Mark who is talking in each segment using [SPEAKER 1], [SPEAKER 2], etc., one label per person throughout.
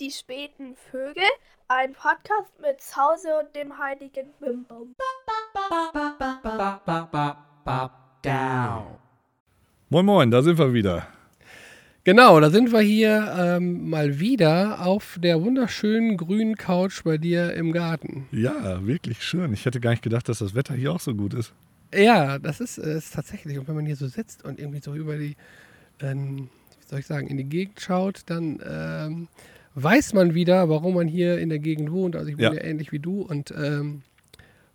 [SPEAKER 1] Die späten Vögel, ein Podcast mit Sause und dem heiligen Bimbum.
[SPEAKER 2] Moin Moin, da sind wir wieder.
[SPEAKER 3] Genau, da sind wir hier ähm, mal wieder auf der wunderschönen grünen Couch bei dir im Garten.
[SPEAKER 2] Ja, wirklich schön. Ich hätte gar nicht gedacht, dass das Wetter hier auch so gut ist.
[SPEAKER 3] Ja, das ist äh, es tatsächlich. Und wenn man hier so sitzt und irgendwie so über die, ähm, wie soll ich sagen, in die Gegend schaut, dann ähm, weiß man wieder, warum man hier in der Gegend wohnt. Also ich wohne
[SPEAKER 2] Ja.
[SPEAKER 3] ja, ähnlich wie du und ähm,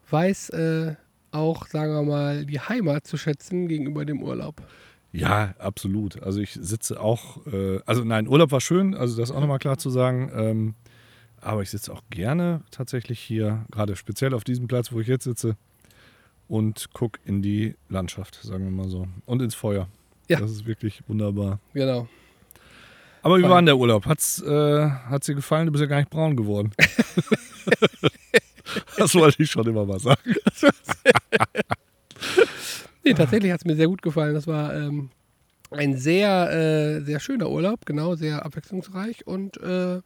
[SPEAKER 3] weiß äh, auch, sagen wir mal, die Heimat zu schätzen gegenüber dem Urlaub.
[SPEAKER 2] Ja, absolut. Also ich sitze auch, äh, also nein, Urlaub war schön, also das auch nochmal klar zu sagen. Ähm, aber ich sitze auch gerne tatsächlich hier, gerade speziell auf diesem Platz, wo ich jetzt sitze, und gucke in die Landschaft, sagen wir mal so. Und ins Feuer.
[SPEAKER 3] Ja.
[SPEAKER 2] Das ist wirklich wunderbar.
[SPEAKER 3] Genau.
[SPEAKER 2] Aber wie
[SPEAKER 3] Voll.
[SPEAKER 2] war denn der Urlaub? Hat's, äh, hat's dir gefallen? Du bist ja gar nicht braun geworden. das wollte ich schon immer mal sagen.
[SPEAKER 3] Nee, tatsächlich hat es mir sehr gut gefallen. Das war ähm, ein sehr, äh, sehr schöner Urlaub, genau, sehr abwechslungsreich und äh,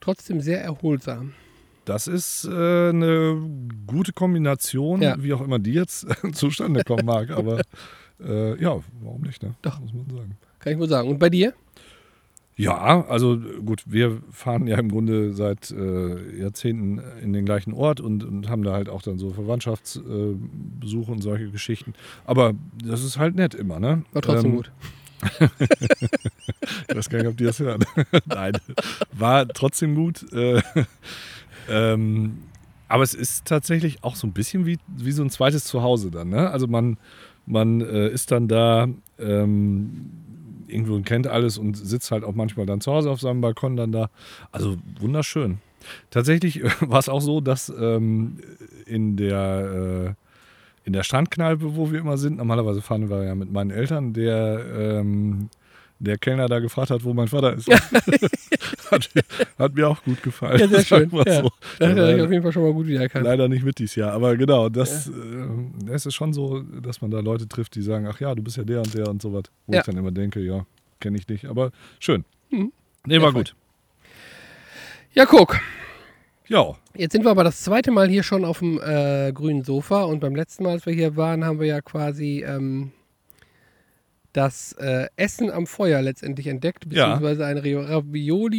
[SPEAKER 3] trotzdem sehr erholsam.
[SPEAKER 2] Das ist äh, eine gute Kombination,
[SPEAKER 3] Ja.
[SPEAKER 2] wie auch immer die jetzt zustande kommen mag. Aber äh, ja, warum nicht, ne? Doch. Muss man sagen.
[SPEAKER 3] Kann ich wohl sagen. Und bei dir?
[SPEAKER 2] Ja, also gut, wir fahren ja im Grunde seit äh, Jahrzehnten in den gleichen Ort und, und haben da halt auch dann so Verwandtschaftsbesuche äh, Besuche und solche Geschichten. Aber das ist halt nett immer, ne?
[SPEAKER 3] War trotzdem
[SPEAKER 2] Ähm,
[SPEAKER 3] gut.
[SPEAKER 2] Ich weiß gar nicht, ob die das hören. Nein, war trotzdem gut. Äh, ähm, aber es ist tatsächlich auch so ein bisschen wie, wie so ein zweites Zuhause dann. Ne? Also man, man äh, ist dann da ähm, irgendwo und kennt alles und sitzt halt auch manchmal dann zu Hause auf seinem Balkon dann da. Also wunderschön. Tatsächlich war es auch so, dass ähm, in der äh, in der Strandkneipe, wo wir immer sind, normalerweise fahren wir ja mit meinen Eltern, der ähm, der Kellner da gefragt hat, wo mein Vater ist. hat, hat mir auch gut gefallen.
[SPEAKER 3] Ja, sehr schön.
[SPEAKER 2] sagen wir
[SPEAKER 3] Ja.
[SPEAKER 2] so.
[SPEAKER 3] Da hat
[SPEAKER 2] Der
[SPEAKER 3] er dich
[SPEAKER 2] war-
[SPEAKER 3] auf jeden Fall schon mal gut wiedererkannt.
[SPEAKER 2] Leider nicht mit dieses Jahr, aber genau, das, ähm, es ist schon so, dass man da Leute trifft, die sagen, ach ja, du bist ja der und der und sowas. Wo
[SPEAKER 3] Ja. Mhm.
[SPEAKER 2] ich dann immer denke, ja, kenne ich nicht, aber schön. Nee,
[SPEAKER 3] Ja,
[SPEAKER 2] war
[SPEAKER 3] voll.
[SPEAKER 2] gut.
[SPEAKER 3] Ja, guck.
[SPEAKER 2] Ja,
[SPEAKER 3] Jetzt sind wir aber das zweite Mal hier schon auf dem äh, grünen Sofa und beim letzten Mal, als wir hier waren, haben wir ja quasi ähm, das äh, Essen am Feuer letztendlich entdeckt,
[SPEAKER 2] Ja.
[SPEAKER 3] beziehungsweise ein
[SPEAKER 2] Revival.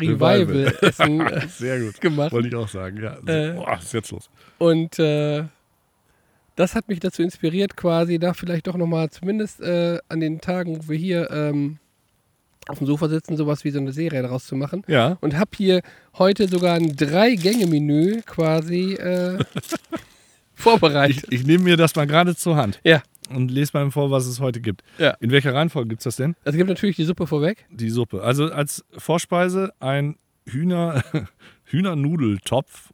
[SPEAKER 3] Ravioli-Revival-Essen äh,
[SPEAKER 2] sehr gut.
[SPEAKER 3] gemacht.
[SPEAKER 2] Wollte ich auch sagen, ja. So,
[SPEAKER 3] Äh.
[SPEAKER 2] boah, was ist jetzt los?
[SPEAKER 3] Und äh, das hat mich dazu inspiriert, quasi da vielleicht doch nochmal, zumindest äh, an den Tagen, wo wir hier ähm, auf dem Sofa sitzen, sowas wie so eine Serie daraus zu machen.
[SPEAKER 2] Ja,
[SPEAKER 3] Und habe hier heute sogar ein Drei-Gänge-Menü quasi äh,
[SPEAKER 2] ich,
[SPEAKER 3] vorbereitet.
[SPEAKER 2] ich nehme mir das mal gerade zur Hand
[SPEAKER 3] Ja,
[SPEAKER 2] und lese mal vor, was es heute gibt.
[SPEAKER 3] ja.
[SPEAKER 2] In welcher Reihenfolge gibt es das denn?
[SPEAKER 3] also Es gibt natürlich die Suppe vorweg.
[SPEAKER 2] Die Suppe. Also als Vorspeise ein Hühner, Hühnernudeltopf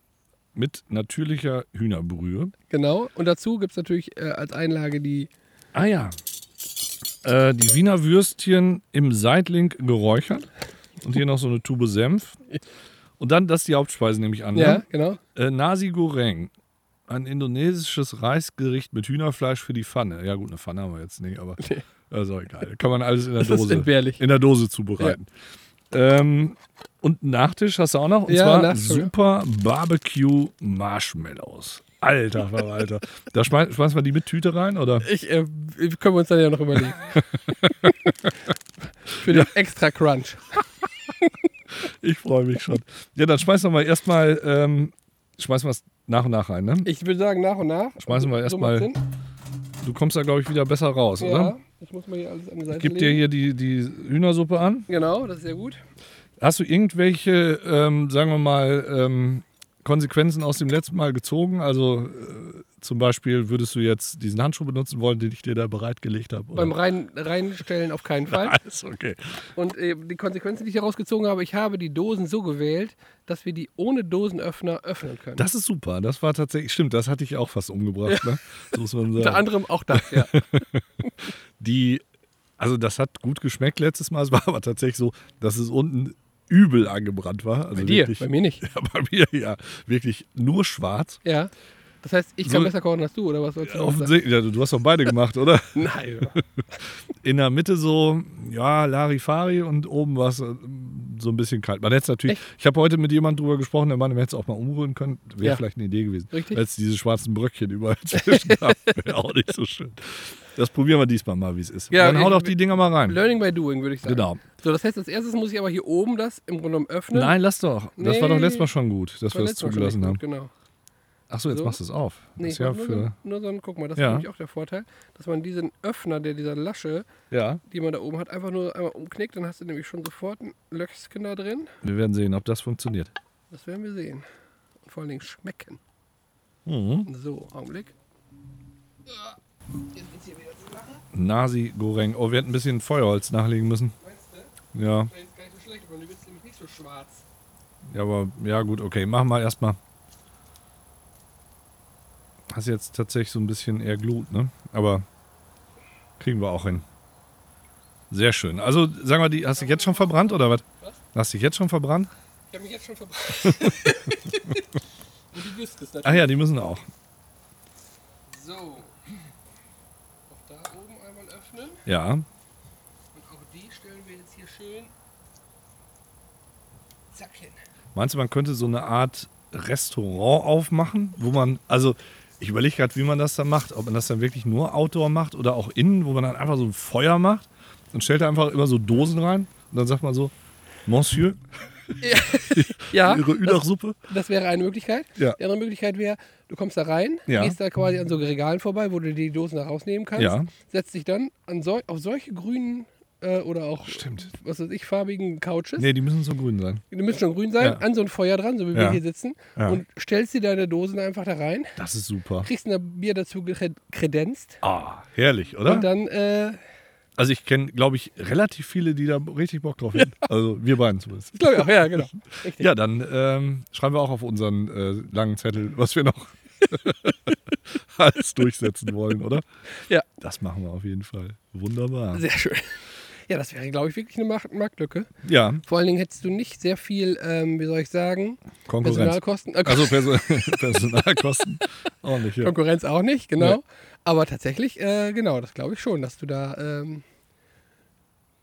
[SPEAKER 2] mit natürlicher Hühnerbrühe.
[SPEAKER 3] Genau. Und dazu gibt es natürlich äh, als Einlage die.
[SPEAKER 2] Ah ja. Äh, die Wiener Würstchen im Seitling geräuchert. Und hier noch so eine Tube Senf. Und dann, das ist die Hauptspeise, nehme ich an.
[SPEAKER 3] Ja,
[SPEAKER 2] ne?
[SPEAKER 3] genau.
[SPEAKER 2] Äh, Nasi Goreng. Ein indonesisches Reisgericht mit Hühnerfleisch für die Pfanne. Ja, gut, eine Pfanne haben wir jetzt nicht, aber also egal. Kann man alles in der
[SPEAKER 3] Das ist
[SPEAKER 2] Dose,
[SPEAKER 3] entbehrlich.
[SPEAKER 2] in der Dose zubereiten. Ähm, und einen Nachtisch hast du auch noch? Und
[SPEAKER 3] Ja,
[SPEAKER 2] zwar
[SPEAKER 3] Nachtisch, ja.
[SPEAKER 2] super Barbecue Marshmallows. Alter, Verwalter. da schmeiß- schmeißen wir die mit Tüte rein, oder?
[SPEAKER 3] Ich, äh, können wir uns dann ja noch überlegen. Für den extra Crunch.
[SPEAKER 2] Ich freue mich schon. Ja, dann schmeißen wir mal erstmal, ähm, schmeißen wir es nach und nach rein, ne?
[SPEAKER 3] Ich würde sagen, nach und nach.
[SPEAKER 2] Schmeißen wir
[SPEAKER 3] So
[SPEAKER 2] erstmal,
[SPEAKER 3] macht's Sinn.
[SPEAKER 2] du kommst da, glaube ich, wieder besser raus,
[SPEAKER 3] Ja,
[SPEAKER 2] oder?
[SPEAKER 3] ich muss mal hier alles an die Seite
[SPEAKER 2] Gib dir
[SPEAKER 3] legen.
[SPEAKER 2] hier die, die Hühnersuppe an.
[SPEAKER 3] Genau, das ist sehr gut.
[SPEAKER 2] Hast du irgendwelche, ähm, sagen wir mal, ähm, Konsequenzen aus dem letzten Mal gezogen? Also äh, zum Beispiel würdest du jetzt diesen Handschuh benutzen wollen, den ich dir da bereitgelegt habe?
[SPEAKER 3] Beim
[SPEAKER 2] oder?
[SPEAKER 3] rein, Reinstellen auf keinen Fall.
[SPEAKER 2] Alles okay.
[SPEAKER 3] Und äh, die Konsequenzen, die ich daraus gezogen habe, ich habe die Dosen so gewählt, dass wir die ohne Dosenöffner öffnen können.
[SPEAKER 2] Das ist super. Das war tatsächlich, stimmt, das hatte ich auch fast umgebracht. Ne? So muss man
[SPEAKER 3] Unter
[SPEAKER 2] sagen.
[SPEAKER 3] anderem auch das, ja.
[SPEAKER 2] die, also das hat gut geschmeckt letztes Mal. Es war aber tatsächlich so, dass es unten übel angebrannt war. Also
[SPEAKER 3] Bei dir,
[SPEAKER 2] wirklich,
[SPEAKER 3] bei mir nicht.
[SPEAKER 2] Ja, bei mir, ja. Wirklich nur schwarz.
[SPEAKER 3] Ja. Das heißt, ich kann
[SPEAKER 2] So-
[SPEAKER 3] besser kochen als du, oder was sollst du noch sagen?
[SPEAKER 2] Offensichtlich, ja, du du hast doch beide gemacht, oder?
[SPEAKER 3] Nein.
[SPEAKER 2] In der Mitte so, ja, Larifari und oben was, äh, so ein bisschen kalt. Man hätte es natürlich,
[SPEAKER 3] Echt?
[SPEAKER 2] ich habe heute mit jemandem drüber gesprochen, der meinte, man hätte es auch mal umrühren können. Wäre
[SPEAKER 3] Ja.
[SPEAKER 2] vielleicht eine Idee gewesen.
[SPEAKER 3] Richtig.
[SPEAKER 2] Als diese schwarzen Bröckchen überall zwischen gab. Wäre auch nicht so schön. Das probieren wir diesmal mal, wie es ist.
[SPEAKER 3] Ja,
[SPEAKER 2] Dann hau
[SPEAKER 3] ich-
[SPEAKER 2] doch die Dinger mal rein.
[SPEAKER 3] Learning by doing, würde ich sagen.
[SPEAKER 2] Genau.
[SPEAKER 3] So, das heißt, als erstes muss ich aber hier oben das im Grunde genommen öffnen.
[SPEAKER 2] Nein, lass doch. Das war doch
[SPEAKER 3] Nee.
[SPEAKER 2] letztes Mal schon gut, dass wir
[SPEAKER 3] War
[SPEAKER 2] das
[SPEAKER 3] letztes Mal schon
[SPEAKER 2] zugelassen
[SPEAKER 3] nicht
[SPEAKER 2] haben.
[SPEAKER 3] gut, Genau.
[SPEAKER 2] Achso, jetzt
[SPEAKER 3] So.
[SPEAKER 2] machst du es auf.
[SPEAKER 3] Nee,
[SPEAKER 2] ist ja
[SPEAKER 3] nur, so,
[SPEAKER 2] für.
[SPEAKER 3] nur so ein, guck mal, das
[SPEAKER 2] Ja.
[SPEAKER 3] ist nämlich auch der Vorteil, dass man diesen Öffner, der dieser Lasche,
[SPEAKER 2] Ja,
[SPEAKER 3] die man da oben hat, einfach nur einmal umknickt, dann hast du nämlich schon sofort ein Löchchen da drin.
[SPEAKER 2] wir werden sehen, ob das funktioniert.
[SPEAKER 3] Das werden wir sehen. Und vor allen Dingen schmecken.
[SPEAKER 2] Mhm.
[SPEAKER 3] So, Augenblick.
[SPEAKER 2] Nasi Goreng. Oh, wir hätten ein bisschen Feuerholz nachlegen müssen.
[SPEAKER 3] Meinst du?
[SPEAKER 2] Ja,
[SPEAKER 3] Wäre jetzt gar nicht so schlecht, aber du bist nämlich nicht so schwarz.
[SPEAKER 2] ja aber ja, gut, okay. Machen wir erstmal. Hast jetzt tatsächlich so ein bisschen eher Glut, ne? Aber kriegen wir auch hin. Sehr schön. Also, sagen wir, die hast du dich jetzt schon verbrannt oder was?
[SPEAKER 3] Was?
[SPEAKER 2] Hast du dich jetzt schon verbrannt?
[SPEAKER 3] Ich habe mich jetzt schon verbrannt. Und die Büste ist
[SPEAKER 2] Ach
[SPEAKER 3] natürlich.
[SPEAKER 2] ja, die müssen auch.
[SPEAKER 3] So. Auch da oben einmal öffnen.
[SPEAKER 2] Ja.
[SPEAKER 3] Und auch die stellen wir jetzt hier schön. Zack hin.
[SPEAKER 2] Meinst du, man könnte so eine Art Restaurant aufmachen, wo man, also ich überlege gerade, wie man das dann macht, ob man das dann wirklich nur Outdoor macht oder auch innen, wo man dann einfach so ein Feuer macht und stellt da einfach immer so Dosen rein und dann sagt man so, Monsieur,
[SPEAKER 3] Ja,
[SPEAKER 2] Ihre Ünachsuppe.
[SPEAKER 3] das wäre eine Möglichkeit.
[SPEAKER 2] Ja.
[SPEAKER 3] Die andere Möglichkeit wäre, du kommst da rein,
[SPEAKER 2] Ja.
[SPEAKER 3] gehst da quasi an so Regalen vorbei, wo du die Dosen da rausnehmen kannst,
[SPEAKER 2] Ja.
[SPEAKER 3] setzt dich dann an sol auf solche grünen äh, oder auch
[SPEAKER 2] Stimmt.
[SPEAKER 3] was weiß ich, farbigen Couches.
[SPEAKER 2] Nee, die müssen so grün sein.
[SPEAKER 3] Die müssen schon grün sein,
[SPEAKER 2] Ja.
[SPEAKER 3] an so ein Feuer dran, so wie
[SPEAKER 2] Ja.
[SPEAKER 3] wir hier sitzen,
[SPEAKER 2] Ja.
[SPEAKER 3] und stellst dir deine Dosen einfach da rein,
[SPEAKER 2] Das ist super.
[SPEAKER 3] kriegst ein Bier dazu gere- kredenzt
[SPEAKER 2] Ah, herrlich, oder?
[SPEAKER 3] und dann äh,
[SPEAKER 2] Also ich kenne, glaube ich, relativ viele, die da richtig Bock drauf hätten. Also wir beiden zumindest.
[SPEAKER 3] Ich glaube auch, ja, genau. Richtig.
[SPEAKER 2] Ja, dann ähm, schreiben wir auch auf unseren äh, langen Zettel, was wir noch alles durchsetzen wollen, oder?
[SPEAKER 3] Ja.
[SPEAKER 2] Das machen wir auf jeden Fall. Wunderbar.
[SPEAKER 3] Sehr schön. Ja, das wäre, glaube ich, wirklich eine Mark- Marktlücke.
[SPEAKER 2] Ja,
[SPEAKER 3] Vor allen Dingen hättest du nicht sehr viel, ähm, wie soll ich sagen,
[SPEAKER 2] Konkurrenz.
[SPEAKER 3] Personalkosten. Äh,
[SPEAKER 2] Also Perso Personalkosten auch nicht. Ja.
[SPEAKER 3] Konkurrenz auch nicht, genau.
[SPEAKER 2] Nee.
[SPEAKER 3] Aber tatsächlich, äh, genau, das glaube ich schon, dass du da. Ähm,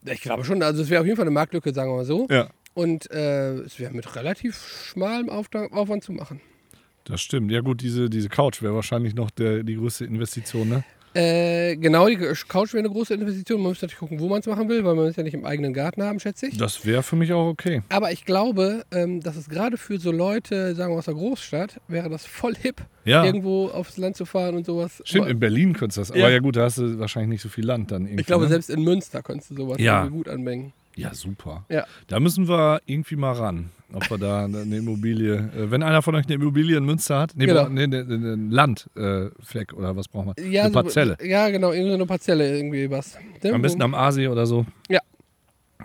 [SPEAKER 3] ich glaube schon, also es wäre auf jeden Fall eine Marktlücke, sagen wir mal so.
[SPEAKER 2] ja,
[SPEAKER 3] Und äh, es wäre mit relativ schmalem Aufda- Aufwand zu machen.
[SPEAKER 2] das stimmt. Ja gut, diese, diese Couch wäre wahrscheinlich noch der, die größte Investition, ne?
[SPEAKER 3] Äh, genau, die Couch wäre eine große Investition. Man müsste natürlich gucken, wo man es machen will, weil man es ja nicht im eigenen Garten haben, schätze ich.
[SPEAKER 2] Das wäre für mich auch okay.
[SPEAKER 3] Aber ich glaube, ähm, dass es gerade für so Leute, sagen wir aus der Großstadt, wäre das voll hip,
[SPEAKER 2] Ja.
[SPEAKER 3] irgendwo aufs Land zu fahren und sowas.
[SPEAKER 2] Stimmt,
[SPEAKER 3] Aber
[SPEAKER 2] in Berlin könntest du das. Aber ja.
[SPEAKER 3] Ja.
[SPEAKER 2] gut, da hast du wahrscheinlich nicht so viel Land dann irgendwie.
[SPEAKER 3] ich glaube,
[SPEAKER 2] ne?
[SPEAKER 3] selbst in Münster könntest du sowas
[SPEAKER 2] Ja.
[SPEAKER 3] irgendwie gut anmengen.
[SPEAKER 2] Ja, super.
[SPEAKER 3] Ja.
[SPEAKER 2] Da müssen wir irgendwie mal ran, ob wir da eine Immobilie, äh, wenn einer von euch eine Immobilie in Münster hat, nee,
[SPEAKER 3] Genau.
[SPEAKER 2] bra- nee, nee, nee, nee, ein Landfleck äh, Fleck oder was braucht man?
[SPEAKER 3] Ja,
[SPEAKER 2] eine
[SPEAKER 3] so-
[SPEAKER 2] Parzelle.
[SPEAKER 3] ja, genau, irgendwie so eine Parzelle irgendwie was. Ne?
[SPEAKER 2] Am besten am Aasee oder so.
[SPEAKER 3] Ja.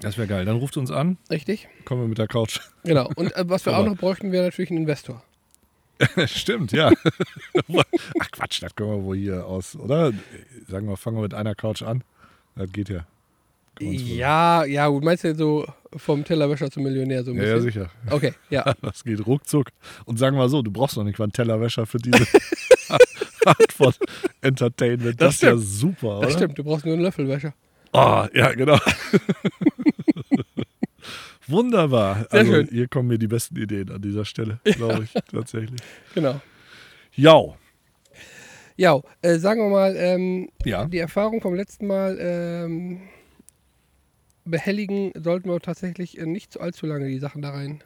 [SPEAKER 2] Das wäre geil. Dann ruft uns an,
[SPEAKER 3] Richtig,
[SPEAKER 2] kommen wir mit der Couch.
[SPEAKER 3] genau. Und äh, was wir auch
[SPEAKER 2] Aber-
[SPEAKER 3] noch bräuchten, wäre natürlich ein Investor.
[SPEAKER 2] Stimmt, ja. Ach Quatsch, das können wir wohl hier aus, oder? Sagen wir, fangen wir mit einer Couch an. Das geht ja. Kann man's wohl.
[SPEAKER 3] Ja, ja, gut. Meinst du jetzt so vom Tellerwäscher zum Millionär so ein
[SPEAKER 2] Ja,
[SPEAKER 3] bisschen?
[SPEAKER 2] ja, sicher.
[SPEAKER 3] Okay, ja.
[SPEAKER 2] Das geht ruckzuck. Und sagen wir mal so, du brauchst noch nicht mal einen Tellerwäscher für diese Art von Entertainment. Das,
[SPEAKER 3] Das
[SPEAKER 2] ist ja
[SPEAKER 3] stimmt.
[SPEAKER 2] super, oder?
[SPEAKER 3] Das stimmt, du brauchst nur einen Löffelwäscher.
[SPEAKER 2] Ah, ja, genau. Wunderbar.
[SPEAKER 3] Sehr
[SPEAKER 2] also,
[SPEAKER 3] schön.
[SPEAKER 2] Hier kommen mir die besten Ideen an dieser Stelle, glaube ich, tatsächlich.
[SPEAKER 3] Genau.
[SPEAKER 2] Ja.
[SPEAKER 3] Ja, äh, sagen wir mal, ähm,
[SPEAKER 2] Ja.
[SPEAKER 3] die Erfahrung vom letzten Mal ähm, behelligen sollten wir tatsächlich äh, nicht so allzu lange die Sachen da rein.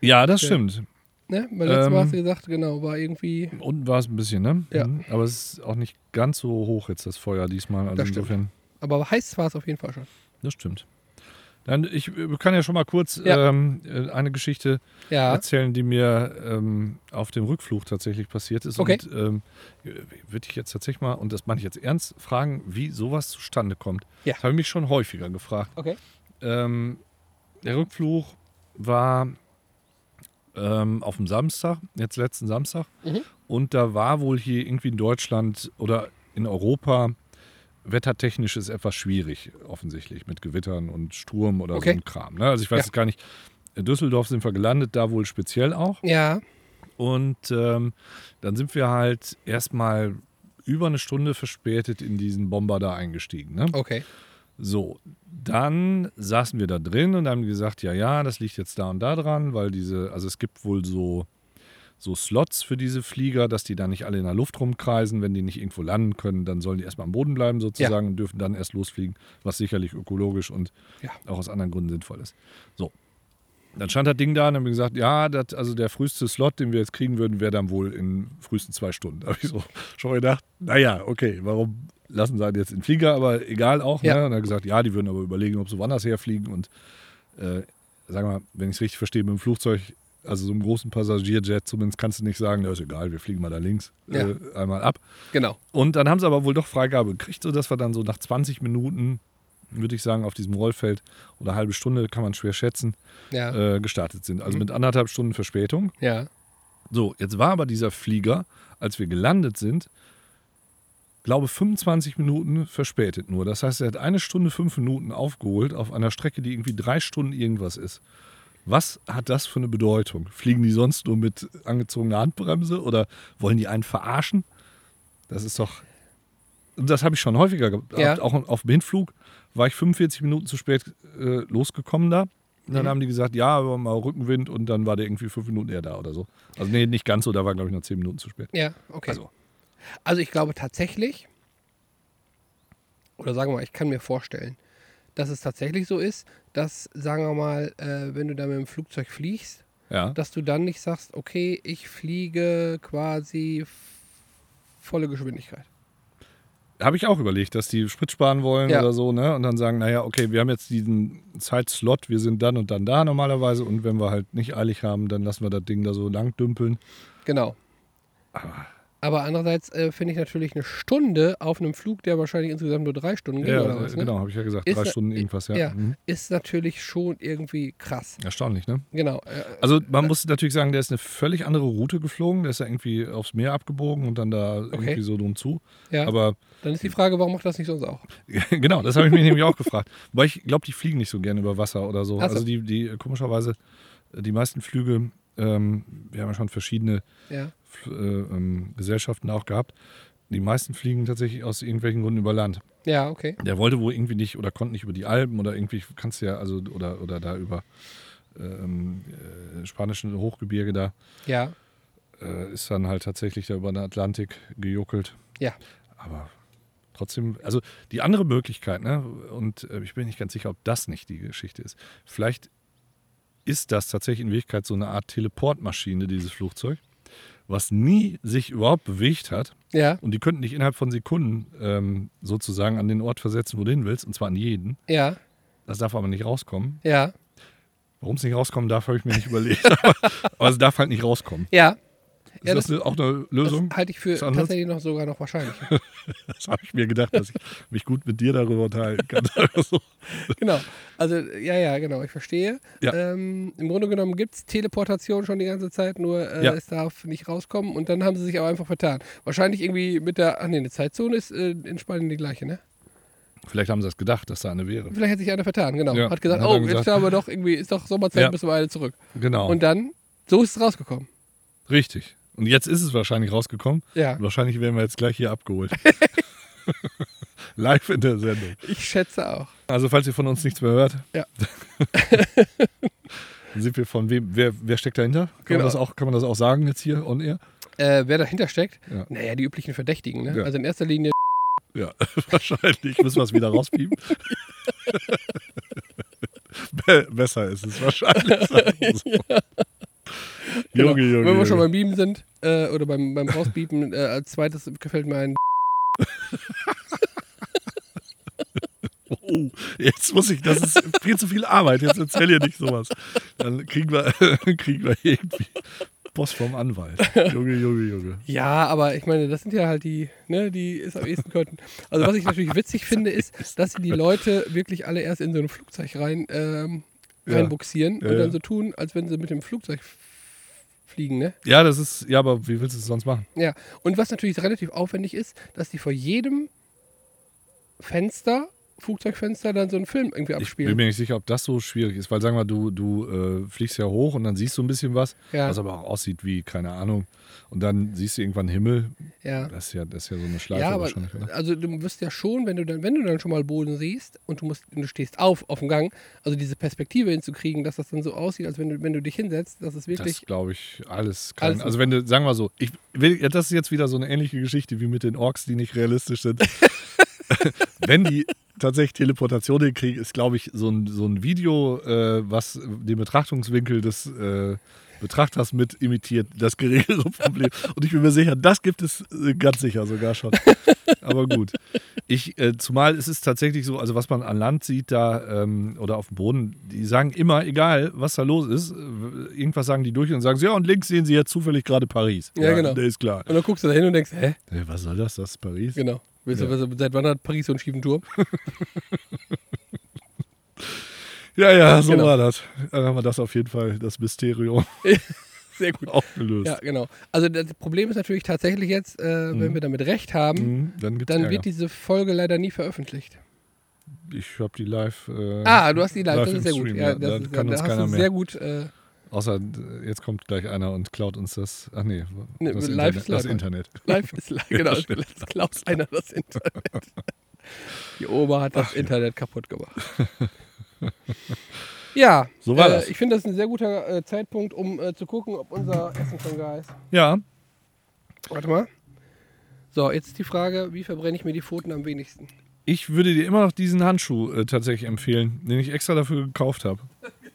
[SPEAKER 2] Ja, das
[SPEAKER 3] Ja.
[SPEAKER 2] stimmt.
[SPEAKER 3] Ne? Beim letzten
[SPEAKER 2] Ähm.
[SPEAKER 3] Mal hast du gesagt, genau, war irgendwie.
[SPEAKER 2] Unten war es ein bisschen, ne?
[SPEAKER 3] Ja.
[SPEAKER 2] Mhm. Aber es ist auch nicht ganz so hoch jetzt, das Feuer diesmal. Also
[SPEAKER 3] Das stimmt.
[SPEAKER 2] insofern.
[SPEAKER 3] Aber heiß war es auf jeden Fall schon.
[SPEAKER 2] Das stimmt. Dann, ich äh, kann ja schon mal kurz
[SPEAKER 3] Ja.
[SPEAKER 2] ähm, äh, eine Geschichte
[SPEAKER 3] Ja.
[SPEAKER 2] erzählen, die mir ähm, auf dem Rückflug tatsächlich passiert ist.
[SPEAKER 3] Okay.
[SPEAKER 2] Und ähm, würde ich jetzt tatsächlich mal, und das meine ich jetzt ernst, fragen, wie sowas zustande kommt.
[SPEAKER 3] Ja.
[SPEAKER 2] Das habe ich mich schon häufiger gefragt.
[SPEAKER 3] Okay.
[SPEAKER 2] Ähm, der Rückflug war ähm, auf dem Samstag, jetzt letzten Samstag.
[SPEAKER 3] Mhm.
[SPEAKER 2] Und da war wohl hier irgendwie in Deutschland oder in Europa wettertechnisch ist etwas schwierig, offensichtlich, mit Gewittern und Sturm oder
[SPEAKER 3] Okay.
[SPEAKER 2] so ein Kram. Ne? Also ich weiß
[SPEAKER 3] Ja.
[SPEAKER 2] es gar nicht. In Düsseldorf sind wir gelandet, da wohl speziell auch.
[SPEAKER 3] Ja,
[SPEAKER 2] Und ähm, dann sind wir halt erstmal über eine Stunde verspätet in diesen Bomber da eingestiegen. Ne?
[SPEAKER 3] okay.
[SPEAKER 2] So, dann saßen wir da drin und haben gesagt, ja, ja, das liegt jetzt da und da dran, weil diese, also es gibt wohl so, so Slots für diese Flieger, dass die da nicht alle in der Luft rumkreisen. Wenn die nicht irgendwo landen können, dann sollen die erstmal am Boden bleiben sozusagen und dürfen dann erst losfliegen, was sicherlich ökologisch und
[SPEAKER 3] Ja.
[SPEAKER 2] auch aus anderen Gründen sinnvoll ist. So. Dann stand das Ding da und haben wir gesagt, ja, das, also der früheste Slot, den wir jetzt kriegen würden, wäre dann wohl in frühesten zwei Stunden. Da habe ich so schon gedacht, naja, okay, warum lassen sie halt jetzt in Flieger, aber egal auch.
[SPEAKER 3] Ja.
[SPEAKER 2] Ne? Und er hat gesagt, ja, die würden aber überlegen, ob sie woanders herfliegen und äh, sagen wir mal, wenn ich es richtig verstehe, mit dem Flugzeug, also so einem großen Passagierjet zumindest, kannst du nicht sagen, na ist egal, wir fliegen mal da links
[SPEAKER 3] Ja.
[SPEAKER 2] äh, einmal ab.
[SPEAKER 3] Genau.
[SPEAKER 2] Und dann haben sie aber wohl doch Freigabe gekriegt, sodass wir dann so nach 20 Minuten, würde ich sagen, auf diesem Rollfeld oder halbe Stunde, kann man schwer schätzen,
[SPEAKER 3] Ja.
[SPEAKER 2] äh, gestartet sind. Also mit anderthalb Stunden Verspätung.
[SPEAKER 3] Ja.
[SPEAKER 2] So, jetzt war aber dieser Flieger, als wir gelandet sind, glaube 25 Minuten verspätet nur. Das heißt, er hat eine Stunde fünf Minuten aufgeholt auf einer Strecke, die irgendwie drei Stunden irgendwas ist. Was hat das für eine Bedeutung? Fliegen die sonst nur mit angezogener Handbremse oder wollen die einen verarschen? Das ist doch. Und Das habe ich schon häufiger gehabt.
[SPEAKER 3] Ja.
[SPEAKER 2] Auch auf dem Hinflug war ich 45 Minuten zu spät äh, losgekommen da. Und
[SPEAKER 3] Mhm.
[SPEAKER 2] dann haben die gesagt, ja, aber mal Rückenwind und dann war der irgendwie fünf Minuten eher da oder so. Also nee, nicht ganz so, da war glaube ich noch zehn Minuten zu spät.
[SPEAKER 3] Ja, okay.
[SPEAKER 2] Also.
[SPEAKER 3] Also. ich glaube tatsächlich, oder sagen wir mal, ich kann mir vorstellen, dass es tatsächlich so ist, dass, sagen wir mal, äh, wenn du da mit dem Flugzeug fliegst,
[SPEAKER 2] Ja.
[SPEAKER 3] dass du dann nicht sagst, okay, ich fliege quasi f- volle Geschwindigkeit.
[SPEAKER 2] Habe ich auch überlegt, dass die Sprit sparen wollen
[SPEAKER 3] Ja.
[SPEAKER 2] oder so, ne? Und dann sagen, naja, okay, wir haben jetzt diesen Zeitslot, wir sind dann und dann da normalerweise und wenn wir halt nicht eilig haben, dann lassen wir das Ding da so lang dümpeln.
[SPEAKER 3] Genau. Aber andererseits äh, finde ich natürlich eine Stunde auf einem Flug, der wahrscheinlich insgesamt nur drei Stunden geht,
[SPEAKER 2] Ja,
[SPEAKER 3] oder
[SPEAKER 2] äh,
[SPEAKER 3] was, ne?
[SPEAKER 2] genau, habe ich ja gesagt,
[SPEAKER 3] Ist
[SPEAKER 2] drei
[SPEAKER 3] ja-
[SPEAKER 2] Stunden irgendwas, ja.
[SPEAKER 3] ja.
[SPEAKER 2] Mhm.
[SPEAKER 3] ist natürlich schon irgendwie krass.
[SPEAKER 2] Erstaunlich, ne?
[SPEAKER 3] Genau. Äh,
[SPEAKER 2] Also man muss natürlich sagen, der ist eine völlig andere Route geflogen, der ist ja irgendwie aufs Meer abgebogen und dann da irgendwie so drum zu.
[SPEAKER 3] ja.
[SPEAKER 2] Aber
[SPEAKER 3] dann
[SPEAKER 2] Hm.
[SPEAKER 3] ist die Frage, warum macht das nicht sonst auch?
[SPEAKER 2] genau, das habe ich mich nämlich auch gefragt. Weil ich glaube, die fliegen nicht so gerne über Wasser oder so.
[SPEAKER 3] Ach so.
[SPEAKER 2] Also die, die komischerweise, die meisten Flüge, ähm, wir haben ja schon verschiedene
[SPEAKER 3] Ja.
[SPEAKER 2] F- äh, ähm, Gesellschaften auch gehabt. Die meisten fliegen tatsächlich aus irgendwelchen Gründen über Land.
[SPEAKER 3] Ja, okay.
[SPEAKER 2] Der wollte wohl irgendwie nicht oder konnte nicht über die Alpen oder irgendwie kannst du ja, also oder, oder da über ähm, äh, spanischen Hochgebirge da,
[SPEAKER 3] Ja.
[SPEAKER 2] äh, ist dann halt tatsächlich da über den Atlantik gejuckelt.
[SPEAKER 3] Ja.
[SPEAKER 2] Aber trotzdem, also die andere Möglichkeit, ne, und äh, ich bin nicht ganz sicher, ob das nicht die Geschichte ist. Vielleicht ist das tatsächlich in Wirklichkeit so eine Art Teleportmaschine, dieses Flugzeug, was nie sich überhaupt bewegt hat.
[SPEAKER 3] Ja.
[SPEAKER 2] Und die könnten dich innerhalb von Sekunden ähm, sozusagen an den Ort versetzen, wo du hin willst, und zwar an jeden.
[SPEAKER 3] Ja.
[SPEAKER 2] Das darf aber nicht rauskommen.
[SPEAKER 3] Ja.
[SPEAKER 2] Warum es nicht rauskommen darf, habe ich mir nicht überlegt. aber, aber es darf halt nicht rauskommen.
[SPEAKER 3] Ja.
[SPEAKER 2] Ist
[SPEAKER 3] Ja,
[SPEAKER 2] das, auch eine Lösung?
[SPEAKER 3] Das halte ich für
[SPEAKER 2] Also, Ist anders?
[SPEAKER 3] tatsächlich noch sogar noch wahrscheinlich.
[SPEAKER 2] Das habe ich mir gedacht, dass ich mich gut mit dir darüber unterhalten kann. Oder so.
[SPEAKER 3] genau. Also, ja, ja, genau, ich verstehe.
[SPEAKER 2] Ja.
[SPEAKER 3] Ähm, Im Grunde genommen gibt es Teleportation schon die ganze Zeit, nur äh,
[SPEAKER 2] Ja.
[SPEAKER 3] es darf nicht rauskommen und dann haben sie sich aber einfach vertan. Wahrscheinlich irgendwie mit der, ach nee, die Zeitzone ist äh, in Spanien die gleiche, ne?
[SPEAKER 2] Vielleicht haben sie das gedacht, dass da eine wäre.
[SPEAKER 3] Vielleicht hat sich einer vertan, genau.
[SPEAKER 2] Ja.
[SPEAKER 3] Hat gesagt,
[SPEAKER 2] Hat er
[SPEAKER 3] oh,
[SPEAKER 2] gesagt.
[SPEAKER 3] jetzt haben wir doch irgendwie, ist doch Sommerzeit,
[SPEAKER 2] Ja.
[SPEAKER 3] müssen wir alle zurück.
[SPEAKER 2] Genau.
[SPEAKER 3] Und dann, so ist es rausgekommen.
[SPEAKER 2] Richtig. Und jetzt ist es wahrscheinlich rausgekommen.
[SPEAKER 3] Ja.
[SPEAKER 2] Und wahrscheinlich werden wir jetzt gleich hier abgeholt. Live in der Sendung.
[SPEAKER 3] Ich schätze auch.
[SPEAKER 2] Also, falls ihr von uns nichts mehr hört,
[SPEAKER 3] Ja.
[SPEAKER 2] sind wir von wem? Wer, wer steckt dahinter? Kann,
[SPEAKER 3] Genau.
[SPEAKER 2] man das auch, kann man das auch sagen jetzt hier on air?
[SPEAKER 3] Äh, wer dahinter steckt?
[SPEAKER 2] Ja.
[SPEAKER 3] Naja, die üblichen Verdächtigen. Ne?
[SPEAKER 2] Ja.
[SPEAKER 3] Also in erster Linie.
[SPEAKER 2] Ja, wahrscheinlich. Müssen wir es wieder rauspiepen. Be besser ist es wahrscheinlich. sagen wir so.
[SPEAKER 3] Genau.
[SPEAKER 2] Junge, Junge.
[SPEAKER 3] Wenn wir schon
[SPEAKER 2] Junge.
[SPEAKER 3] beim Beamen sind äh, oder beim, beim Rausbeamen, äh, als zweites gefällt mir ein.
[SPEAKER 2] Oh, jetzt muss ich, das ist viel zu viel Arbeit. Jetzt erzähl hier nicht sowas. Dann kriegen wir, kriegen wir irgendwie Post vom Anwalt. Junge, Junge, Junge.
[SPEAKER 3] Ja, aber ich meine, das sind ja halt die, ne, die es am ehesten könnten. Also was ich natürlich witzig finde, ist, dass sie die Leute wirklich alle erst in so ein Flugzeug rein, ähm,
[SPEAKER 2] Ja.
[SPEAKER 3] reinbuxieren
[SPEAKER 2] Ja,
[SPEAKER 3] und
[SPEAKER 2] ja.
[SPEAKER 3] dann so tun, als wenn sie mit dem Flugzeug f- fliegen, ne?
[SPEAKER 2] Ja, das ist, ja, aber wie willst du es sonst machen?
[SPEAKER 3] Ja, und was natürlich relativ aufwendig ist, dass die vor jedem Fenster Flugzeugfenster dann so einen Film irgendwie
[SPEAKER 2] Ich bin
[SPEAKER 3] abspielen.
[SPEAKER 2] mir nicht sicher, ob das so schwierig ist, weil sagen wir, du, du äh, fliegst ja hoch und dann siehst du ein bisschen was,
[SPEAKER 3] Ja.
[SPEAKER 2] was aber auch aussieht wie, keine Ahnung. Und dann siehst du irgendwann Himmel.
[SPEAKER 3] ja.
[SPEAKER 2] Das ist ja, das ist ja so eine Schleife
[SPEAKER 3] Ja, aber
[SPEAKER 2] wahrscheinlich, oder?
[SPEAKER 3] also du wirst ja schon, wenn du dann, wenn du dann schon mal Boden siehst und du musst, und du stehst auf auf dem Gang, also diese Perspektive hinzukriegen, dass das dann so aussieht, als wenn du, wenn du dich hinsetzt, das
[SPEAKER 2] Das
[SPEAKER 3] ist wirklich.
[SPEAKER 2] glaube ich alles. Kann,
[SPEAKER 3] Alles-
[SPEAKER 2] also wenn du, sagen wir so, ich will, ja, das ist jetzt wieder so eine ähnliche Geschichte wie mit den Orks, die nicht realistisch sind. wenn die tatsächlich Teleportation hinkriegen, ist glaube ich so ein, so ein Video, äh, was den Betrachtungswinkel des äh, Betrachters mit imitiert, das geringere Problem. Und ich bin mir sicher, das gibt es äh, ganz sicher sogar schon. Aber gut. Ich, äh, zumal ist es tatsächlich so, also was man an Land sieht da ähm, oder auf dem Boden, die sagen immer, egal was da los ist, äh, irgendwas sagen die durch und sagen, so, ja und links sehen sie jetzt zufällig gerade Paris.
[SPEAKER 3] Ja, genau.
[SPEAKER 2] Der ist klar.
[SPEAKER 3] und dann guckst du da hin und denkst, hä?
[SPEAKER 2] Äh, was soll das, das ist Paris?
[SPEAKER 3] Genau. Willst
[SPEAKER 2] Ja.
[SPEAKER 3] du, willst du, seit wann hat Paris so einen schiefen Turm?
[SPEAKER 2] Ja, ja, so
[SPEAKER 3] Genau.
[SPEAKER 2] war das. Dann haben wir das auf jeden Fall, das Mysterium,
[SPEAKER 3] Sehr gut.
[SPEAKER 2] aufgelöst.
[SPEAKER 3] Ja, genau. Also das Problem ist natürlich tatsächlich jetzt, äh, wenn wir damit recht haben,
[SPEAKER 2] Mhm, Dann, gibt's
[SPEAKER 3] dann
[SPEAKER 2] Ärger.
[SPEAKER 3] wird diese Folge leider nie veröffentlicht.
[SPEAKER 2] Ich habe die live. Äh,
[SPEAKER 3] Ah, du hast die live,
[SPEAKER 2] live
[SPEAKER 3] das
[SPEAKER 2] im
[SPEAKER 3] ist sehr gut.
[SPEAKER 2] Stream,
[SPEAKER 3] Ja,
[SPEAKER 2] ja. Da
[SPEAKER 3] das ist,
[SPEAKER 2] kann
[SPEAKER 3] da
[SPEAKER 2] uns
[SPEAKER 3] hast
[SPEAKER 2] keiner
[SPEAKER 3] du
[SPEAKER 2] mehr.
[SPEAKER 3] sehr gut. Äh,
[SPEAKER 2] Außer äh, jetzt kommt gleich einer und klaut uns das. Ach nee,
[SPEAKER 3] Nee,
[SPEAKER 2] das, Internet,
[SPEAKER 3] live ist
[SPEAKER 2] das
[SPEAKER 3] live.
[SPEAKER 2] Internet.
[SPEAKER 3] Live ist live, genau. Jetzt klaut einer das Internet. Die Oma hat das Internet kaputt gemacht. Ja,
[SPEAKER 2] So war
[SPEAKER 3] äh,
[SPEAKER 2] das.
[SPEAKER 3] ich finde das ist ein sehr guter äh, Zeitpunkt, um äh, zu gucken, ob unser Essen schon gar ist.
[SPEAKER 2] Ja,
[SPEAKER 3] Warte mal. So, jetzt die Frage, wie verbrenne ich mir die Pfoten am wenigsten?
[SPEAKER 2] ich würde dir immer noch diesen Handschuh äh, tatsächlich empfehlen, den ich extra dafür gekauft habe.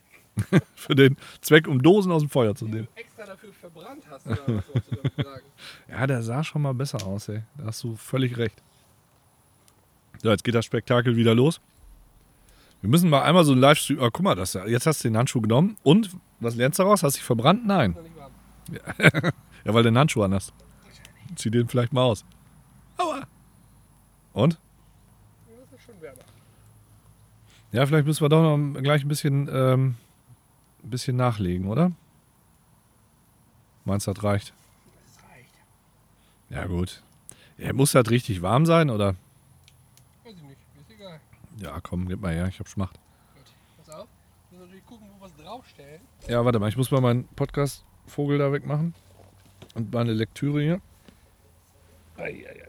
[SPEAKER 2] Für den Zweck, um Dosen aus dem Feuer zu nehmen.
[SPEAKER 3] Extra dafür verbrannt hast, oder was wolltest du damit sagen?
[SPEAKER 2] Ja, der sah schon mal besser aus, ey. Da hast du völlig recht. So, jetzt geht das Spektakel wieder los. Wir müssen mal einmal so ein Livestream. Oh, guck mal, das, jetzt hast du den Handschuh genommen. Und was lernst du daraus? Hast du dich verbrannt? Nein. Ja, weil du einen Handschuh an hast. Zieh den vielleicht mal aus. Aua. Und?
[SPEAKER 3] Das ist schon wärmer.
[SPEAKER 2] Ja, vielleicht müssen wir doch noch gleich ein bisschen, ähm, ein bisschen nachlegen, oder? Meinst du, das reicht?
[SPEAKER 3] Das reicht.
[SPEAKER 2] Ja, gut. Ja, muss das richtig warm sein, oder?
[SPEAKER 3] Weiß ich nicht, ist egal.
[SPEAKER 2] Ja, komm, gib mal her, ich hab Schmacht.
[SPEAKER 3] Gut, pass auf. Wir müssen natürlich gucken, wo wir es draufstellen.
[SPEAKER 2] Ja, warte mal, ich muss mal meinen Podcast-Vogel da wegmachen. Und meine Lektüre hier.
[SPEAKER 3] Eieiei.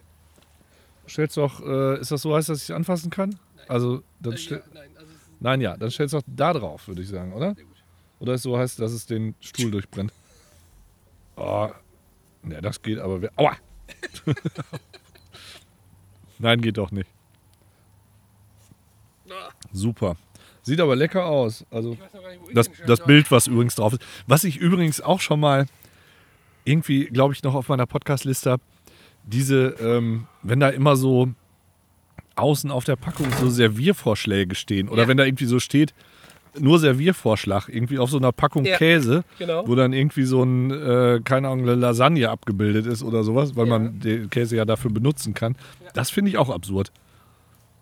[SPEAKER 2] Stellst du auch, äh, ist das so heiß, dass ich es anfassen kann? Also, dann stell-
[SPEAKER 3] nein, also es ist
[SPEAKER 2] Nein, ja, dann stellst du auch da drauf, würde ich sagen, oder?
[SPEAKER 3] gut.
[SPEAKER 2] Oder ist so heiß, dass es den Stuhl durchbrennt? Oh, ja, das geht aber. we- Aua! Nein, geht doch nicht. Super. Sieht aber lecker aus. Also
[SPEAKER 3] Ah. Ich weiß noch gar nicht, wo ich
[SPEAKER 2] das,
[SPEAKER 3] den Schirm
[SPEAKER 2] das
[SPEAKER 3] drauf-
[SPEAKER 2] Bild, was übrigens drauf ist. Was ich übrigens auch schon mal irgendwie, glaube ich, noch auf meiner Podcast-Liste habe, diese, ähm, wenn da immer so außen auf der Packung so Serviervorschläge stehen oder
[SPEAKER 3] Ja.
[SPEAKER 2] wenn da irgendwie so steht, nur Serviervorschlag, irgendwie auf so einer Packung
[SPEAKER 3] Ja,
[SPEAKER 2] Käse,
[SPEAKER 3] genau.
[SPEAKER 2] wo dann irgendwie so ein, äh, keine Ahnung, eine Lasagne abgebildet ist oder sowas, weil
[SPEAKER 3] Ja.
[SPEAKER 2] man den Käse ja dafür benutzen kann.
[SPEAKER 3] Ja.
[SPEAKER 2] Das finde ich auch absurd.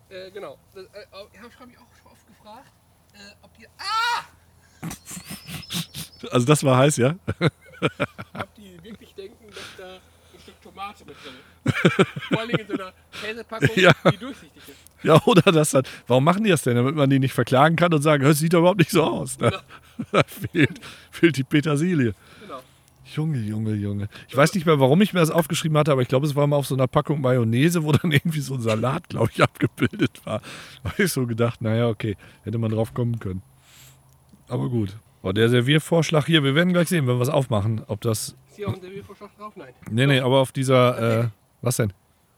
[SPEAKER 3] Äh, genau. Das, äh, auch- ich habe mich auch schon oft gefragt, äh, ob die,
[SPEAKER 2] Also das war heiß, ja?
[SPEAKER 3] ob die wirklich denken, dass da ein Stück Tomate mit drin ist. Vor allem in so einer Käsepackung,
[SPEAKER 2] Ja.
[SPEAKER 3] die durchsichtig ist.
[SPEAKER 2] Ja, oder das dann. Warum machen die das denn? Damit man die nicht verklagen kann und sagen, das sieht doch überhaupt nicht so aus. Da, da fehlt, fehlt die Petersilie.
[SPEAKER 3] Genau.
[SPEAKER 2] Junge, Junge, Junge. Ich weiß nicht mehr, warum ich mir das aufgeschrieben hatte, aber ich glaube, es war mal auf so einer Packung Mayonnaise, wo dann irgendwie so ein Salat, glaube ich, abgebildet war. Da habe ich so gedacht, naja, okay, hätte man drauf kommen können. Aber gut. Boah, der Serviervorschlag hier, wir werden gleich sehen, wenn wir es aufmachen, ob das.
[SPEAKER 3] Ist hier auch ein Serviervorschlag drauf? Nein.
[SPEAKER 2] Nee, nee, aber auf dieser. Äh, was denn?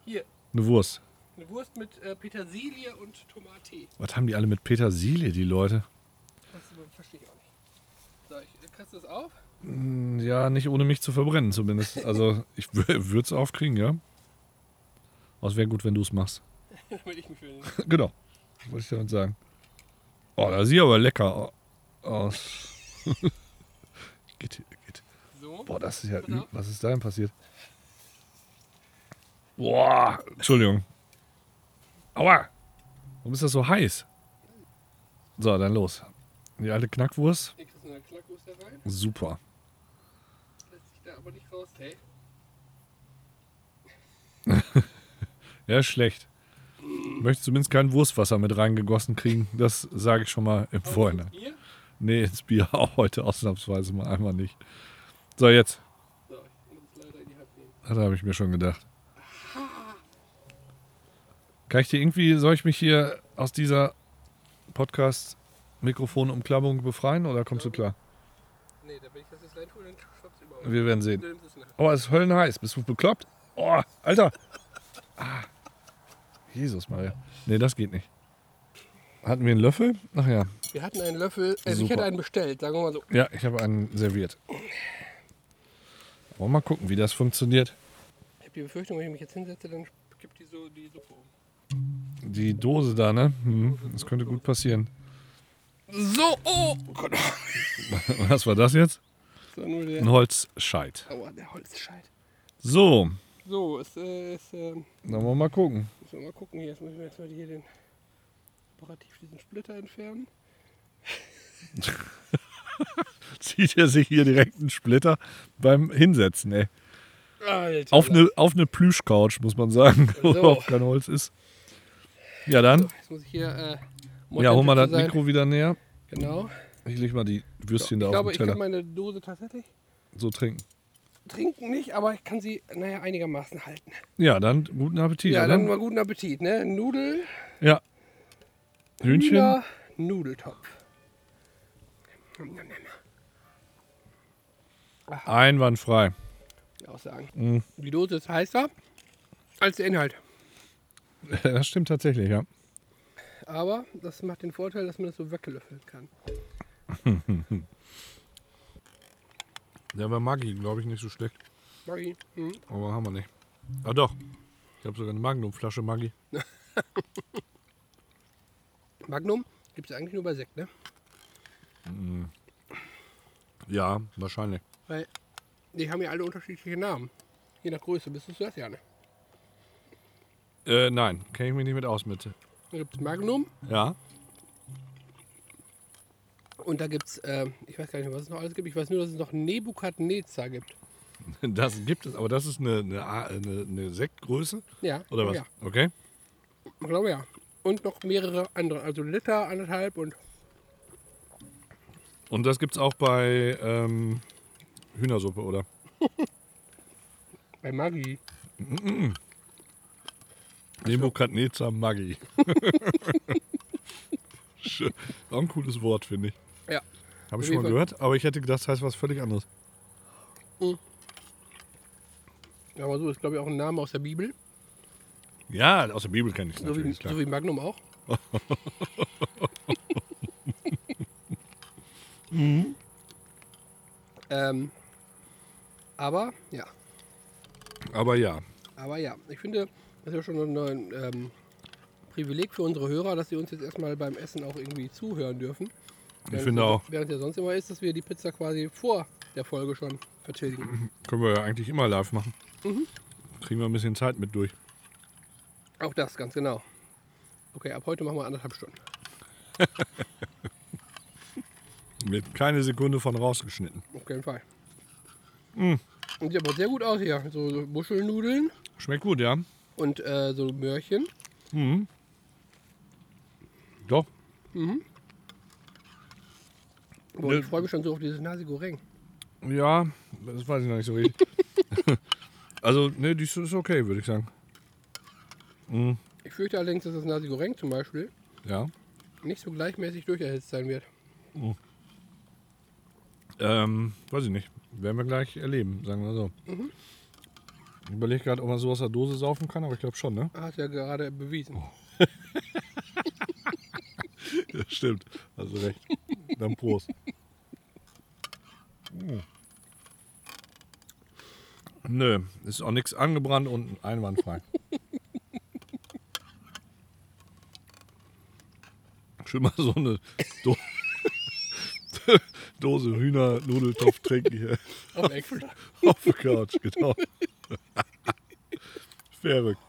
[SPEAKER 3] Hier,
[SPEAKER 2] Eine Wurst.
[SPEAKER 3] eine Wurst mit äh, Petersilie und Tomate.
[SPEAKER 2] Was haben die alle mit Petersilie, die Leute?
[SPEAKER 3] Das äh, verstehe ich auch nicht. So, ich, äh, kriegst du das auf?
[SPEAKER 2] Ja, nicht ohne mich zu verbrennen zumindest. Also ich würde es aufkriegen, ja. Aber es wäre gut, wenn du es machst.
[SPEAKER 3] Damit ich mich für den
[SPEAKER 2] genau. Wollte ich damit sagen. Oh, da sieht aber lecker au- aus. geht, geht.
[SPEAKER 3] so.
[SPEAKER 2] Boah, das ist ja üb- Was ist da denn passiert? Boah, Entschuldigung. Aua. Warum ist das so heiß? So, dann los. Die alte Knackwurst.
[SPEAKER 3] Hier kriegst du eine Knackwurst da rein.
[SPEAKER 2] Super.
[SPEAKER 3] Lässt sich da aber nicht raus. Hey.
[SPEAKER 2] Ja, ist schlecht. möchte zumindest kein Wurstwasser mit reingegossen kriegen. Das sage ich schon mal im Vorhinein. Nee, ins Bier auch heute ausnahmsweise mal einmal nicht. So, jetzt. Das habe ich mir schon gedacht. Kann ich dir irgendwie, soll ich mich hier aus dieser Podcast-Mikrofon-Umklammung befreien oder kommst du klar?
[SPEAKER 3] Nee, da bin ich das jetzt rein tun, dann schwappst du überhaupt.
[SPEAKER 2] Wir werden sehen. Oh, es ist höllenheiß. Bist du bekloppt? Oh, Alter. Ah. Jesus, Maria. Nee, das geht nicht. Hatten wir einen Löffel? Ach ja.
[SPEAKER 3] Wir hatten einen Löffel, also ich
[SPEAKER 2] Super.
[SPEAKER 3] hätte einen bestellt, sagen wir mal so.
[SPEAKER 2] Ja, ich habe einen serviert. Wollen wir mal gucken, wie das funktioniert.
[SPEAKER 3] Ich habe die Befürchtung, wenn ich mich jetzt hinsetze, dann gibt die so die Suppe um.
[SPEAKER 2] Die Dose da, ne? Hm, das könnte gut passieren.
[SPEAKER 3] So, oh! oh Gott.
[SPEAKER 2] Was war das jetzt?
[SPEAKER 3] So, nur der,
[SPEAKER 2] Ein Holzscheit.
[SPEAKER 3] Aua, der Holzscheit.
[SPEAKER 2] So,
[SPEAKER 3] So, es äh, ist, äh,
[SPEAKER 2] dann wollen wir mal gucken.
[SPEAKER 3] müssen wir mal gucken hier. Jetzt müssen wir erstmal hier den operativ diesen Splitter entfernen.
[SPEAKER 2] Zieht er sich hier direkt einen Splitter beim Hinsetzen, ey.
[SPEAKER 3] Alter,
[SPEAKER 2] Auf eine, auf eine Plüschcouch, muss man sagen, wo
[SPEAKER 3] So.
[SPEAKER 2] überhaupt kein Holz ist. Ja, dann.
[SPEAKER 3] Jetzt muss ich hier. Äh,
[SPEAKER 2] Ja, hol mal das
[SPEAKER 3] moderner sein.
[SPEAKER 2] Mikro wieder näher.
[SPEAKER 3] Genau.
[SPEAKER 2] Ich leg mal die
[SPEAKER 3] Ich
[SPEAKER 2] Würstchen da
[SPEAKER 3] glaube,
[SPEAKER 2] auf
[SPEAKER 3] ich
[SPEAKER 2] den
[SPEAKER 3] kann
[SPEAKER 2] Teller.
[SPEAKER 3] meine Dose tatsächlich
[SPEAKER 2] So trinken.
[SPEAKER 3] trinken nicht, aber ich kann sie, naja, einigermaßen halten.
[SPEAKER 2] Ja, dann guten Appetit.
[SPEAKER 3] Ja,
[SPEAKER 2] oder?
[SPEAKER 3] dann mal guten Appetit, ne? Nudel,
[SPEAKER 2] ja. Hühnchen.
[SPEAKER 3] Hühner, Nudeltopf.
[SPEAKER 2] Einwandfrei.
[SPEAKER 3] Aussagen.
[SPEAKER 2] Mhm.
[SPEAKER 3] Die Dose ist heißer als der Inhalt.
[SPEAKER 2] Das stimmt tatsächlich, ja.
[SPEAKER 3] Aber das macht den Vorteil, dass man das so weglöffeln kann.
[SPEAKER 2] Der war Maggi, glaube ich, nicht so schlecht.
[SPEAKER 3] Maggi, hm?
[SPEAKER 2] Aber haben wir nicht. Ah doch. Ich habe sogar eine Magnumflasche Maggi.
[SPEAKER 3] Magnum gibt es eigentlich nur bei Sekt, ne?
[SPEAKER 2] Ja, wahrscheinlich.
[SPEAKER 3] Weil die haben ja alle unterschiedliche Namen. Je nach Größe, bist du das ja, ne?
[SPEAKER 2] Äh, nein, kenne ich mich nicht mit aus mit.
[SPEAKER 3] Da gibt es Magnum
[SPEAKER 2] Ja.
[SPEAKER 3] und da gibt es, äh, ich weiß gar nicht, was es noch alles gibt. Ich weiß nur, dass es noch Nebukadnezar gibt.
[SPEAKER 2] Das gibt es, aber das ist eine, eine, A- eine, eine Sektgröße.
[SPEAKER 3] Ja.
[SPEAKER 2] Oder was?
[SPEAKER 3] Ja,
[SPEAKER 2] Okay.
[SPEAKER 3] ich glaube ja. Und noch mehrere andere, also Liter, anderthalb und
[SPEAKER 2] Und das gibt es auch bei ähm, Hühnersuppe, oder?
[SPEAKER 3] bei Maggi.
[SPEAKER 2] Nebukadnezar Maggi. Schön. Auch ein cooles Wort, finde ich.
[SPEAKER 3] Ja.
[SPEAKER 2] Habe ich
[SPEAKER 3] Auf jeden
[SPEAKER 2] schon mal
[SPEAKER 3] Fall.
[SPEAKER 2] gehört, aber ich hätte gedacht, das heißt was völlig anderes.
[SPEAKER 3] Aber so ist, glaube ich, auch ein Name aus der Bibel.
[SPEAKER 2] Ja, aus der Bibel kenne ich es
[SPEAKER 3] So wie,
[SPEAKER 2] natürlich,
[SPEAKER 3] so wie Magnum auch. Mhm.
[SPEAKER 2] Mhm.
[SPEAKER 3] ähm, aber ja,
[SPEAKER 2] klar. Aber ja,
[SPEAKER 3] aber ja, ich finde, das ist ja schon ein ähm, Privileg für unsere Hörer, dass sie uns jetzt erstmal beim Essen auch irgendwie zuhören dürfen.
[SPEAKER 2] ich finde auch,
[SPEAKER 3] Während es ja sonst immer ist, dass wir die Pizza quasi vor der Folge schon vertilgen.
[SPEAKER 2] können wir ja eigentlich immer live machen.
[SPEAKER 3] Mhm.
[SPEAKER 2] Kriegen wir ein bisschen Zeit mit durch.
[SPEAKER 3] Auch das, ganz genau. Okay, ab heute machen wir anderthalb Stunden.
[SPEAKER 2] Wird keine Sekunde von rausgeschnitten.
[SPEAKER 3] Auf keinen Fall. Und sieht aber sehr gut aus hier. So, so Muschelnudeln
[SPEAKER 2] Schmeckt gut, ja?
[SPEAKER 3] und äh, so Möhrchen.
[SPEAKER 2] Doch.
[SPEAKER 3] Boah,
[SPEAKER 2] Nö.
[SPEAKER 3] ich freue mich schon so auf dieses Nasi Goreng.
[SPEAKER 2] Ja, das weiß ich noch nicht so richtig. also, ne, die ist ist okay, würde ich sagen.
[SPEAKER 3] Ich fürchte allerdings, dass das Nasi Goreng zum Beispiel
[SPEAKER 2] Ja.
[SPEAKER 3] nicht so gleichmäßig durcherhitzt sein wird.
[SPEAKER 2] Ähm, weiß ich nicht. Werden wir gleich erleben, sagen wir so. Mhm. Ich überlege gerade, ob man so aus der Dose saufen kann, aber ich glaube schon, ne?
[SPEAKER 3] Hat ja gerade bewiesen.
[SPEAKER 2] Ja, stimmt. Also recht. Dann Prost. Mm. Nö, ist auch nichts angebrannt und einwandfrei. Schön mal so eine Do Dose Hühner-Nudeltopf trinken hier
[SPEAKER 3] Auf extra.
[SPEAKER 2] auf der Couch, genau. Verrückt.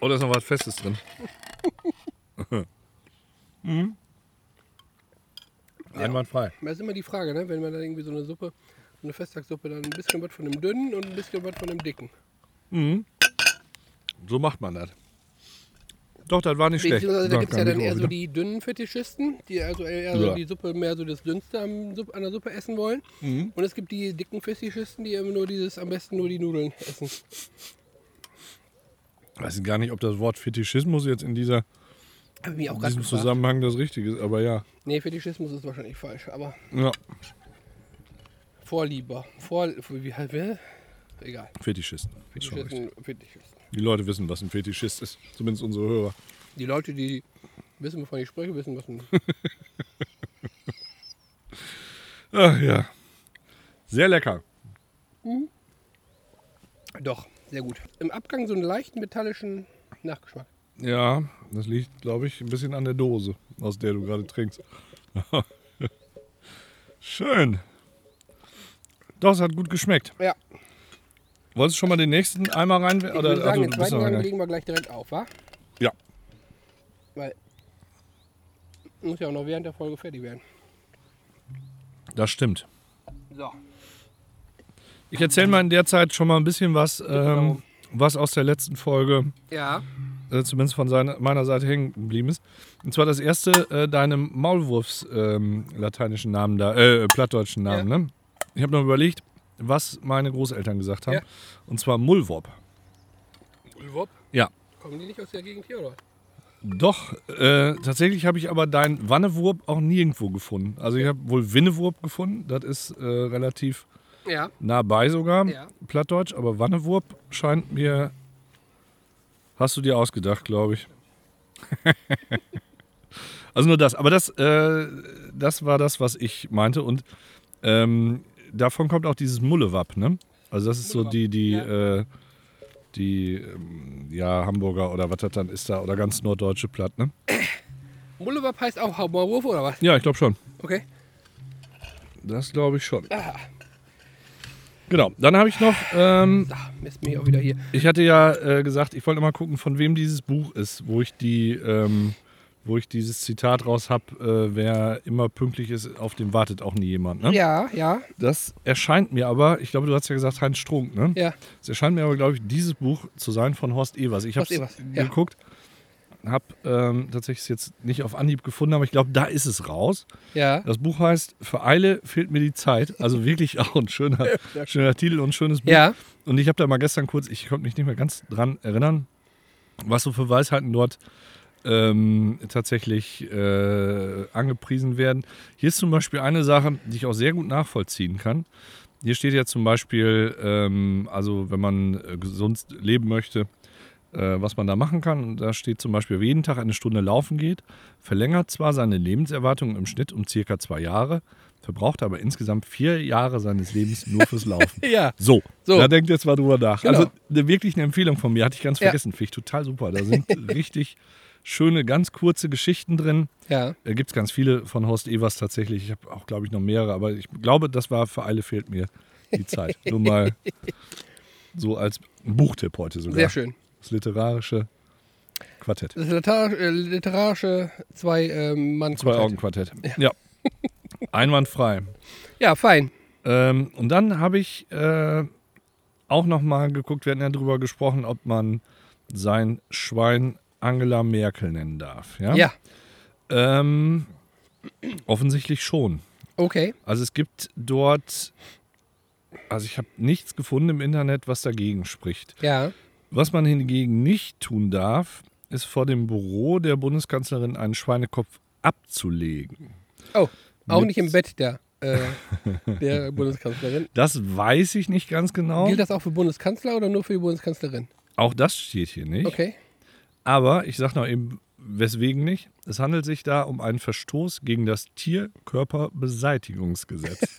[SPEAKER 2] Oh, da ist noch was Festes drin. Mhm. Einwandfrei.
[SPEAKER 3] Das ist immer die Frage, ne? wenn man dann irgendwie so eine Suppe, so eine Festtagssuppe, dann ein bisschen was von dem Dünnen und ein bisschen was von dem Dicken.
[SPEAKER 2] So macht man das. Doch, das war nicht schlecht.
[SPEAKER 3] Beziehungsweise da
[SPEAKER 2] Ja,
[SPEAKER 3] gibt es ja
[SPEAKER 2] kann
[SPEAKER 3] dann
[SPEAKER 2] ich
[SPEAKER 3] eher
[SPEAKER 2] auch
[SPEAKER 3] so
[SPEAKER 2] wieder.
[SPEAKER 3] die dünnen Fetischisten, die also eher so
[SPEAKER 2] Ja.
[SPEAKER 3] die Suppe mehr so das Dünnste am, Supp- an der Suppe essen wollen.
[SPEAKER 2] Mhm.
[SPEAKER 3] Und es gibt die dicken Fetischisten, die eben nur dieses, am besten nur die Nudeln essen.
[SPEAKER 2] weiß gar nicht, ob das Wort Fetischismus jetzt in, dieser,
[SPEAKER 3] Habe ich mich auch
[SPEAKER 2] in
[SPEAKER 3] gerade
[SPEAKER 2] diesem
[SPEAKER 3] gefragt.
[SPEAKER 2] Zusammenhang das Richtige ist, aber ja.
[SPEAKER 3] Nee, Fetischismus ist wahrscheinlich falsch, aber
[SPEAKER 2] Ja,
[SPEAKER 3] Vorlieber. Vor, wie, wie, egal.
[SPEAKER 2] Fetischisten. Ist schon richtig.
[SPEAKER 3] Fetischisten, Fetischisten.
[SPEAKER 2] Die Leute wissen, was ein Fetischist ist, zumindest unsere Hörer.
[SPEAKER 3] Die Leute, die wissen, wovon ich spreche, wissen, was ein
[SPEAKER 2] Ach ja. Sehr lecker.
[SPEAKER 3] Doch, sehr gut. Im Abgang so einen leichten metallischen Nachgeschmack.
[SPEAKER 2] Ja, das liegt, glaube ich, ein bisschen an der Dose, aus der du gerade trinkst. Schön. Doch, es hat gut geschmeckt.
[SPEAKER 3] Ja,
[SPEAKER 2] Wolltest du schon mal den nächsten einmal rein?
[SPEAKER 3] ich würde sagen,
[SPEAKER 2] du
[SPEAKER 3] den
[SPEAKER 2] also bist noch
[SPEAKER 3] zweiten
[SPEAKER 2] einer.
[SPEAKER 3] Gang legen wir gleich direkt auf, wa?
[SPEAKER 2] Ja.
[SPEAKER 3] Weil muss ja auch noch während der Folge fertig werden.
[SPEAKER 2] Das stimmt.
[SPEAKER 3] So,
[SPEAKER 2] Ich erzähle mal in der Zeit schon mal ein bisschen was, ähm,
[SPEAKER 3] darum.
[SPEAKER 2] was aus der letzten Folge,
[SPEAKER 3] ja,
[SPEAKER 2] äh, zumindest von seiner, meiner Seite hängen geblieben ist. Und zwar das erste, äh, deinem Maulwurfs ähm, lateinischen Namen da, äh, plattdeutschen Namen. Ne? Ich habe noch überlegt, was meine Großeltern gesagt haben.
[SPEAKER 3] Ja.
[SPEAKER 2] Und zwar Mullwop.
[SPEAKER 3] Ulwop,
[SPEAKER 2] Ja,
[SPEAKER 3] kommen die nicht aus der Gegend hier oder?
[SPEAKER 2] Doch, äh, tatsächlich habe ich aber deinen Wannewurp auch nirgendwo gefunden. Also ich habe wohl Winnewurp gefunden, das ist äh, relativ
[SPEAKER 3] Ja,
[SPEAKER 2] nah bei sogar,
[SPEAKER 3] Ja.
[SPEAKER 2] plattdeutsch, aber Wannewurp scheint mir, hast du dir ausgedacht, glaube ich. also nur das, aber das, äh, das war das, was ich meinte und ähm, davon kommt auch dieses Mullewapp, ne? Also das ist so die, die, äh, die, ähm, ja, Hamburger oder was das dann ist da, oder ganz norddeutsche Platt, ne?
[SPEAKER 3] Mullewap heißt auch Hauptmaulwurf oder was?
[SPEAKER 2] Ja, ich glaube schon.
[SPEAKER 3] Okay.
[SPEAKER 2] Das glaube ich schon.
[SPEAKER 3] Ah,
[SPEAKER 2] Genau, dann habe ich noch, ähm,
[SPEAKER 3] da, misst mich auch wieder hier.
[SPEAKER 2] Ich hatte ja äh, gesagt, ich wollte mal gucken, von wem dieses Buch ist, wo ich die, ähm, wo ich dieses Zitat raus habe, äh, wer immer pünktlich ist, auf dem wartet auch nie jemand. Ne?
[SPEAKER 3] Ja, ja,
[SPEAKER 2] Das erscheint mir aber, ich glaube, du hast ja gesagt, Heinz Strunk, ne?
[SPEAKER 3] ja.
[SPEAKER 2] Es erscheint mir aber, glaube ich, dieses Buch zu sein von Horst Evers. Ich habe
[SPEAKER 3] Horst Evers, ja.
[SPEAKER 2] geguckt, habe ähm, tatsächlich es jetzt nicht auf Anhieb gefunden, aber ich glaube, da ist es raus.
[SPEAKER 3] Ja,
[SPEAKER 2] Das Buch heißt Für Eile fehlt mir die Zeit. Also wirklich auch ein schöner, schöner Titel und ein schönes Buch.
[SPEAKER 3] ja,
[SPEAKER 2] Und ich habe da mal gestern kurz, ich konnte mich nicht mehr ganz dran erinnern, was so für Weisheiten dort ähm, tatsächlich äh, angepriesen werden. Hier ist zum Beispiel eine Sache, die ich auch sehr gut nachvollziehen kann. Hier steht ja zum Beispiel, ähm, also wenn man äh, gesund leben möchte, äh, was man da machen kann. Und da steht zum Beispiel, wer jeden Tag eine Stunde laufen geht, verlängert zwar seine Lebenserwartung im Schnitt um circa zwei Jahre, verbraucht aber insgesamt vier Jahre seines Lebens nur fürs Laufen.
[SPEAKER 3] ja.
[SPEAKER 2] So,
[SPEAKER 3] So.
[SPEAKER 2] da denkt jetzt mal drüber nach.
[SPEAKER 3] Genau.
[SPEAKER 2] Also ne, wirklich eine Empfehlung von mir, hatte ich ganz
[SPEAKER 3] Ja.
[SPEAKER 2] vergessen. Finde ich total super. Da sind richtig schöne, ganz kurze Geschichten drin.
[SPEAKER 3] Ja,
[SPEAKER 2] Da gibt es ganz viele von Horst Evers tatsächlich. Ich habe auch, glaube ich, noch mehrere, aber ich glaube, das war für alle fehlt mir die Zeit. Nur mal so als Buchtipp heute sogar.
[SPEAKER 3] sehr schön.
[SPEAKER 2] Das literarische Quartett.
[SPEAKER 3] Das literar äh, literarische zwei ähm, mann
[SPEAKER 2] Zwei Augen Quartett. Ja. Einwandfrei.
[SPEAKER 3] Ja, fein.
[SPEAKER 2] Ähm, und dann habe ich äh, auch nochmal geguckt, wir hatten ja drüber gesprochen, ob man sein Schwein Angela Merkel nennen darf. Ja.
[SPEAKER 3] Ja,
[SPEAKER 2] Ähm, offensichtlich schon.
[SPEAKER 3] okay.
[SPEAKER 2] Also es gibt dort, also ich habe nichts gefunden im Internet, was dagegen spricht.
[SPEAKER 3] Ja,
[SPEAKER 2] Was man hingegen nicht tun darf, ist vor dem Büro der Bundeskanzlerin einen Schweinekopf abzulegen.
[SPEAKER 3] oh, auch
[SPEAKER 2] Mit-
[SPEAKER 3] nicht im Bett der, äh, der Bundeskanzlerin.
[SPEAKER 2] Das weiß ich nicht ganz genau.
[SPEAKER 3] Gilt das auch für Bundeskanzler oder nur für die Bundeskanzlerin?
[SPEAKER 2] Auch das steht hier nicht.
[SPEAKER 3] Okay.
[SPEAKER 2] Aber ich sage noch eben, weswegen nicht. Es handelt sich da um einen Verstoß gegen das Tierkörperseitigungsgesetz.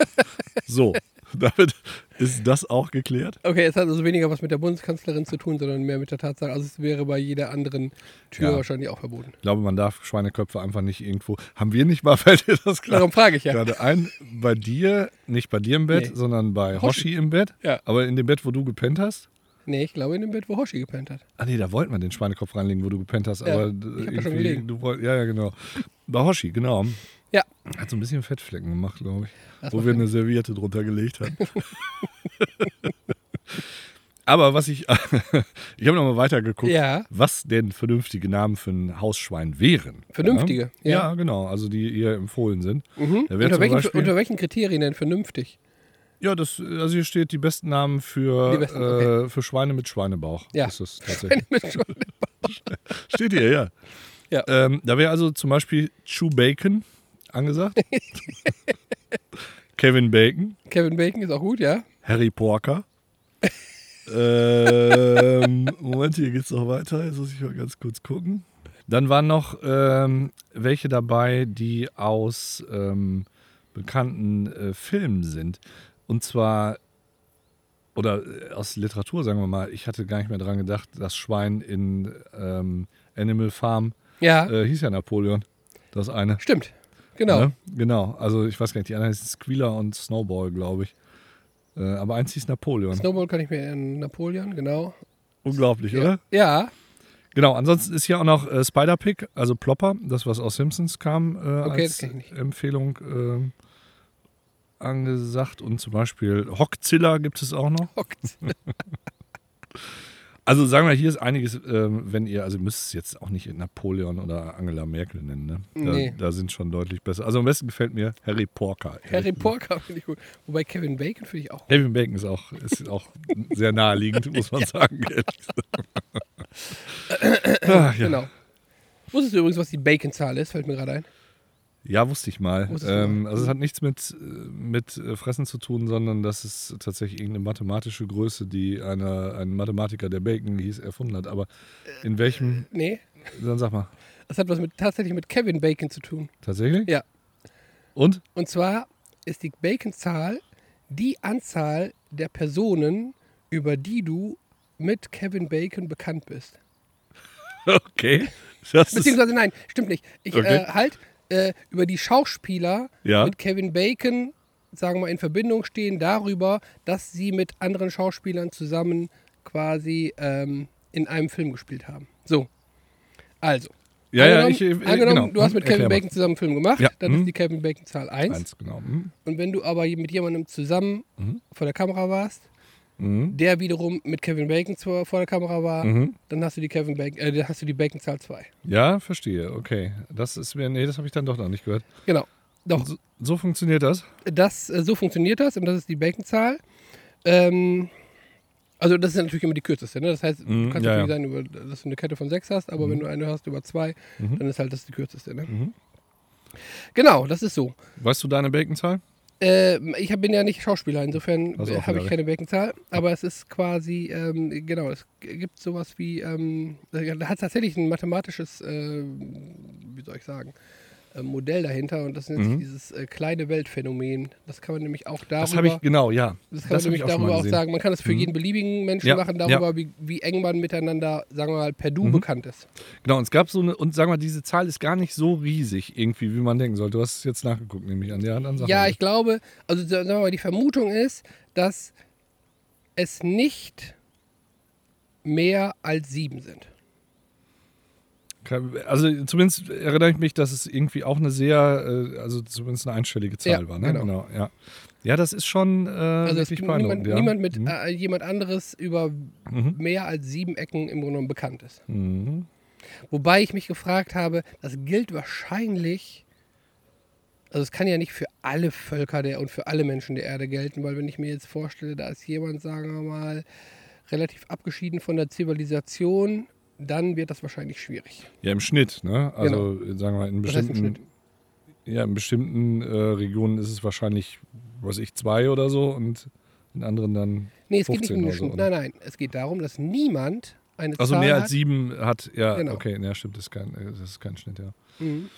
[SPEAKER 2] so, damit ist das auch geklärt.
[SPEAKER 3] Okay, es hat also weniger was mit der Bundeskanzlerin zu tun, sondern mehr mit der Tatsache, also es wäre bei jeder anderen Tür
[SPEAKER 2] Ja.
[SPEAKER 3] wahrscheinlich auch verboten.
[SPEAKER 2] Ich glaube, man darf Schweineköpfe einfach nicht irgendwo. Haben wir nicht mal, fällt dir das klar?
[SPEAKER 3] Darum frage ich ja.
[SPEAKER 2] Gerade ein, bei dir, nicht bei dir im Bett,
[SPEAKER 3] Nee.
[SPEAKER 2] sondern bei Hoshi,
[SPEAKER 3] Hoshi.
[SPEAKER 2] im Bett.
[SPEAKER 3] Ja.
[SPEAKER 2] Aber in dem Bett, wo du gepennt hast.
[SPEAKER 3] Nee, ich glaube in dem Bett, wo Hoshi gepennt hat.
[SPEAKER 2] Ah nee, da wollte man den Schweinekopf reinlegen, wo du gepennt hast.
[SPEAKER 3] Ja,
[SPEAKER 2] aber
[SPEAKER 3] ich hab da schon
[SPEAKER 2] irgendwie-
[SPEAKER 3] gelegen.
[SPEAKER 2] du woll, Ja, ja, genau. Bei Hoshi, genau.
[SPEAKER 3] Ja.
[SPEAKER 2] Hat so ein bisschen Fettflecken gemacht, glaube ich.
[SPEAKER 3] Das
[SPEAKER 2] wo
[SPEAKER 3] macht
[SPEAKER 2] wir eine Serviette drunter gelegt haben. Aber was ich, ich habe nochmal weitergeguckt,
[SPEAKER 3] Ja.
[SPEAKER 2] was denn vernünftige Namen für ein Hausschwein wären.
[SPEAKER 3] Vernünftige,
[SPEAKER 2] Ja,
[SPEAKER 3] ja.
[SPEAKER 2] ja genau. Also die ihr empfohlen sind.
[SPEAKER 3] Mhm.
[SPEAKER 2] Da wär
[SPEAKER 3] Unter,
[SPEAKER 2] zum
[SPEAKER 3] welchen,
[SPEAKER 2] Beispiel-
[SPEAKER 3] unter welchen Kriterien denn vernünftig?
[SPEAKER 2] Ja, das, also hier steht die besten Namen für,
[SPEAKER 3] Die besten,
[SPEAKER 2] äh, für Schweine mit Schweinebauch.
[SPEAKER 3] Ja.
[SPEAKER 2] Ist das tatsächlich.
[SPEAKER 3] Schon-
[SPEAKER 2] steht hier, ja.
[SPEAKER 3] Ja.
[SPEAKER 2] Ähm, da wäre also zum Beispiel Chew Bacon angesagt. Kevin Bacon,
[SPEAKER 3] Kevin Bacon ist auch gut, ja.
[SPEAKER 2] Harry Porker. ähm, Moment, hier geht's noch weiter. Jetzt muss ich mal ganz kurz gucken. Dann waren noch ähm, welche dabei, die aus ähm, bekannten äh, Filmen sind. Und zwar, oder äh, aus Literatur, sagen wir mal. Ich hatte gar nicht mehr dran gedacht, das Schwein in ähm, Animal Farm
[SPEAKER 3] Ja,
[SPEAKER 2] äh, hieß ja Napoleon. Das eine.
[SPEAKER 3] stimmt. Genau.
[SPEAKER 2] Ne? Genau. Also, ich weiß gar nicht, die anderen hießen Squealer und Snowball, glaube ich. Äh, aber eins hieß Napoleon.
[SPEAKER 3] Snowball kann ich mir erinnern. Napoleon, genau.
[SPEAKER 2] Unglaublich, oder?
[SPEAKER 3] Ja,
[SPEAKER 2] Genau, ansonsten ist hier auch noch äh, Spider-Pig, also Plopper, das, was aus Simpsons kam, äh,
[SPEAKER 3] Okay, das
[SPEAKER 2] als
[SPEAKER 3] kenn ich nicht.
[SPEAKER 2] Empfehlung ähm, angesagt. Und zum Beispiel Hockzilla gibt es auch noch.
[SPEAKER 3] hockt.
[SPEAKER 2] Also sagen wir, hier ist einiges, ähm, wenn ihr, also ihr müsst es jetzt auch nicht Napoleon oder Angela Merkel nennen, ne? Da,
[SPEAKER 3] Nee.
[SPEAKER 2] da sind schon deutlich besser. Also am besten gefällt mir Harry Porker.
[SPEAKER 3] Harry Porker finde ich gut. Wobei Kevin Bacon finde ich auch gut.
[SPEAKER 2] Kevin Bacon ist auch, ist auch sehr naheliegend, muss man sagen. ehrlich gesagt. Ach, ja.
[SPEAKER 3] Genau. Wusstest du übrigens, was die Bacon-Zahl ist? Fällt mir gerade ein.
[SPEAKER 2] Ja, wusste ich mal.
[SPEAKER 3] Wusstest du
[SPEAKER 2] Ähm,
[SPEAKER 3] mal. Mhm.
[SPEAKER 2] also es hat nichts mit, äh, mit äh, Fressen zu tun, sondern das ist tatsächlich irgendeine mathematische Größe, die eine, ein Mathematiker, der Bacon hieß, erfunden hat. Aber in welchem,
[SPEAKER 3] Nee,
[SPEAKER 2] dann sag mal,
[SPEAKER 3] das hat was mit, tatsächlich mit Kevin Bacon zu tun.
[SPEAKER 2] tatsächlich?
[SPEAKER 3] Ja.
[SPEAKER 2] Und?
[SPEAKER 3] Und zwar ist die Bacon-Zahl die Anzahl der Personen, über die du mit Kevin Bacon bekannt bist.
[SPEAKER 2] Okay. Das ist,
[SPEAKER 3] Beziehungsweise nein, stimmt nicht. Ich
[SPEAKER 2] Okay.
[SPEAKER 3] äh, halt äh, über die Schauspieler
[SPEAKER 2] Ja.
[SPEAKER 3] mit Kevin Bacon, sagen wir mal, in Verbindung stehen darüber, dass sie mit anderen Schauspielern zusammen quasi ähm, in einem Film gespielt haben. So. Also.
[SPEAKER 2] ja, ja,
[SPEAKER 3] angenommen,
[SPEAKER 2] ich, ich,
[SPEAKER 3] angenommen
[SPEAKER 2] genau.
[SPEAKER 3] du hast mit
[SPEAKER 2] Erklär
[SPEAKER 3] Kevin
[SPEAKER 2] mal.
[SPEAKER 3] Bacon zusammen einen Film gemacht,
[SPEAKER 2] Ja.
[SPEAKER 3] dann
[SPEAKER 2] Mhm.
[SPEAKER 3] ist die Kevin Bacon-Zahl 1.
[SPEAKER 2] Eins, genau. Mhm.
[SPEAKER 3] Und wenn du aber mit jemandem zusammen vor der Kamera warst,
[SPEAKER 2] Mhm.
[SPEAKER 3] der wiederum mit Kevin Bacon zu- vor der Kamera war,
[SPEAKER 2] Mhm.
[SPEAKER 3] dann hast du die Kevin Bacon, äh, dann hast du die Bacon-Zahl 2.
[SPEAKER 2] Ja, verstehe. Okay. Das ist mir, nee, das habe ich dann doch noch nicht gehört.
[SPEAKER 3] Genau. Doch.
[SPEAKER 2] So, so funktioniert das?
[SPEAKER 3] das, äh, so funktioniert das und das ist die Bacon-Zahl. Ähm, also das ist natürlich immer die kürzeste. Ne? Das heißt,
[SPEAKER 2] Mhm,
[SPEAKER 3] du kannst
[SPEAKER 2] ja, Mhm.
[SPEAKER 3] natürlich sein, über, dass du eine Kette von sechs hast, aber wenn du eine hast über zwei, dann ist halt das die kürzeste. Ne? Genau, das ist so.
[SPEAKER 2] Weißt du deine Bacon-Zahl?
[SPEAKER 3] Äh, ich hab, bin ja nicht Schauspieler, insofern
[SPEAKER 2] Das ist auch
[SPEAKER 3] habe ich
[SPEAKER 2] wieder
[SPEAKER 3] keine Beckenzahl. Aber es ist quasi, ähm, genau, es g- gibt sowas wie, ähm, äh, da hat tatsächlich ein mathematisches, äh, wie soll ich sagen, äh, Modell dahinter und das nennt sich dieses äh, kleine Weltphänomen. Das kann man nämlich auch darüber,
[SPEAKER 2] Mhm. Das habe ich, genau, ja.
[SPEAKER 3] das kann
[SPEAKER 2] habe
[SPEAKER 3] man
[SPEAKER 2] ich
[SPEAKER 3] nämlich
[SPEAKER 2] schon mal
[SPEAKER 3] darüber auch
[SPEAKER 2] gesehen. Mhm.
[SPEAKER 3] sagen. Man kann das für jeden beliebigen Menschen
[SPEAKER 2] Ja,
[SPEAKER 3] machen,
[SPEAKER 2] ja. Mhm.
[SPEAKER 3] darüber, wie, wie eng man miteinander, sagen wir mal, per Du bekannt ist.
[SPEAKER 2] Genau, und es gab so eine, und sagen wir mal, diese Zahl ist gar nicht so riesig irgendwie, wie man denken sollte. Du hast es jetzt nachgeguckt, nehme ich an. Ja, dann sag
[SPEAKER 3] Ja,
[SPEAKER 2] mal.
[SPEAKER 3] ich glaube, also sagen wir mal, die Vermutung ist, dass es nicht mehr als sieben sind.
[SPEAKER 2] Kein- Also zumindest erinnere ich mich, dass es irgendwie auch eine sehr, äh, also zumindest eine einstellige Zahl
[SPEAKER 3] Ja,
[SPEAKER 2] war. Ne?
[SPEAKER 3] genau.
[SPEAKER 2] ja. ja, das ist schon äh,
[SPEAKER 3] Also es
[SPEAKER 2] wirklich
[SPEAKER 3] gibt
[SPEAKER 2] beeindruckend.
[SPEAKER 3] niemand,
[SPEAKER 2] ja.
[SPEAKER 3] niemand mit
[SPEAKER 2] Mhm.
[SPEAKER 3] äh, jemand anderes über mehr als sieben Ecken im Grunde genommen bekannt ist.
[SPEAKER 2] Mhm.
[SPEAKER 3] Wobei ich mich gefragt habe, das gilt wahrscheinlich, also es kann ja nicht für alle Völker der und für alle Menschen der Erde gelten, weil wenn ich mir jetzt vorstelle, da ist jemand, sagen wir mal, relativ abgeschieden von der Zivilisation, dann wird das wahrscheinlich schwierig.
[SPEAKER 2] Ja, im Schnitt, ne? Also sagen wir mal, in
[SPEAKER 3] Was Genau. heißt im
[SPEAKER 2] bestimmten, ja, in bestimmten äh, Regionen ist es wahrscheinlich, weiß ich, zwei oder so und in anderen dann.
[SPEAKER 3] Nee, es geht nicht
[SPEAKER 2] 15
[SPEAKER 3] um den
[SPEAKER 2] oder so,
[SPEAKER 3] Schnitt.
[SPEAKER 2] oder?
[SPEAKER 3] Nein, nein, es geht darum, dass niemand eine
[SPEAKER 2] Also
[SPEAKER 3] Zahl
[SPEAKER 2] mehr als
[SPEAKER 3] hat.
[SPEAKER 2] sieben hat, ja,
[SPEAKER 3] Genau.
[SPEAKER 2] okay, ja, stimmt, das ist kein, äh, das ist kein Schnitt, ja.
[SPEAKER 3] Mhm.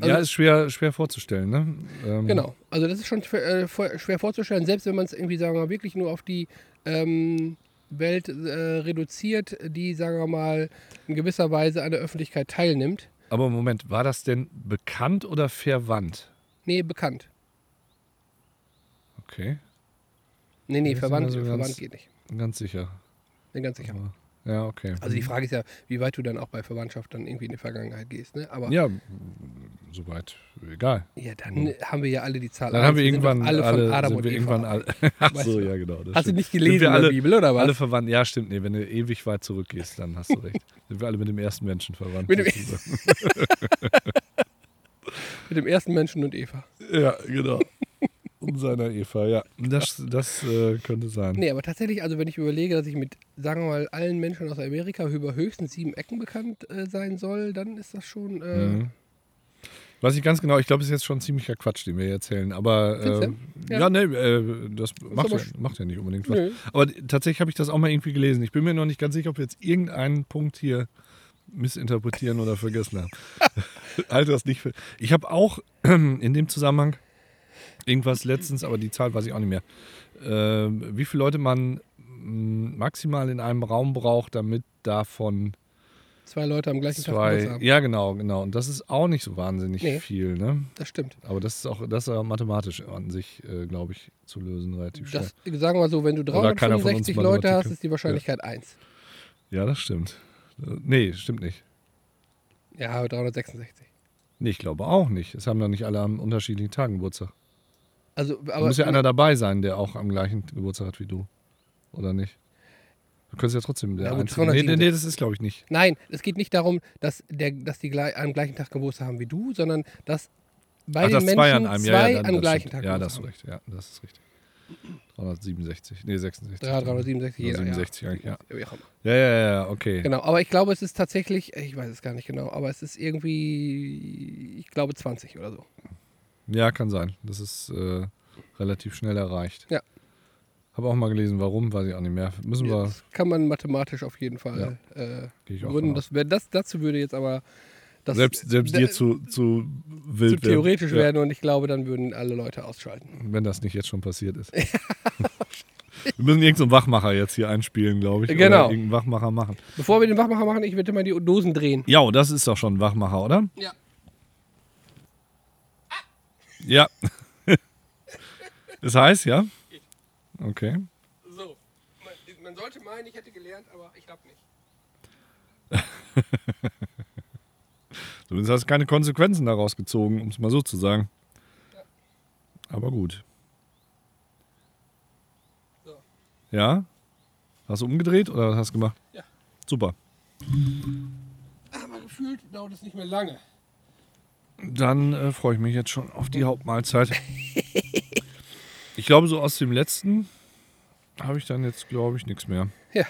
[SPEAKER 2] ja,
[SPEAKER 3] Also-
[SPEAKER 2] ist schwer, schwer vorzustellen, ne? Ähm,
[SPEAKER 3] Genau, also das ist schon schwer, äh, vor- schwer vorzustellen, selbst wenn man es irgendwie, sagen wir mal, wirklich nur auf die ähm, Welt äh, reduziert, die, sagen wir mal, in gewisser Weise an der Öffentlichkeit teilnimmt.
[SPEAKER 2] Aber Moment, war das denn bekannt oder verwandt?
[SPEAKER 3] Nee, bekannt.
[SPEAKER 2] Okay,
[SPEAKER 3] Nee, nee,
[SPEAKER 2] Das ist
[SPEAKER 3] verwandt,
[SPEAKER 2] immer so also ganz-
[SPEAKER 3] verwandt geht nicht.
[SPEAKER 2] ganz sicher.
[SPEAKER 3] Bin ganz sicher.
[SPEAKER 2] Aber- Ja, okay.
[SPEAKER 3] Also die Frage ist ja, wie weit du dann auch bei Verwandtschaft dann irgendwie in die Vergangenheit gehst. Ne? Aber ja,
[SPEAKER 2] ja, soweit, egal.
[SPEAKER 3] dann haben wir ja alle die Zahl.
[SPEAKER 2] Dann
[SPEAKER 3] eins,
[SPEAKER 2] haben wir
[SPEAKER 3] sind
[SPEAKER 2] irgendwann
[SPEAKER 3] doch
[SPEAKER 2] alle,
[SPEAKER 3] von Adam
[SPEAKER 2] sind
[SPEAKER 3] und
[SPEAKER 2] wir
[SPEAKER 3] Eva.
[SPEAKER 2] irgendwann alle. Ach so,
[SPEAKER 3] Weißt du?
[SPEAKER 2] ja, genau. das
[SPEAKER 3] Hast du
[SPEAKER 2] stimmt.
[SPEAKER 3] nicht
[SPEAKER 2] Sind
[SPEAKER 3] gelesen
[SPEAKER 2] wir
[SPEAKER 3] in
[SPEAKER 2] alle,
[SPEAKER 3] der Bibel, oder was?
[SPEAKER 2] Alle verwandt. Ja, stimmt. Nee, wenn du ewig weit zurückgehst, dann hast du recht. Sind wir alle mit dem ersten Menschen verwandt.
[SPEAKER 3] Mit dem- Mit dem ersten Menschen und Eva.
[SPEAKER 2] ja, genau. Und seiner Eva, ja. Das, das äh, könnte sein.
[SPEAKER 3] Nee, aber tatsächlich, also wenn ich überlege, dass ich mit, sagen wir mal, allen Menschen aus Amerika über höchstens sieben Ecken bekannt äh, sein soll, dann ist das schon. Äh,
[SPEAKER 2] Mhm. Weiß ich ganz genau, ich glaube, es ist jetzt schon ziemlicher Quatsch, den wir hier erzählen. Aber
[SPEAKER 3] Findest du?
[SPEAKER 2] ähm, ja.
[SPEAKER 3] Ja.
[SPEAKER 2] nee, äh, das macht
[SPEAKER 3] aber
[SPEAKER 2] ja,
[SPEAKER 3] sch-
[SPEAKER 2] macht ja nicht unbedingt was.
[SPEAKER 3] Nö.
[SPEAKER 2] Aber d- tatsächlich habe ich das auch mal irgendwie gelesen. Ich bin mir noch nicht ganz sicher, ob wir jetzt irgendeinen Punkt hier missinterpretieren oder vergessen haben. Halte das nicht für. Ich habe auch in dem Zusammenhang irgendwas letztens, aber die Zahl weiß ich auch nicht mehr. ähm, wie viele Leute man mh, maximal in einem Raum braucht, damit davon
[SPEAKER 3] Zwei Leute am gleichen Tag Geburtstag
[SPEAKER 2] zwei.
[SPEAKER 3] haben.
[SPEAKER 2] Ja, genau, genau. Und das ist auch nicht so wahnsinnig
[SPEAKER 3] Nee.
[SPEAKER 2] viel, ne?
[SPEAKER 3] Das stimmt.
[SPEAKER 2] Aber das ist auch, das ist auch mathematisch an sich, äh, glaube ich, zu lösen relativ schnell.
[SPEAKER 3] Das, sagen wir mal so, wenn du
[SPEAKER 2] Oder keiner von uns
[SPEAKER 3] 365 Leute
[SPEAKER 2] Mathematik
[SPEAKER 3] hast,
[SPEAKER 2] kann.
[SPEAKER 3] ist die Wahrscheinlichkeit eins.
[SPEAKER 2] Ja, das stimmt. Äh, Nee, stimmt nicht.
[SPEAKER 3] Ja, aber 366.
[SPEAKER 2] Nee, ich glaube auch nicht. Es haben doch nicht alle am unterschiedlichen Tagen Geburtstag.
[SPEAKER 3] Also,
[SPEAKER 2] Da
[SPEAKER 3] aber
[SPEAKER 2] muss ja einer dabei sein, der auch am gleichen Geburtstag hat wie du. Oder nicht? Du könntest ja trotzdem der
[SPEAKER 3] Ja, gut,
[SPEAKER 2] Einzige. Nee, nee,
[SPEAKER 3] 367.
[SPEAKER 2] nee, das ist, glaube ich, nicht.
[SPEAKER 3] Nein, es geht nicht darum, dass, der, dass die gleich, am gleichen Tag Geburtstag haben wie du, sondern dass bei
[SPEAKER 2] Ach,
[SPEAKER 3] den
[SPEAKER 2] das
[SPEAKER 3] Menschen
[SPEAKER 2] zwei an einem. ja,
[SPEAKER 3] zwei
[SPEAKER 2] ja, dann,
[SPEAKER 3] am
[SPEAKER 2] das
[SPEAKER 3] gleichen
[SPEAKER 2] stimmt.
[SPEAKER 3] Tag
[SPEAKER 2] Ja,
[SPEAKER 3] Geburtstag
[SPEAKER 2] das ist
[SPEAKER 3] haben.
[SPEAKER 2] richtig. Ja, das ist richtig. 367. Nee, 66.
[SPEAKER 3] 367 jeder,
[SPEAKER 2] 67
[SPEAKER 3] ja.
[SPEAKER 2] eigentlich, ja.
[SPEAKER 3] Wie auch immer.
[SPEAKER 2] Ja, ja, ja, okay.
[SPEAKER 3] Genau, aber ich glaube, es ist tatsächlich, äh, ich weiß es gar nicht genau, aber es ist irgendwie, ich glaube 20 oder so.
[SPEAKER 2] Ja, kann sein. Das ist äh, relativ schnell erreicht.
[SPEAKER 3] Ja.
[SPEAKER 2] Habe auch mal gelesen, warum, weiß ich auch nicht mehr. Müssen wir.
[SPEAKER 3] Das kann man mathematisch auf jeden Fall äh,
[SPEAKER 2] Gehe ich auch
[SPEAKER 3] gründen.
[SPEAKER 2] von aus.
[SPEAKER 3] Das, wär, das dazu würde jetzt aber das
[SPEAKER 2] selbst selbst
[SPEAKER 3] da-
[SPEAKER 2] dir zu, zu wild
[SPEAKER 3] zu theoretisch
[SPEAKER 2] ja,
[SPEAKER 3] werden und ich glaube, dann würden alle Leute ausschalten.
[SPEAKER 2] Wenn das nicht jetzt schon passiert ist. wir müssen irgendeinen so einen Wachmacher jetzt hier einspielen, glaube ich.
[SPEAKER 3] Genau.
[SPEAKER 2] Oder irgendeinen Wachmacher machen.
[SPEAKER 3] Bevor wir den Wachmacher machen, ich würde mal die Dosen drehen.
[SPEAKER 2] Ja, das ist doch schon ein Wachmacher, oder?
[SPEAKER 3] Ja.
[SPEAKER 2] Ja. ist heiß, ja? Okay.
[SPEAKER 3] So, man, man sollte meinen, ich hätte gelernt, aber ich glaube nicht.
[SPEAKER 2] Zumindest hast du keine Konsequenzen daraus gezogen, um es mal so zu sagen. Aber gut.
[SPEAKER 3] So.
[SPEAKER 2] Ja? Hast du umgedreht oder was hast du gemacht?
[SPEAKER 3] Ja.
[SPEAKER 2] Super.
[SPEAKER 3] Aber gefühlt dauert es nicht mehr lange.
[SPEAKER 2] Dann äh, freue ich mich jetzt schon auf die Hauptmahlzeit. ich glaube, so aus dem letzten habe ich dann jetzt, glaube ich, nichts mehr.
[SPEAKER 3] Ja.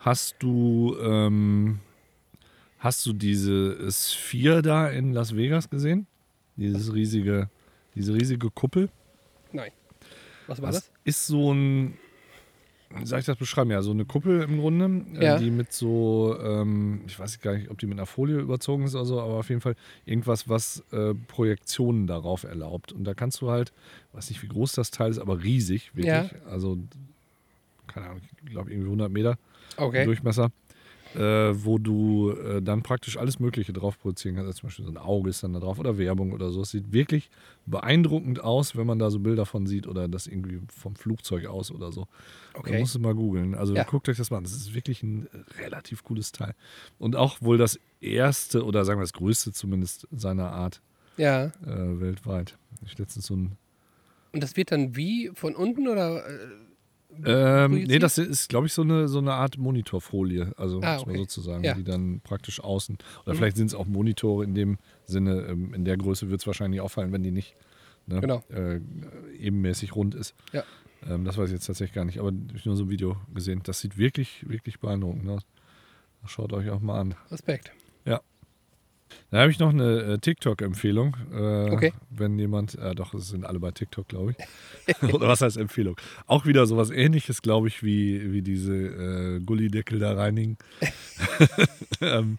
[SPEAKER 2] Hast du, ähm, hast du diese Sphere da in Las Vegas gesehen? Dieses riesige, diese riesige Kuppel?
[SPEAKER 3] Nein. Was war
[SPEAKER 2] Das
[SPEAKER 3] das?
[SPEAKER 2] ist so ein, wie soll ich das beschreiben? Ja, so eine Kuppel im Grunde, äh,
[SPEAKER 3] Ja.
[SPEAKER 2] die mit so, ähm, ich weiß gar nicht, ob die mit einer Folie überzogen ist oder so, aber auf jeden Fall irgendwas, was äh, Projektionen darauf erlaubt. Und da kannst du halt, weiß nicht, wie groß das Teil ist, aber riesig, wirklich. Also, keine Ahnung, ich glaube irgendwie 100 Meter
[SPEAKER 3] Okay.
[SPEAKER 2] Durchmesser. Äh, wo du äh, dann praktisch alles Mögliche drauf produzieren kannst. Also zum Beispiel so ein Auge ist dann da drauf oder Werbung oder so. Es sieht wirklich beeindruckend aus, wenn man da so Bilder von sieht oder das irgendwie vom Flugzeug aus oder so. Da
[SPEAKER 3] okay.
[SPEAKER 2] musst du mal googeln. Also
[SPEAKER 3] Ja.
[SPEAKER 2] guckt euch das mal an. Das ist wirklich ein relativ cooles Teil. Und auch wohl das erste oder sagen wir das größte zumindest seiner Art
[SPEAKER 3] Ja.
[SPEAKER 2] äh, weltweit. Ich letztens so ein
[SPEAKER 3] Und das wird dann wie von unten oder äh,
[SPEAKER 2] Ähm,
[SPEAKER 3] projiziert?
[SPEAKER 2] nee, das ist, glaube ich, so eine, so eine Art Monitorfolie, also
[SPEAKER 3] Ah,
[SPEAKER 2] muss man
[SPEAKER 3] okay.
[SPEAKER 2] sozusagen,
[SPEAKER 3] Ja. Mhm.
[SPEAKER 2] die dann praktisch außen. Oder vielleicht sind es auch Monitore in dem Sinne, ähm, in der Größe wird es wahrscheinlich auffallen, wenn die nicht ne,
[SPEAKER 3] Genau.
[SPEAKER 2] äh, ebenmäßig rund ist.
[SPEAKER 3] Ja.
[SPEAKER 2] Ähm, das weiß ich jetzt tatsächlich gar nicht, aber ich habe nur so ein Video gesehen. Das sieht wirklich, wirklich beeindruckend aus. Schaut euch auch mal an.
[SPEAKER 3] Respekt.
[SPEAKER 2] Da habe ich noch eine äh, TikTok-Empfehlung. Äh,
[SPEAKER 3] Okay.
[SPEAKER 2] Wenn jemand, äh, doch, es sind alle bei TikTok, glaube ich. Oder was heißt Empfehlung? Auch wieder sowas ähnliches, glaube ich, wie, wie diese äh, Gullideckel da reinigen. ähm,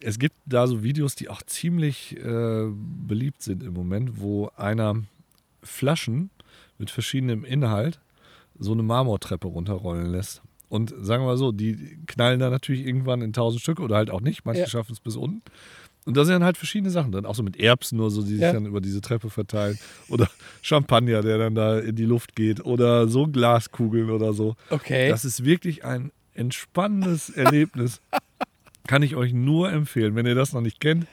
[SPEAKER 2] es gibt da so Videos, die auch ziemlich äh, beliebt sind im Moment, wo einer Flaschen mit verschiedenem Inhalt so eine Marmortreppe runterrollen lässt. Und sagen wir mal so, die knallen da natürlich irgendwann in tausend Stück oder halt auch nicht. Manche
[SPEAKER 3] Ja.
[SPEAKER 2] schaffen es bis unten. Und da sind dann halt verschiedene Sachen drin. Auch so mit Erbsen nur so, die sich
[SPEAKER 3] Ja.
[SPEAKER 2] dann über diese Treppe verteilen. Oder Champagner, der dann da in die Luft geht. Oder so Glaskugeln oder so.
[SPEAKER 3] Okay.
[SPEAKER 2] Das ist wirklich ein entspannendes Erlebnis. Kann ich euch nur empfehlen, wenn ihr das noch nicht kennt.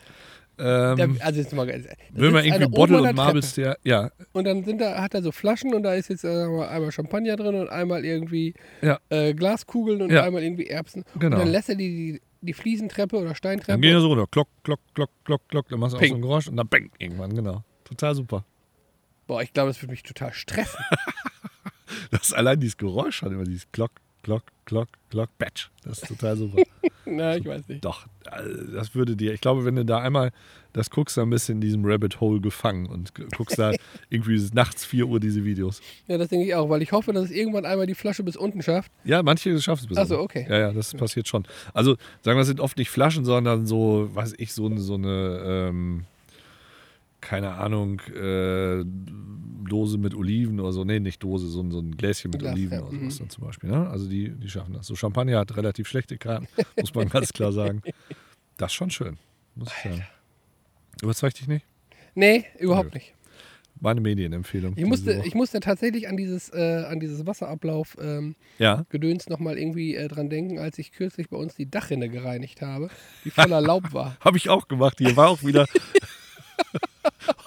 [SPEAKER 2] Ähm,
[SPEAKER 3] also jetzt mal ganz. da
[SPEAKER 2] will man
[SPEAKER 3] sitzt
[SPEAKER 2] irgendwie
[SPEAKER 3] einer oben
[SPEAKER 2] Bottle
[SPEAKER 3] an der
[SPEAKER 2] und Marble Stair. Ja,
[SPEAKER 3] Treppe. Und dann sind da, hat er so Flaschen und da ist jetzt äh, sagen wir mal, einmal Champagner drin und einmal irgendwie
[SPEAKER 2] Ja.
[SPEAKER 3] äh, Glaskugeln und
[SPEAKER 2] Ja.
[SPEAKER 3] einmal irgendwie Erbsen.
[SPEAKER 2] Genau.
[SPEAKER 3] Und dann lässt er die, die, die Fliesentreppe oder
[SPEAKER 2] dann geht
[SPEAKER 3] Steintreppe.
[SPEAKER 2] er so runter. Glock, glock, glock, glock, glock. Dann machst du auch
[SPEAKER 3] Ping.
[SPEAKER 2] so ein Geräusch und dann bang, irgendwann, genau. Total super.
[SPEAKER 3] Boah, ich glaube, das würde mich total stressen.
[SPEAKER 2] Das allein dieses Geräusch hat immer dieses Glock, glock, glock, glock, batch. Das ist total super.
[SPEAKER 3] Na, ich weiß nicht.
[SPEAKER 2] Doch, also das würde dir, ich glaube, wenn du da einmal das guckst, dann bist du in diesem Rabbit Hole gefangen und g- guckst da irgendwie bis nachts 4 Uhr diese Videos.
[SPEAKER 3] Ja, das denke ich auch, weil ich hoffe, dass es irgendwann einmal die Flasche bis unten schafft.
[SPEAKER 2] Ja, manche schaffen es bis
[SPEAKER 3] Ach so,
[SPEAKER 2] oben.
[SPEAKER 3] okay.
[SPEAKER 2] Ja, ja, das passiert schon. Also, sagen wir, das sind oft nicht Flaschen, sondern so, weiß ich, so, eine- so eine, ähm, keine Ahnung, äh, Dose mit Oliven oder so. Nee, nicht Dose, so, ein- so ein Gläschen mit
[SPEAKER 3] Glas,
[SPEAKER 2] Oliven
[SPEAKER 3] ja, mhm.
[SPEAKER 2] oder sowas dann zum Beispiel. Ne? Also, die, die schaffen das. So, Champagner hat relativ schlechte Karten, muss man ganz klar sagen. Das ist schon schön, muss ich sagen. Überzeugt dich nicht?
[SPEAKER 3] Nee, überhaupt
[SPEAKER 2] Nö.
[SPEAKER 3] nicht.
[SPEAKER 2] Meine Medienempfehlung.
[SPEAKER 3] Ich
[SPEAKER 2] diese
[SPEAKER 3] musste,
[SPEAKER 2] Woche.
[SPEAKER 3] ich musste tatsächlich an dieses, äh, an dieses Wasserablauf ähm,
[SPEAKER 2] ja,
[SPEAKER 3] Gedöns nochmal irgendwie äh, dran denken, als ich kürzlich bei uns die Dachrinne gereinigt habe, die voller Laub war.
[SPEAKER 2] Habe ich auch gemacht. Hier war auch wieder.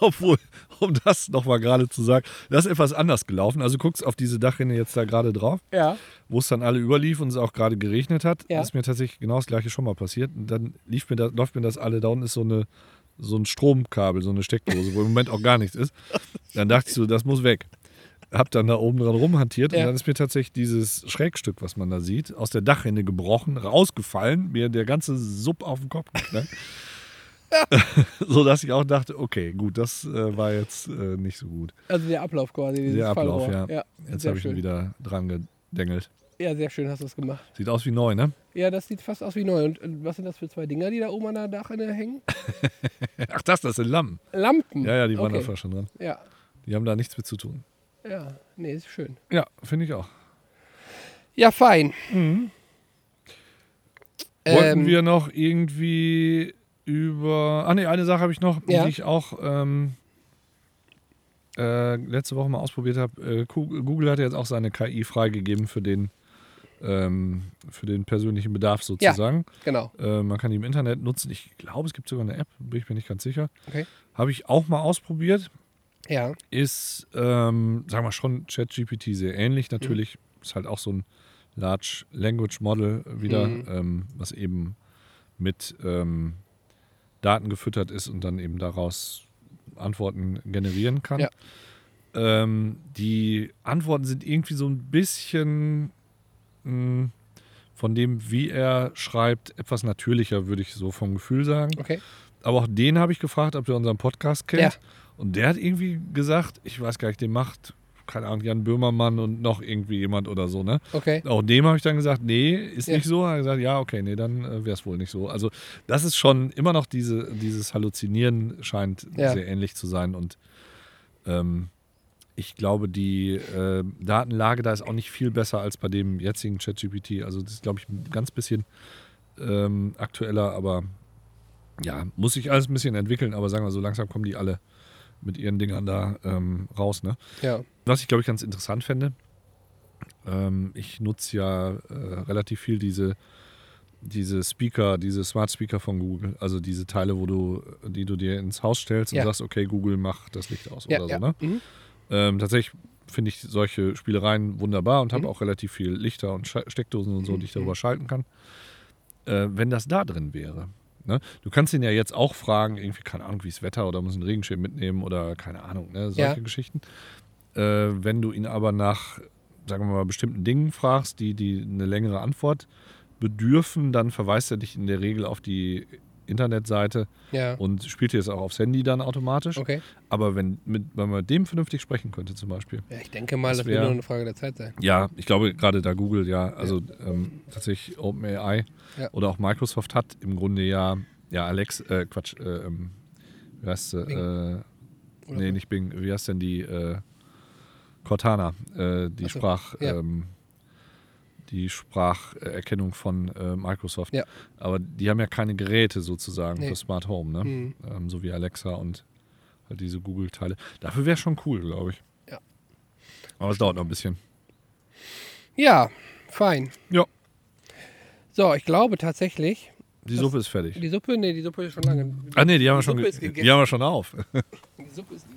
[SPEAKER 2] Obwohl, um das nochmal gerade zu sagen, das ist etwas anders gelaufen. Also guckst auf diese Dachrinne jetzt da gerade drauf,
[SPEAKER 3] Ja.
[SPEAKER 2] wo es dann alle überlief und es auch gerade geregnet hat.
[SPEAKER 3] Ja.
[SPEAKER 2] Ist mir tatsächlich genau das gleiche schon mal passiert. Und dann lief mir das, läuft mir das alle down, ist so eine so ein Stromkabel, so eine Steckdose, wo im Moment auch gar nichts ist. Dann dachte ich so, das muss weg. Hab dann da oben dran rumhantiert und
[SPEAKER 3] Ja.
[SPEAKER 2] dann ist mir tatsächlich dieses Schrägstück, was man da sieht, aus der Dachrinne gebrochen, rausgefallen, mir der ganze Sub auf den Kopf geknallt. so dass ich auch dachte, okay, gut, das äh, war jetzt äh, nicht so gut.
[SPEAKER 3] Also der Ablauf quasi, dieses
[SPEAKER 2] Der Ablauf, ja.
[SPEAKER 3] Fallrohr. ja
[SPEAKER 2] Jetzt
[SPEAKER 3] sehr
[SPEAKER 2] habe ich ihn
[SPEAKER 3] schön.
[SPEAKER 2] wieder dran gedengelt.
[SPEAKER 3] Ja, sehr schön hast du es gemacht.
[SPEAKER 2] Sieht aus wie neu, ne?
[SPEAKER 3] Ja, das sieht fast aus wie neu. Und, und was sind das für zwei Dinger, die da oben an der Dachrinne hängen?
[SPEAKER 2] Ach, das, das sind Lampen.
[SPEAKER 3] Lampen.
[SPEAKER 2] Ja, ja, die waren
[SPEAKER 3] okay.
[SPEAKER 2] da vorher schon dran.
[SPEAKER 3] Ja,
[SPEAKER 2] Die haben da nichts mit zu tun.
[SPEAKER 3] ja. Nee, ist schön.
[SPEAKER 2] Ja, finde ich auch.
[SPEAKER 3] Ja, fein.
[SPEAKER 2] Wollten
[SPEAKER 3] Ähm,
[SPEAKER 2] Mhm. wir noch irgendwie über. Ah, nee, eine Sache habe ich noch,
[SPEAKER 3] Ja.
[SPEAKER 2] die ich auch ähm, äh, letzte Woche mal ausprobiert habe. Äh, Ku- Google hat jetzt auch seine KI freigegeben für den, ähm, für den persönlichen Bedarf sozusagen.
[SPEAKER 3] Genau.
[SPEAKER 2] Äh, man kann die im Internet nutzen. Ich glaube, es gibt sogar eine App, bin ich mir nicht ganz sicher.
[SPEAKER 3] Okay.
[SPEAKER 2] Habe ich auch mal ausprobiert.
[SPEAKER 3] Ja.
[SPEAKER 2] ist, ähm, sagen wir schon, ChatGPT sehr ähnlich. Natürlich
[SPEAKER 3] Mhm.
[SPEAKER 2] ist halt auch so ein Large Language Model wieder,
[SPEAKER 3] Mhm.
[SPEAKER 2] ähm, was eben mit ähm, Daten gefüttert ist und dann eben daraus Antworten generieren kann.
[SPEAKER 3] Ja.
[SPEAKER 2] Ähm, die Antworten sind irgendwie so ein bisschen mh, von dem, wie er schreibt, etwas natürlicher, würde ich so vom Gefühl sagen.
[SPEAKER 3] Okay.
[SPEAKER 2] Aber auch den habe ich gefragt, ob der unseren Podcast kennt.
[SPEAKER 3] Ja.
[SPEAKER 2] Und der hat irgendwie gesagt, ich weiß gar nicht, den macht, keine Ahnung, Jan Böhmermann und noch irgendwie jemand oder so, ne?
[SPEAKER 3] Okay.
[SPEAKER 2] Auch dem habe ich dann gesagt, nee, ist
[SPEAKER 3] Ja.
[SPEAKER 2] nicht so. Er hat gesagt, ja, okay, nee, dann äh, wäre es wohl nicht so. Also das ist schon immer noch diese, dieses Halluzinieren scheint
[SPEAKER 3] Ja.
[SPEAKER 2] sehr ähnlich zu sein. Und ähm, ich glaube, die äh, Datenlage da ist auch nicht viel besser als bei dem jetzigen ChatGPT. Also das ist, glaube ich, ein ganz bisschen ähm, aktueller, aber ja, muss sich alles ein bisschen entwickeln. Aber sagen wir so, langsam kommen die alle mit ihren Dingern da ähm, raus, ne?
[SPEAKER 3] Ja.
[SPEAKER 2] Was ich, glaube ich, ganz interessant fände, ähm, ich nutze ja äh, relativ viel diese, diese Speaker, diese Smart Speaker von Google, also diese Teile, wo du, die du dir ins Haus stellst und
[SPEAKER 3] Ja.
[SPEAKER 2] sagst, okay, Google, mach das Licht aus
[SPEAKER 3] Ja,
[SPEAKER 2] oder
[SPEAKER 3] ja.
[SPEAKER 2] so. Ne?
[SPEAKER 3] Mhm.
[SPEAKER 2] Ähm, tatsächlich finde ich solche Spielereien wunderbar und habe
[SPEAKER 3] Mhm.
[SPEAKER 2] auch relativ viel Lichter und Sche- Steckdosen und so, die ich darüber schalten kann. Äh, wenn das da drin wäre. Ne? Du kannst ihn ja jetzt auch fragen, irgendwie, keine Ahnung, wie ist Wetter oder muss einen Regenschirm mitnehmen oder keine Ahnung, ne? solche
[SPEAKER 3] Ja.
[SPEAKER 2] Geschichten. Äh, wenn du ihn aber nach, sagen wir mal, bestimmten Dingen fragst, die, die eine längere Antwort bedürfen, dann verweist er dich in der Regel auf die Internetseite
[SPEAKER 3] Ja.
[SPEAKER 2] und spielt dir das auch aufs Handy dann automatisch.
[SPEAKER 3] Okay.
[SPEAKER 2] Aber wenn, mit, wenn man mit dem vernünftig sprechen könnte zum Beispiel.
[SPEAKER 3] Ja, ich denke mal,
[SPEAKER 2] Das
[SPEAKER 3] das, wird
[SPEAKER 2] wär-
[SPEAKER 3] nur eine Frage der Zeit sein.
[SPEAKER 2] Ja, ich glaube gerade da Google ja, also Ähm, tatsächlich OpenAI
[SPEAKER 3] Ja.
[SPEAKER 2] oder auch Microsoft hat im Grunde ja, ja Alex, äh, Quatsch, äh, ähm, wie heißt sie? Äh,
[SPEAKER 3] Oder
[SPEAKER 2] nee,
[SPEAKER 3] so.
[SPEAKER 2] nicht Bing, wie heißt denn die äh, Cortana, äh, die
[SPEAKER 3] Ach so,
[SPEAKER 2] Sprach,
[SPEAKER 3] ja.
[SPEAKER 2] ähm, die Spracherkennung von äh, Microsoft.
[SPEAKER 3] Ja.
[SPEAKER 2] Aber die haben ja keine Geräte sozusagen
[SPEAKER 3] Nee.
[SPEAKER 2] für Smart Home, ne?
[SPEAKER 3] Mhm.
[SPEAKER 2] ähm, so wie Alexa und halt diese Google-Teile. Dafür wäre schon cool, glaube ich.
[SPEAKER 3] Ja.
[SPEAKER 2] Aber es dauert noch ein bisschen.
[SPEAKER 3] Ja, fein.
[SPEAKER 2] Ja.
[SPEAKER 3] So, ich glaube tatsächlich,
[SPEAKER 2] Die Suppe ist fertig.
[SPEAKER 3] die Suppe, nee, die Suppe ist schon lange.
[SPEAKER 2] Ah nee, die haben wir
[SPEAKER 3] Die
[SPEAKER 2] schon,
[SPEAKER 3] Suppe
[SPEAKER 2] ge-
[SPEAKER 3] ist gegessen.
[SPEAKER 2] die haben wir schon auf.
[SPEAKER 3] Die Suppe ist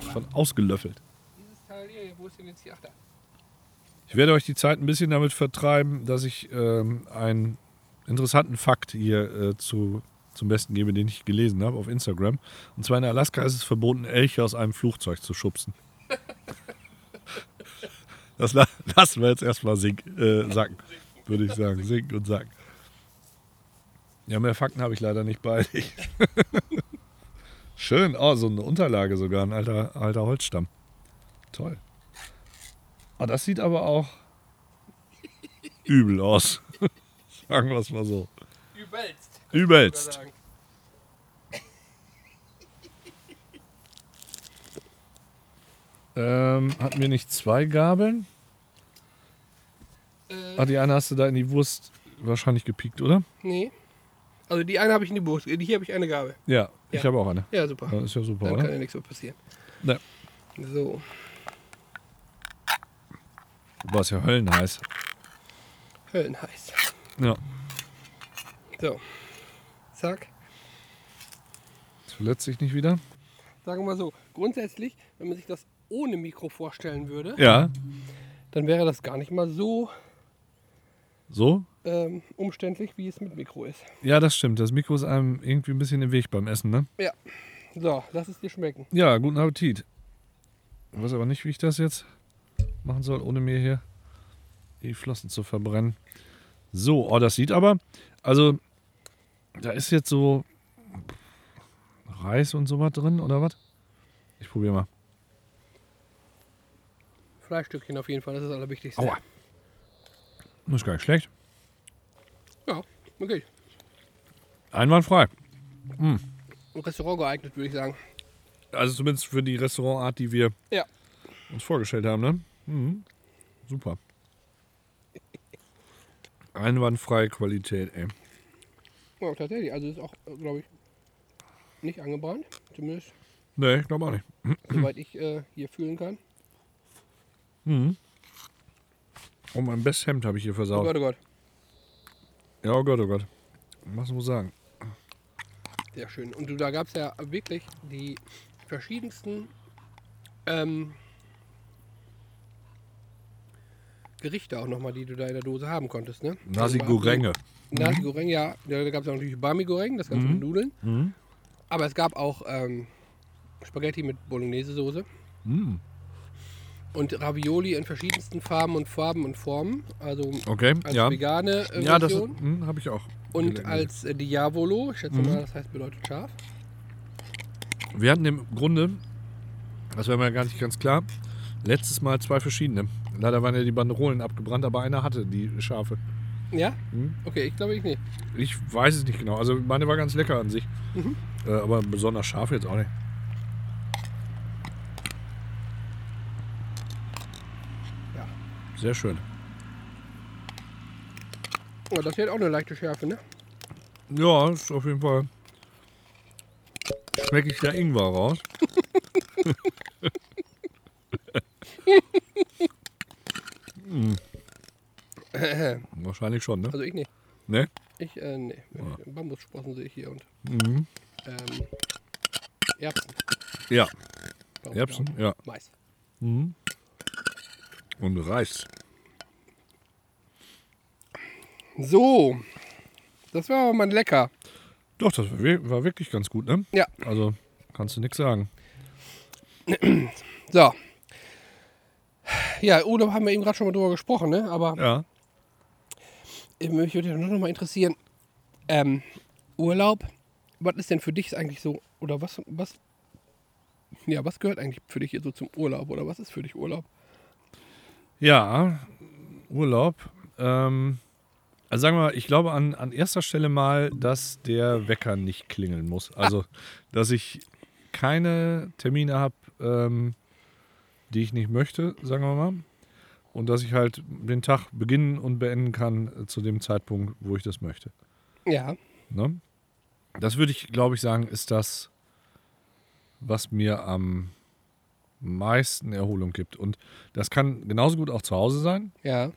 [SPEAKER 3] die
[SPEAKER 2] Schon ausgelöffelt.
[SPEAKER 3] Dieses Teil hier, wo ist denn jetzt hier? Ach, da.
[SPEAKER 2] Ich werde euch die Zeit ein bisschen damit vertreiben, dass ich ähm, einen interessanten Fakt hier äh, zu, zum Besten gebe, den ich gelesen habe auf Instagram. Und zwar in Alaska ist es verboten, Elche aus einem Flugzeug zu schubsen. Das la lassen wir jetzt erstmal sink, äh, sacken, würde ich sagen. Sinken und sacken. Ja, mehr Fakten habe ich leider nicht bei. sich. Schön, oh, so eine Unterlage sogar, ein alter, alter Holzstamm. Toll. Ah, das sieht aber auch übel aus. Sagen wir es mal so.
[SPEAKER 3] Übelst.
[SPEAKER 2] Übelst.
[SPEAKER 3] würde ich sagen.
[SPEAKER 2] Ähm, hatten wir nicht zwei Gabeln?
[SPEAKER 3] Äh,
[SPEAKER 2] Ah, die eine hast du da in die Wurst wahrscheinlich gepiekt, oder?
[SPEAKER 3] nee. Also die eine habe ich in die Brust, hier habe ich eine Gabel.
[SPEAKER 2] Ja, ich
[SPEAKER 3] Ja.
[SPEAKER 2] habe auch eine.
[SPEAKER 3] Ja, super.
[SPEAKER 2] Ja, ist ja super,
[SPEAKER 3] Dann kann
[SPEAKER 2] oder?
[SPEAKER 3] ja nichts mehr passieren.
[SPEAKER 2] Ne.
[SPEAKER 3] So.
[SPEAKER 2] Boah, ist ja höllenheiß.
[SPEAKER 3] Höllenheiß.
[SPEAKER 2] Ja.
[SPEAKER 3] So. Zack.
[SPEAKER 2] Das verletzt sich nicht wieder?
[SPEAKER 3] Sagen wir mal so, grundsätzlich, wenn man sich das ohne Mikro vorstellen würde,
[SPEAKER 2] Ja.
[SPEAKER 3] dann wäre das gar nicht mal so
[SPEAKER 2] So?
[SPEAKER 3] ähm, umständlich, wie es mit Mikro ist.
[SPEAKER 2] Ja, das stimmt. Das Mikro ist einem irgendwie ein bisschen im Weg beim Essen, ne?
[SPEAKER 3] Ja. So, lass es dir schmecken.
[SPEAKER 2] Ja, guten Appetit. Ich weiß aber nicht, wie ich das jetzt machen soll, ohne mir hier die Flossen zu verbrennen. So, oh, das sieht aber, also da ist jetzt so Reis und sowas drin, oder was? Ich probiere mal.
[SPEAKER 3] Fleischstückchen auf jeden Fall, das ist das Allerwichtigste.
[SPEAKER 2] Aua. Das ist gar nicht schlecht.
[SPEAKER 3] Ja, okay.
[SPEAKER 2] Einwandfrei.
[SPEAKER 3] Im Restaurant geeignet, würde ich sagen.
[SPEAKER 2] Also zumindest für die Restaurantart, die wir
[SPEAKER 3] Ja.
[SPEAKER 2] uns vorgestellt haben, ne? Mhm. Super. Einwandfreie Qualität, ey.
[SPEAKER 3] Ja, tatsächlich. Also ist auch, glaube ich, nicht angebrannt. Zumindest,
[SPEAKER 2] Nee, ich glaube auch nicht.
[SPEAKER 3] soweit ich äh, hier fühlen kann.
[SPEAKER 2] Oh, mein bestes Hemd habe ich hier
[SPEAKER 3] Oh
[SPEAKER 2] versaut.
[SPEAKER 3] Gott, oh Gott.
[SPEAKER 2] Ja, oh Gott, oh Gott. Was muss ich sagen?
[SPEAKER 3] Sehr schön. Und du, da gab es ja wirklich die verschiedensten ähm, Gerichte auch nochmal, die du da in der Dose haben konntest, ne?
[SPEAKER 2] Nasi
[SPEAKER 3] Also,
[SPEAKER 2] Gorenge.
[SPEAKER 3] Nasi Goreng, ja. Da gab es auch natürlich Bami Goreng, das Ganze mit Nudeln.
[SPEAKER 2] Mhm.
[SPEAKER 3] Aber es gab auch ähm, Spaghetti mit Bolognese-Soße.
[SPEAKER 2] Hm.
[SPEAKER 3] Und Ravioli in verschiedensten Farben und Farben und Formen. Also
[SPEAKER 2] Okay,
[SPEAKER 3] als
[SPEAKER 2] ja.
[SPEAKER 3] vegane äh,
[SPEAKER 2] Ja, das
[SPEAKER 3] Version.
[SPEAKER 2] habe ich auch.
[SPEAKER 3] und
[SPEAKER 2] gelesen.
[SPEAKER 3] als äh, Diavolo, ich schätze
[SPEAKER 2] Mhm.
[SPEAKER 3] mal, das heißt bedeutet scharf.
[SPEAKER 2] Wir hatten im Grunde, das war mir gar nicht ganz klar, letztes Mal zwei verschiedene. Leider waren ja die Banderolen abgebrannt, aber einer hatte die Schafe.
[SPEAKER 3] Ja?
[SPEAKER 2] Mhm.
[SPEAKER 3] Okay, ich glaube ich nicht.
[SPEAKER 2] Ich weiß es nicht genau. Also meine war ganz lecker an sich.
[SPEAKER 3] Mhm.
[SPEAKER 2] Äh, aber besonders scharf jetzt auch nicht.
[SPEAKER 3] Ja.
[SPEAKER 2] Sehr schön.
[SPEAKER 3] Oh, das hier hat auch eine leichte Schärfe, ne?
[SPEAKER 2] Ja, ist auf jeden Fall. Schmecke ich da Ingwer raus. Mm. Wahrscheinlich schon, ne?
[SPEAKER 3] Also ich nicht.
[SPEAKER 2] Ne?
[SPEAKER 3] Ich, äh, nee. Bambussprossen sehe ich hier und
[SPEAKER 2] Mhm.
[SPEAKER 3] ähm, Erbsen.
[SPEAKER 2] Ja,
[SPEAKER 3] Warum
[SPEAKER 2] Erbsen,
[SPEAKER 3] glauben?
[SPEAKER 2] ja.
[SPEAKER 3] Mais.
[SPEAKER 2] Mhm. Und Reis.
[SPEAKER 3] So. Das war aber mal lecker.
[SPEAKER 2] Doch, das war wir- war wirklich ganz gut, ne?
[SPEAKER 3] Ja.
[SPEAKER 2] Also kannst du nichts sagen.
[SPEAKER 3] So. Ja, Urlaub haben wir eben gerade schon mal drüber gesprochen, ne? Aber
[SPEAKER 2] Ja.
[SPEAKER 3] mich würde ja nur noch mal interessieren, ähm, Urlaub, was ist denn für dich eigentlich so, oder was, was, ja, was gehört eigentlich für dich hier so zum Urlaub, oder was ist für dich Urlaub?
[SPEAKER 2] Ja, Urlaub. Ähm, also sagen wir mal, ich glaube an, an erster Stelle mal, dass der Wecker nicht klingeln muss. Also, dass ich keine Termine habe, ähm, die ich nicht möchte, sagen wir mal. Und dass ich halt den Tag beginnen und beenden kann äh, zu dem Zeitpunkt, wo ich das möchte.
[SPEAKER 3] Ja,
[SPEAKER 2] Ne? Das würde ich, glaube ich, sagen, ist das, was mir am meisten Erholung gibt. Und das kann genauso gut auch zu Hause sein.
[SPEAKER 3] ja,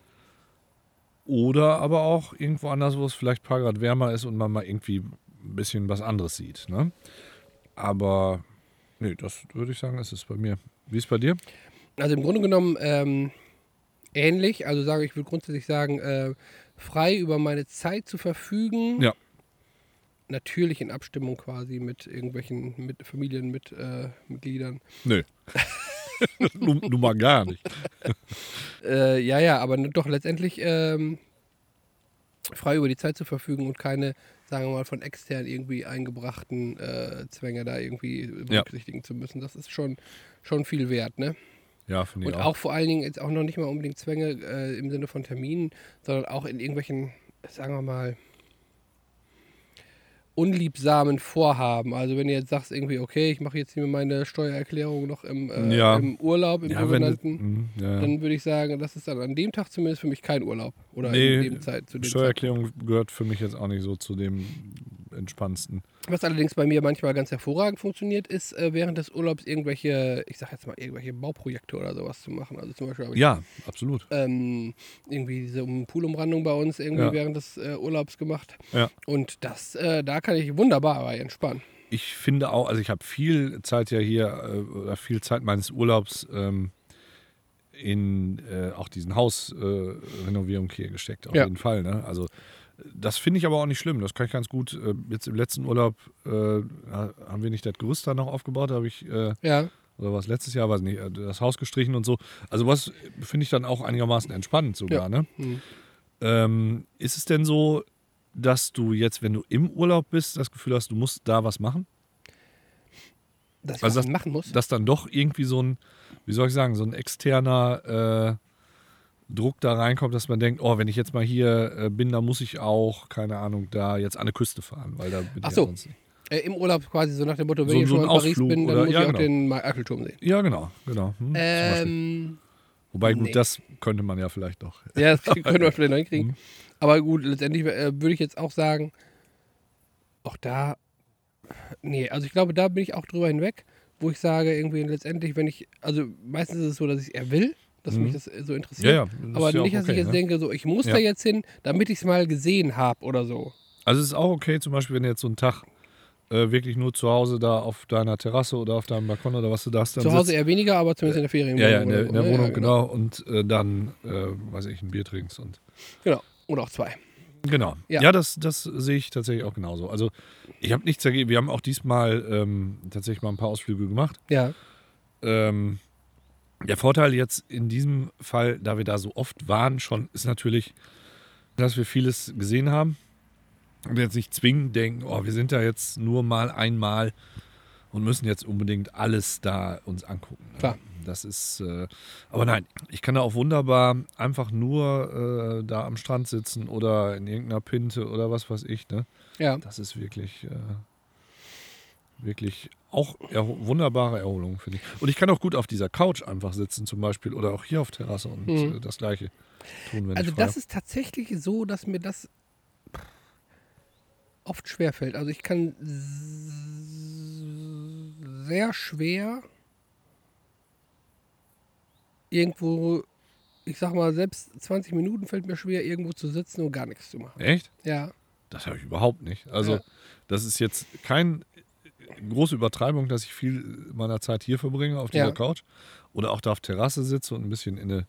[SPEAKER 2] Oder aber auch irgendwo anders, wo es vielleicht ein paar Grad wärmer ist und man mal irgendwie ein bisschen was anderes sieht. Ne? Aber nee, das würde ich sagen, ist es bei mir. Wie ist es bei dir?
[SPEAKER 3] Also im Grunde genommen ähm, ähnlich. Also sage ich würde grundsätzlich sagen, äh, frei über meine Zeit zu verfügen.
[SPEAKER 2] Ja.
[SPEAKER 3] Natürlich in Abstimmung quasi mit irgendwelchen mit Familien, mit äh, Mitgliedern.
[SPEAKER 2] Nö. nun, nun mal gar nicht.
[SPEAKER 3] Äh, ja, ja, aber n- doch letztendlich ähm, frei über die Zeit zu verfügen und keine, sagen wir mal, von extern irgendwie eingebrachten äh, Zwänge da irgendwie berücksichtigen zu müssen. Das ist schon, schon viel wert, ne?
[SPEAKER 2] Ja, finde ich
[SPEAKER 3] Und auch vor allen Dingen jetzt auch noch nicht mal unbedingt Zwänge äh, im Sinne von Terminen, sondern auch in irgendwelchen, sagen wir mal, unliebsamen Vorhaben. Also wenn du jetzt sagst, irgendwie, okay, ich mache jetzt hier meine Steuererklärung noch im, äh,
[SPEAKER 2] Ja.
[SPEAKER 3] im Urlaub, im
[SPEAKER 2] ja, wenn, du-
[SPEAKER 3] sogenannten,
[SPEAKER 2] Mhm, ja, ja.
[SPEAKER 3] dann würde ich sagen, das ist dann an dem Tag zumindest für mich kein Urlaub. Oder
[SPEAKER 2] Nee,
[SPEAKER 3] in dem Zeit, zu dem Zeit.
[SPEAKER 2] Steuererklärung gehört für mich jetzt auch nicht so zu dem entspannendsten.
[SPEAKER 3] Was allerdings bei mir manchmal ganz hervorragend funktioniert, ist äh, während des Urlaubs irgendwelche, ich sag jetzt mal, irgendwelche Bauprojekte oder sowas zu machen. Also zum Beispiel habe ich
[SPEAKER 2] Ja, absolut.
[SPEAKER 3] ähm, irgendwie diese um Poolumrandung bei uns irgendwie
[SPEAKER 2] Ja.
[SPEAKER 3] während des äh, Urlaubs gemacht.
[SPEAKER 2] Ja.
[SPEAKER 3] Und das, äh, da kann ich wunderbar bei entspannen.
[SPEAKER 2] ich finde auch, also ich habe viel Zeit ja hier, äh, oder viel Zeit meines Urlaubs ähm, in äh, auch diesen Hausrenovierung äh, hier gesteckt, auf
[SPEAKER 3] Ja.
[SPEAKER 2] jeden Fall. Ne? Also das finde ich aber auch nicht schlimm, das kann ich ganz gut. Äh, jetzt im letzten Urlaub äh, ha- haben wir nicht das Gerüst da noch aufgebaut, da habe ich, äh,
[SPEAKER 3] Ja.
[SPEAKER 2] oder was letztes Jahr, weiß nicht, äh, das Haus gestrichen und so. Also was finde ich dann auch einigermaßen entspannend sogar.
[SPEAKER 3] Ja.
[SPEAKER 2] Ne?
[SPEAKER 3] Hm.
[SPEAKER 2] Ähm, ist es denn so, dass du jetzt, wenn du im Urlaub bist, das Gefühl hast, du musst da was machen?
[SPEAKER 3] Dass ich
[SPEAKER 2] Also
[SPEAKER 3] was
[SPEAKER 2] das-
[SPEAKER 3] machen muss.
[SPEAKER 2] dass dann doch irgendwie so ein, wie soll ich sagen, so ein externer äh, Druck da reinkommt, dass man denkt, oh, wenn ich jetzt mal hier äh, bin, dann muss ich auch, keine Ahnung, da jetzt an eine Küste fahren, weil da bin
[SPEAKER 3] Ach
[SPEAKER 2] ich
[SPEAKER 3] so.
[SPEAKER 2] ja sonst nicht.
[SPEAKER 3] äh, Im Urlaub quasi so nach dem Motto, wenn
[SPEAKER 2] So-
[SPEAKER 3] ich
[SPEAKER 2] so
[SPEAKER 3] schon mal
[SPEAKER 2] ein
[SPEAKER 3] in Paris
[SPEAKER 2] Ausflug
[SPEAKER 3] bin, dann
[SPEAKER 2] oder-
[SPEAKER 3] muss
[SPEAKER 2] ja,
[SPEAKER 3] ich auch
[SPEAKER 2] genau.
[SPEAKER 3] den Ma- Eiffelturm sehen.
[SPEAKER 2] Ja, genau, genau. Hm, zum Beispiel.
[SPEAKER 3] Ähm,
[SPEAKER 2] Wobei, gut,
[SPEAKER 3] nee.
[SPEAKER 2] das könnte man ja vielleicht doch.
[SPEAKER 3] ja, das können wir vielleicht noch
[SPEAKER 2] Mhm.
[SPEAKER 3] hinkriegen. Aber gut, letztendlich äh, würde ich jetzt auch sagen, auch da, nee, also ich glaube, da bin ich auch drüber hinweg, wo ich sage, irgendwie letztendlich, wenn ich, also meistens ist es so, dass ich eher will, dass
[SPEAKER 2] Mhm.
[SPEAKER 3] mich das äh, so interessiert.
[SPEAKER 2] Ja, ja. das
[SPEAKER 3] Aber
[SPEAKER 2] ist ja auch
[SPEAKER 3] nicht, dass ich
[SPEAKER 2] okay,
[SPEAKER 3] jetzt
[SPEAKER 2] ne?
[SPEAKER 3] denke, so, ich muss
[SPEAKER 2] Ja.
[SPEAKER 3] da jetzt hin, damit ich es mal gesehen habe oder so.
[SPEAKER 2] Also es ist auch okay, zum Beispiel, wenn du jetzt so einen Tag äh, wirklich nur zu Hause da auf deiner Terrasse oder auf deinem Balkon oder was du darfst, dann
[SPEAKER 3] Zu Hause
[SPEAKER 2] sitzt,
[SPEAKER 3] eher weniger, aber zumindest in der Ferienwohnung.
[SPEAKER 2] ja, ja, in der,
[SPEAKER 3] oder
[SPEAKER 2] in
[SPEAKER 3] so,
[SPEAKER 2] der
[SPEAKER 3] ne?
[SPEAKER 2] Wohnung,
[SPEAKER 3] ja,
[SPEAKER 2] genau. Und äh, dann, äh, weiß ich, ein Bier trinkst und
[SPEAKER 3] genau. Oder auch zwei.
[SPEAKER 2] Genau.
[SPEAKER 3] Ja.
[SPEAKER 2] Ja, das, das sehe ich tatsächlich auch genauso. Also ich habe nichts dagegen. Wir haben auch diesmal ähm, tatsächlich mal ein paar Ausflüge gemacht.
[SPEAKER 3] Ja.
[SPEAKER 2] Ähm, der Vorteil jetzt in diesem Fall, da wir da so oft waren, schon ist natürlich, dass wir vieles gesehen haben und jetzt nicht zwingend denken, oh, wir sind da jetzt nur mal einmal und müssen jetzt unbedingt alles da uns angucken. ne?
[SPEAKER 3] Klar.
[SPEAKER 2] Das ist, äh, aber nein, ich kann da auch wunderbar einfach nur äh, da am Strand sitzen oder in irgendeiner Pinte oder was weiß ich. Ne?
[SPEAKER 3] Ja.
[SPEAKER 2] Das ist wirklich, äh, wirklich auch erho wunderbare Erholung, finde ich. Und ich kann auch gut auf dieser Couch einfach sitzen, zum Beispiel, oder auch hier auf Terrasse und
[SPEAKER 3] Mhm.
[SPEAKER 2] äh, das Gleiche tun, wenn
[SPEAKER 3] Also
[SPEAKER 2] ich frei
[SPEAKER 3] das ist tatsächlich so, dass mir das oft schwerfällt. Also ich kann s- sehr schwer irgendwo, ich sag mal, selbst 20 Minuten fällt mir schwer, irgendwo zu sitzen und gar nichts zu machen.
[SPEAKER 2] hab. Echt?
[SPEAKER 3] Ja.
[SPEAKER 2] Das habe ich überhaupt nicht. Also,
[SPEAKER 3] Ja.
[SPEAKER 2] das ist jetzt keine große Übertreibung, dass ich viel meiner Zeit hier verbringe, auf dieser
[SPEAKER 3] Ja.
[SPEAKER 2] Couch. Oder auch da auf Terrasse sitze und ein bisschen in eine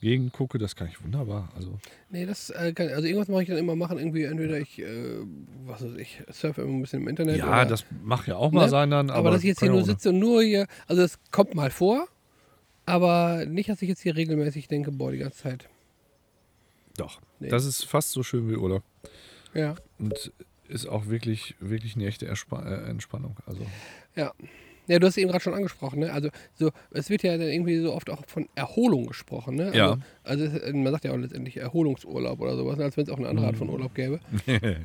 [SPEAKER 2] Gegend gucke. Das kann ich wunderbar. Also,
[SPEAKER 3] Nee, das äh, kann, also irgendwas mache ich dann immer machen, irgendwie entweder ich, äh, was weiß ich, surfe immer ein bisschen im Internet.
[SPEAKER 2] ja,
[SPEAKER 3] oder,
[SPEAKER 2] das mag ja auch mal
[SPEAKER 3] Ne?
[SPEAKER 2] sein dann.
[SPEAKER 3] aber,
[SPEAKER 2] Aber,
[SPEAKER 3] dass ich jetzt hier
[SPEAKER 2] kann ja
[SPEAKER 3] nur
[SPEAKER 2] ohne.
[SPEAKER 3] sitze und nur hier, also es kommt mal vor, aber nicht, dass ich jetzt hier regelmäßig denke, boah, die ganze Zeit.
[SPEAKER 2] Doch.
[SPEAKER 3] Nee.
[SPEAKER 2] Das ist fast so schön wie Urlaub.
[SPEAKER 3] Ja,
[SPEAKER 2] Und ist auch wirklich, wirklich eine echte Erspa äh, Entspannung. Also,
[SPEAKER 3] ja. Ja, du hast es eben gerade schon angesprochen, ne? Also so, es wird ja dann irgendwie so oft auch von Erholung gesprochen, ne?
[SPEAKER 2] Ja.
[SPEAKER 3] Also, also es- man sagt ja auch letztendlich Erholungsurlaub oder sowas, als wenn es auch eine
[SPEAKER 2] Mhm.
[SPEAKER 3] andere Art von Urlaub gäbe.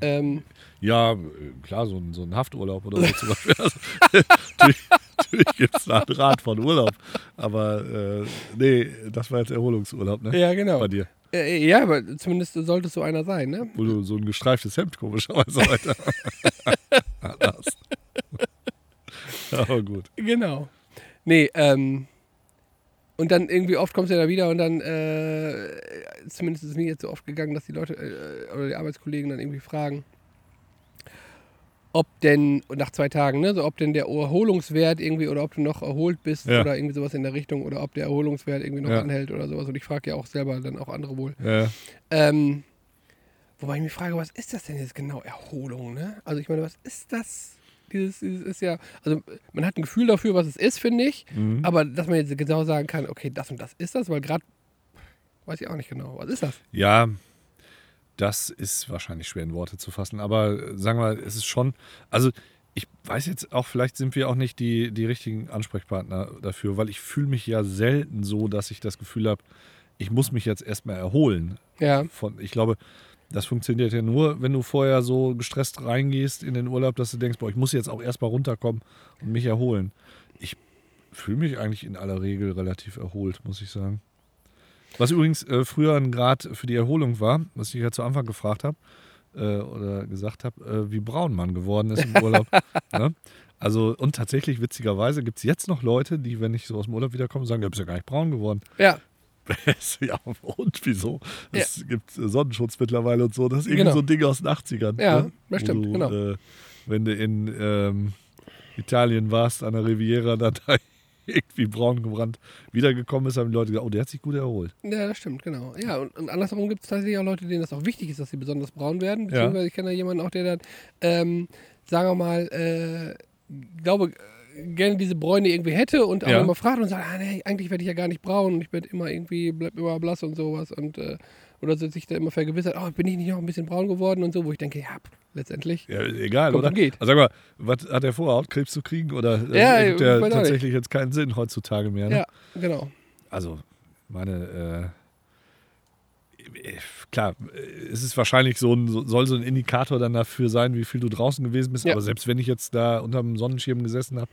[SPEAKER 3] ähm,
[SPEAKER 2] ja, äh, klar, so ein, so ein Hafturlaub oder so zum Beispiel. Also, natürlich natürlich gibt es da eine Art von Urlaub. Aber äh, nee, das war jetzt Erholungsurlaub, ne?
[SPEAKER 3] ja, genau.
[SPEAKER 2] Bei dir,
[SPEAKER 3] Äh, ja, aber zumindest sollte es so einer sein, ne?
[SPEAKER 2] wo du so ein gestreiftes Hemd komischerweise weiter hast. Aber gut.
[SPEAKER 3] Genau. Nee, ähm, Und dann irgendwie oft kommst du ja da wieder und dann, äh, zumindest ist es mir jetzt so oft gegangen, dass die Leute äh, oder die Arbeitskollegen dann irgendwie fragen, ob denn, und nach zwei Tagen, ne, so ob denn der Erholungswert irgendwie oder ob du noch erholt bist
[SPEAKER 2] Ja.
[SPEAKER 3] oder irgendwie sowas in der Richtung oder ob der Erholungswert irgendwie noch
[SPEAKER 2] Ja.
[SPEAKER 3] anhält oder sowas. Und ich frage ja auch selber dann auch andere wohl.
[SPEAKER 2] Ja,
[SPEAKER 3] Ähm, wobei ich mich frage, was ist das denn jetzt genau? Erholung, ne? Also ich meine, was ist das? Dieses, dieses ist ja, also man hat ein Gefühl dafür, was es ist, finde ich. Aber dass man jetzt genau sagen kann, okay, das und das ist das, weil gerade weiß ich auch nicht genau, was ist das?
[SPEAKER 2] ja das ist wahrscheinlich schwer in Worte zu fassen, aber äh, sagen wir, mal, es ist schon, also ich weiß jetzt auch, vielleicht sind wir auch nicht die, die richtigen Ansprechpartner dafür, weil ich fühle mich ja selten so, dass ich das Gefühl habe, ich muss mich jetzt erstmal erholen.
[SPEAKER 3] Ja,
[SPEAKER 2] Von, ich glaube, das funktioniert ja nur, wenn du vorher so gestresst reingehst in den Urlaub, dass du denkst, boah, ich muss jetzt auch erstmal runterkommen und mich erholen. Ich fühle mich eigentlich in aller Regel relativ erholt, muss ich sagen. Was übrigens äh, früher ein Grad für die Erholung war, was ich ja zu Anfang gefragt habe äh, oder gesagt habe, äh, wie braun man geworden ist im Urlaub. ne? Also, und tatsächlich, witzigerweise, gibt es jetzt noch Leute, die, wenn ich so aus dem Urlaub wiederkomme, sagen, du bist ja gar nicht braun geworden.
[SPEAKER 3] ja,
[SPEAKER 2] ja, und wieso? Es gibt äh, Sonnenschutz mittlerweile und so. Das ist irgendwie
[SPEAKER 3] Genau.
[SPEAKER 2] so ein Ding aus den 80ern.
[SPEAKER 3] Ja,
[SPEAKER 2] ne?
[SPEAKER 3] das
[SPEAKER 2] Wo
[SPEAKER 3] stimmt,
[SPEAKER 2] du,
[SPEAKER 3] genau.
[SPEAKER 2] Äh, wenn du in ähm, Italien warst, an der Riviera, dann da irgendwie braun gebrannt wiedergekommen bist, haben die Leute gesagt, oh, der hat sich gut erholt.
[SPEAKER 3] ja, das stimmt, genau. Ja, und, und andersherum gibt es tatsächlich auch Leute, denen das auch wichtig ist, dass sie besonders braun werden. Beziehungsweise ich kenne da jemanden auch, der dann, ähm, sagen wir mal, äh, glaube, äh, gerne diese Bräune irgendwie hätte und auch
[SPEAKER 2] Ja.
[SPEAKER 3] immer fragt und sagt, ah, nee, eigentlich werde ich ja gar nicht braun und ich werde immer irgendwie, bleib immer blass und sowas und äh, oder so sich da immer vergewissert, oh, bin ich nicht noch ein bisschen braun geworden und so, wo ich denke, ja, pff, letztendlich.
[SPEAKER 2] Ja, egal,
[SPEAKER 3] Kommt
[SPEAKER 2] oder?
[SPEAKER 3] und geht.
[SPEAKER 2] Also sag mal, was hat er vor, Hautkrebs zu kriegen? Oder das
[SPEAKER 3] Ja,
[SPEAKER 2] ergibt
[SPEAKER 3] ich
[SPEAKER 2] ja
[SPEAKER 3] weiß auch nicht.
[SPEAKER 2] tatsächlich jetzt keinen Sinn heutzutage mehr. Ne?
[SPEAKER 3] Ja, genau.
[SPEAKER 2] Also, meine, äh, äh, klar, äh, es ist wahrscheinlich so ein, so- soll so ein Indikator dann dafür sein, wie viel du draußen gewesen bist.
[SPEAKER 3] Ja.
[SPEAKER 2] Aber selbst wenn ich jetzt da unter dem Sonnenschirm gesessen habe,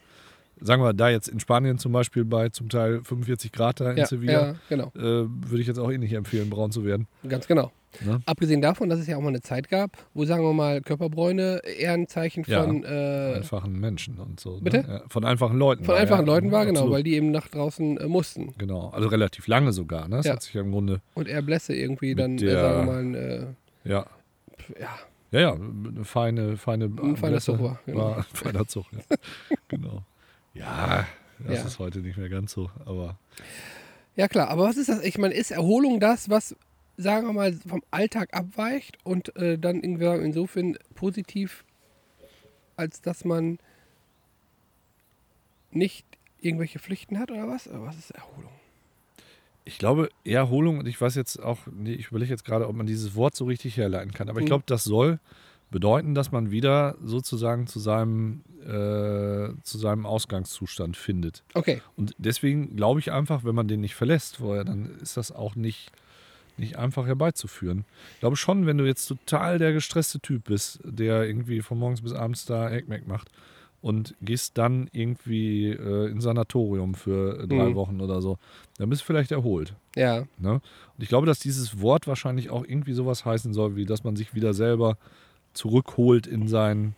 [SPEAKER 2] sagen wir da jetzt in Spanien zum Beispiel bei zum Teil 45 Grad da in
[SPEAKER 3] Ja,
[SPEAKER 2] Sevilla,
[SPEAKER 3] ja, genau.
[SPEAKER 2] äh, würde ich jetzt auch eh nicht empfehlen, braun zu werden.
[SPEAKER 3] Ganz genau.
[SPEAKER 2] Ne?
[SPEAKER 3] Abgesehen davon, dass es ja auch mal eine Zeit gab, wo, sagen wir mal, Körperbräune eher ein Zeichen
[SPEAKER 2] Ja,
[SPEAKER 3] von, äh,
[SPEAKER 2] Einfachen Menschen und so.
[SPEAKER 3] Bitte?
[SPEAKER 2] Ne? Ja, von einfachen Leuten.
[SPEAKER 3] von
[SPEAKER 2] war,
[SPEAKER 3] einfachen
[SPEAKER 2] ja.
[SPEAKER 3] Leuten war, genau,
[SPEAKER 2] Absolut.
[SPEAKER 3] weil die eben nach draußen äh, mussten.
[SPEAKER 2] Genau, also relativ lange sogar. Ne? Das
[SPEAKER 3] Ja.
[SPEAKER 2] hat sich ja im Grunde,
[SPEAKER 3] Und eher Blässe irgendwie
[SPEAKER 2] Mit
[SPEAKER 3] dann, äh,
[SPEAKER 2] der-
[SPEAKER 3] sagen wir mal, ein, äh,
[SPEAKER 2] ja,
[SPEAKER 3] pf- ja,
[SPEAKER 2] Ja, ja, eine feine, feine
[SPEAKER 3] Ein feiner Zug war, genau.
[SPEAKER 2] war ein feiner Zug, ja. genau. Ja, das
[SPEAKER 3] Ja.
[SPEAKER 2] ist heute nicht mehr ganz so, aber
[SPEAKER 3] Ja, klar, aber was ist das? Ich meine, ist Erholung das, was, sagen wir mal, vom Alltag abweicht und äh, dann irgendwie insofern positiv, als dass man nicht irgendwelche Pflichten hat oder was? Oder was ist Erholung?
[SPEAKER 2] ich glaube, Erholung, und ich weiß jetzt auch, nee, ich überlege jetzt gerade, ob man dieses Wort so richtig herleiten kann, aber ich
[SPEAKER 3] Mhm.
[SPEAKER 2] glaube, das soll bedeuten, dass man wieder sozusagen zu seinem, äh, zu seinem Ausgangszustand findet.
[SPEAKER 3] Okay,
[SPEAKER 2] Und deswegen glaube ich einfach, wenn man den nicht verlässt vorher, dann ist das auch nicht, nicht einfach herbeizuführen. Ich glaube schon, wenn du jetzt total der gestresste Typ bist, der irgendwie von morgens bis abends da Eckmeck macht und gehst dann irgendwie äh, ins Sanatorium für äh, drei
[SPEAKER 3] Mhm.
[SPEAKER 2] Wochen oder so, dann bist du vielleicht erholt.
[SPEAKER 3] ja,
[SPEAKER 2] Ne? Und ich glaube, dass dieses Wort wahrscheinlich auch irgendwie sowas heißen soll, wie dass man sich wieder selber zurückholt in, sein,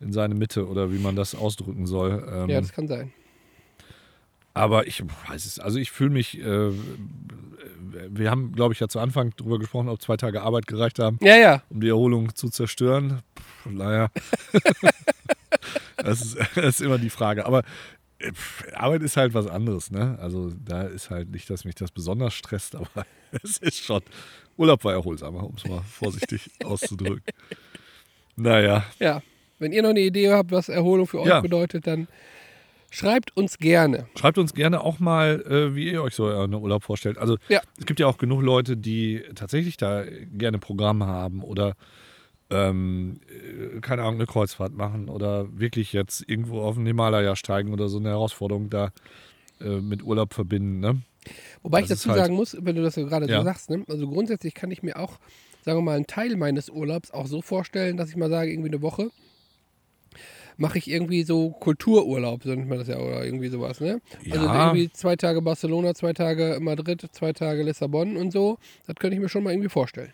[SPEAKER 2] in seine Mitte oder wie man das ausdrücken soll. Ähm,
[SPEAKER 3] ja, das kann sein.
[SPEAKER 2] aber ich weiß es, also ich fühle mich, äh, wir haben, glaube ich, ja zu Anfang darüber gesprochen, ob zwei Tage Arbeit gereicht haben,
[SPEAKER 3] Ja, ja,
[SPEAKER 2] um die Erholung zu zerstören. Pff, naja, das, ist, das ist immer die Frage. Aber äh, pff, Arbeit ist halt was anderes, ne? Also da ist halt nicht, dass mich das besonders stresst, aber es ist schon, Urlaub war erholsamer, um es mal vorsichtig auszudrücken. Naja,
[SPEAKER 3] ja. Wenn ihr noch eine Idee habt, was Erholung für euch
[SPEAKER 2] Ja.
[SPEAKER 3] bedeutet, dann schreibt uns gerne.
[SPEAKER 2] Schreibt uns gerne auch mal, äh, wie ihr euch so einen Urlaub vorstellt. Also
[SPEAKER 3] Ja.
[SPEAKER 2] es gibt ja auch genug Leute, die tatsächlich da gerne Programme haben oder ähm, äh, keine Ahnung, eine Kreuzfahrt machen oder wirklich jetzt irgendwo auf den Himalaya steigen oder so eine Herausforderung da äh, mit Urlaub verbinden. Ne?
[SPEAKER 3] Wobei
[SPEAKER 2] Das
[SPEAKER 3] ich
[SPEAKER 2] ist
[SPEAKER 3] dazu
[SPEAKER 2] halt-
[SPEAKER 3] sagen muss, wenn du das so gerade
[SPEAKER 2] Ja.
[SPEAKER 3] so sagst, ne? also grundsätzlich kann ich mir auch, sagen wir mal, einen Teil meines Urlaubs auch so vorstellen, dass ich mal sage, irgendwie eine Woche mache ich irgendwie so Kultururlaub, so nennt man das ja, oder irgendwie sowas, ne? Also
[SPEAKER 2] Ja.
[SPEAKER 3] irgendwie zwei Tage Barcelona, zwei Tage Madrid, zwei Tage Lissabon und so, das könnte ich mir schon mal irgendwie vorstellen.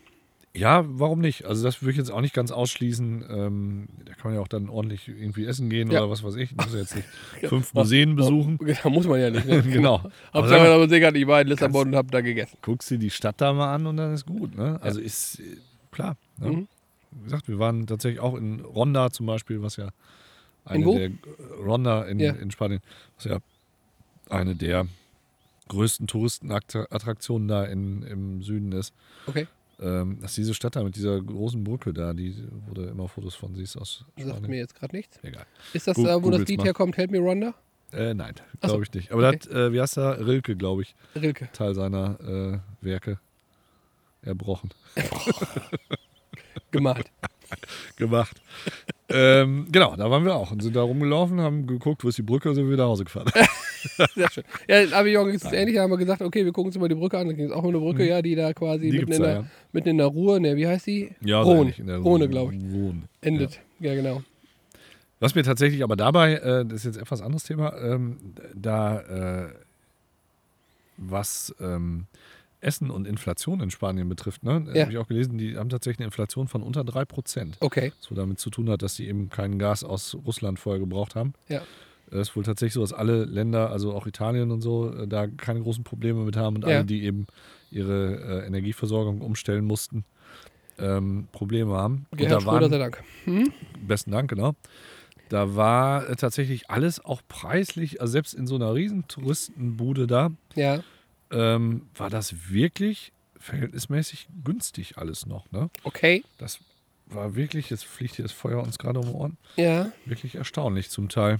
[SPEAKER 2] Ja, warum nicht? Also das würde ich jetzt auch nicht ganz ausschließen. Ähm, da kann man ja auch dann ordentlich irgendwie essen gehen
[SPEAKER 3] Ja. oh,
[SPEAKER 2] oder was weiß ich. Muss ja jetzt nicht fünf Museen besuchen.
[SPEAKER 3] Da muss man ja nicht. Ne?
[SPEAKER 2] Genau. Aber sag
[SPEAKER 3] Hauptsache,
[SPEAKER 2] mal,
[SPEAKER 3] aber ich ich war in Lissabon und habe da gegessen.
[SPEAKER 2] guckst dir die Stadt da mal an und dann ist gut. Ne? Also ist äh, klar. Ne?
[SPEAKER 3] Mhm.
[SPEAKER 2] Wie gesagt, wir waren tatsächlich auch in Ronda zum Beispiel, was ja eine
[SPEAKER 3] wo?
[SPEAKER 2] der äh, Ronda in,
[SPEAKER 3] Ja.
[SPEAKER 2] in Spanien, was ja eine der größten Touristenattraktionen da in, im Süden ist.
[SPEAKER 3] Okay,
[SPEAKER 2] Ähm, dass diese Stadt da mit dieser großen Brücke da, die, wo du immer Fotos von siehst aus
[SPEAKER 3] sagt
[SPEAKER 2] Spanien.
[SPEAKER 3] mir jetzt gerade nichts.
[SPEAKER 2] Egal.
[SPEAKER 3] Ist das
[SPEAKER 2] Gu-
[SPEAKER 3] da, wo das
[SPEAKER 2] googelt's
[SPEAKER 3] Lied
[SPEAKER 2] mal.
[SPEAKER 3] herkommt, Help Me Rhonda?
[SPEAKER 2] Äh, nein, glaube
[SPEAKER 3] Ach so.
[SPEAKER 2] ich nicht. Aber
[SPEAKER 3] Okay.
[SPEAKER 2] da hat, äh, wie heißt er? Rilke, glaube ich,
[SPEAKER 3] Rilke.
[SPEAKER 2] Teil seiner äh, Werke erbrochen.
[SPEAKER 3] Gemalt.
[SPEAKER 2] gemacht. ähm, genau, da waren wir auch und sind da rumgelaufen, haben geguckt, wo ist die Brücke, sind wir wieder nach Hause gefahren.
[SPEAKER 3] Sehr schön. Ja, in Avignon ist es ähnlich. Da haben wir gesagt, okay, wir gucken uns mal die Brücke an. Da ging es auch um eine Brücke, ja, die da quasi
[SPEAKER 2] Mhm. Die
[SPEAKER 3] mitten,
[SPEAKER 2] gibt's
[SPEAKER 3] in
[SPEAKER 2] da,
[SPEAKER 3] der,
[SPEAKER 2] ja.
[SPEAKER 3] mitten in der Ruhr, ne, wie heißt die?
[SPEAKER 2] so
[SPEAKER 3] Rhone.
[SPEAKER 2] ähnlich in der
[SPEAKER 3] Rhone, glaube ich.
[SPEAKER 2] Rhone.
[SPEAKER 3] Endet. Ja, genau.
[SPEAKER 2] Was mir tatsächlich aber dabei, äh, das ist jetzt etwas anderes Thema, ähm, da äh, was ähm, Essen und Inflation in Spanien betrifft, ne,
[SPEAKER 3] Ja.
[SPEAKER 2] habe ich auch gelesen, die haben tatsächlich eine Inflation von unter 3%.
[SPEAKER 3] Okay,
[SPEAKER 2] Was wohl damit zu tun hat, dass die eben kein Gas aus Russland vorher gebraucht haben.
[SPEAKER 3] ja.
[SPEAKER 2] Es Äh, ist wohl tatsächlich so, dass alle Länder, also auch Italien und so, äh, da keine großen Probleme mit haben und
[SPEAKER 3] Ja.
[SPEAKER 2] alle, die eben ihre äh, Energieversorgung umstellen mussten, ähm, Probleme haben. Und
[SPEAKER 3] Gerhard
[SPEAKER 2] da
[SPEAKER 3] Schröder sei
[SPEAKER 2] waren,
[SPEAKER 3] Dank. Hm?
[SPEAKER 2] besten Dank, genau. Da war äh, tatsächlich alles auch preislich, also selbst in so einer riesen Touristenbude da,
[SPEAKER 3] Ja.
[SPEAKER 2] ähm, war das wirklich verhältnismäßig günstig alles noch. Ne?
[SPEAKER 3] Okay.
[SPEAKER 2] Das war wirklich, jetzt fliegt hier das Feuer uns gerade um die Ohren,
[SPEAKER 3] Ja.
[SPEAKER 2] wirklich erstaunlich zum Teil.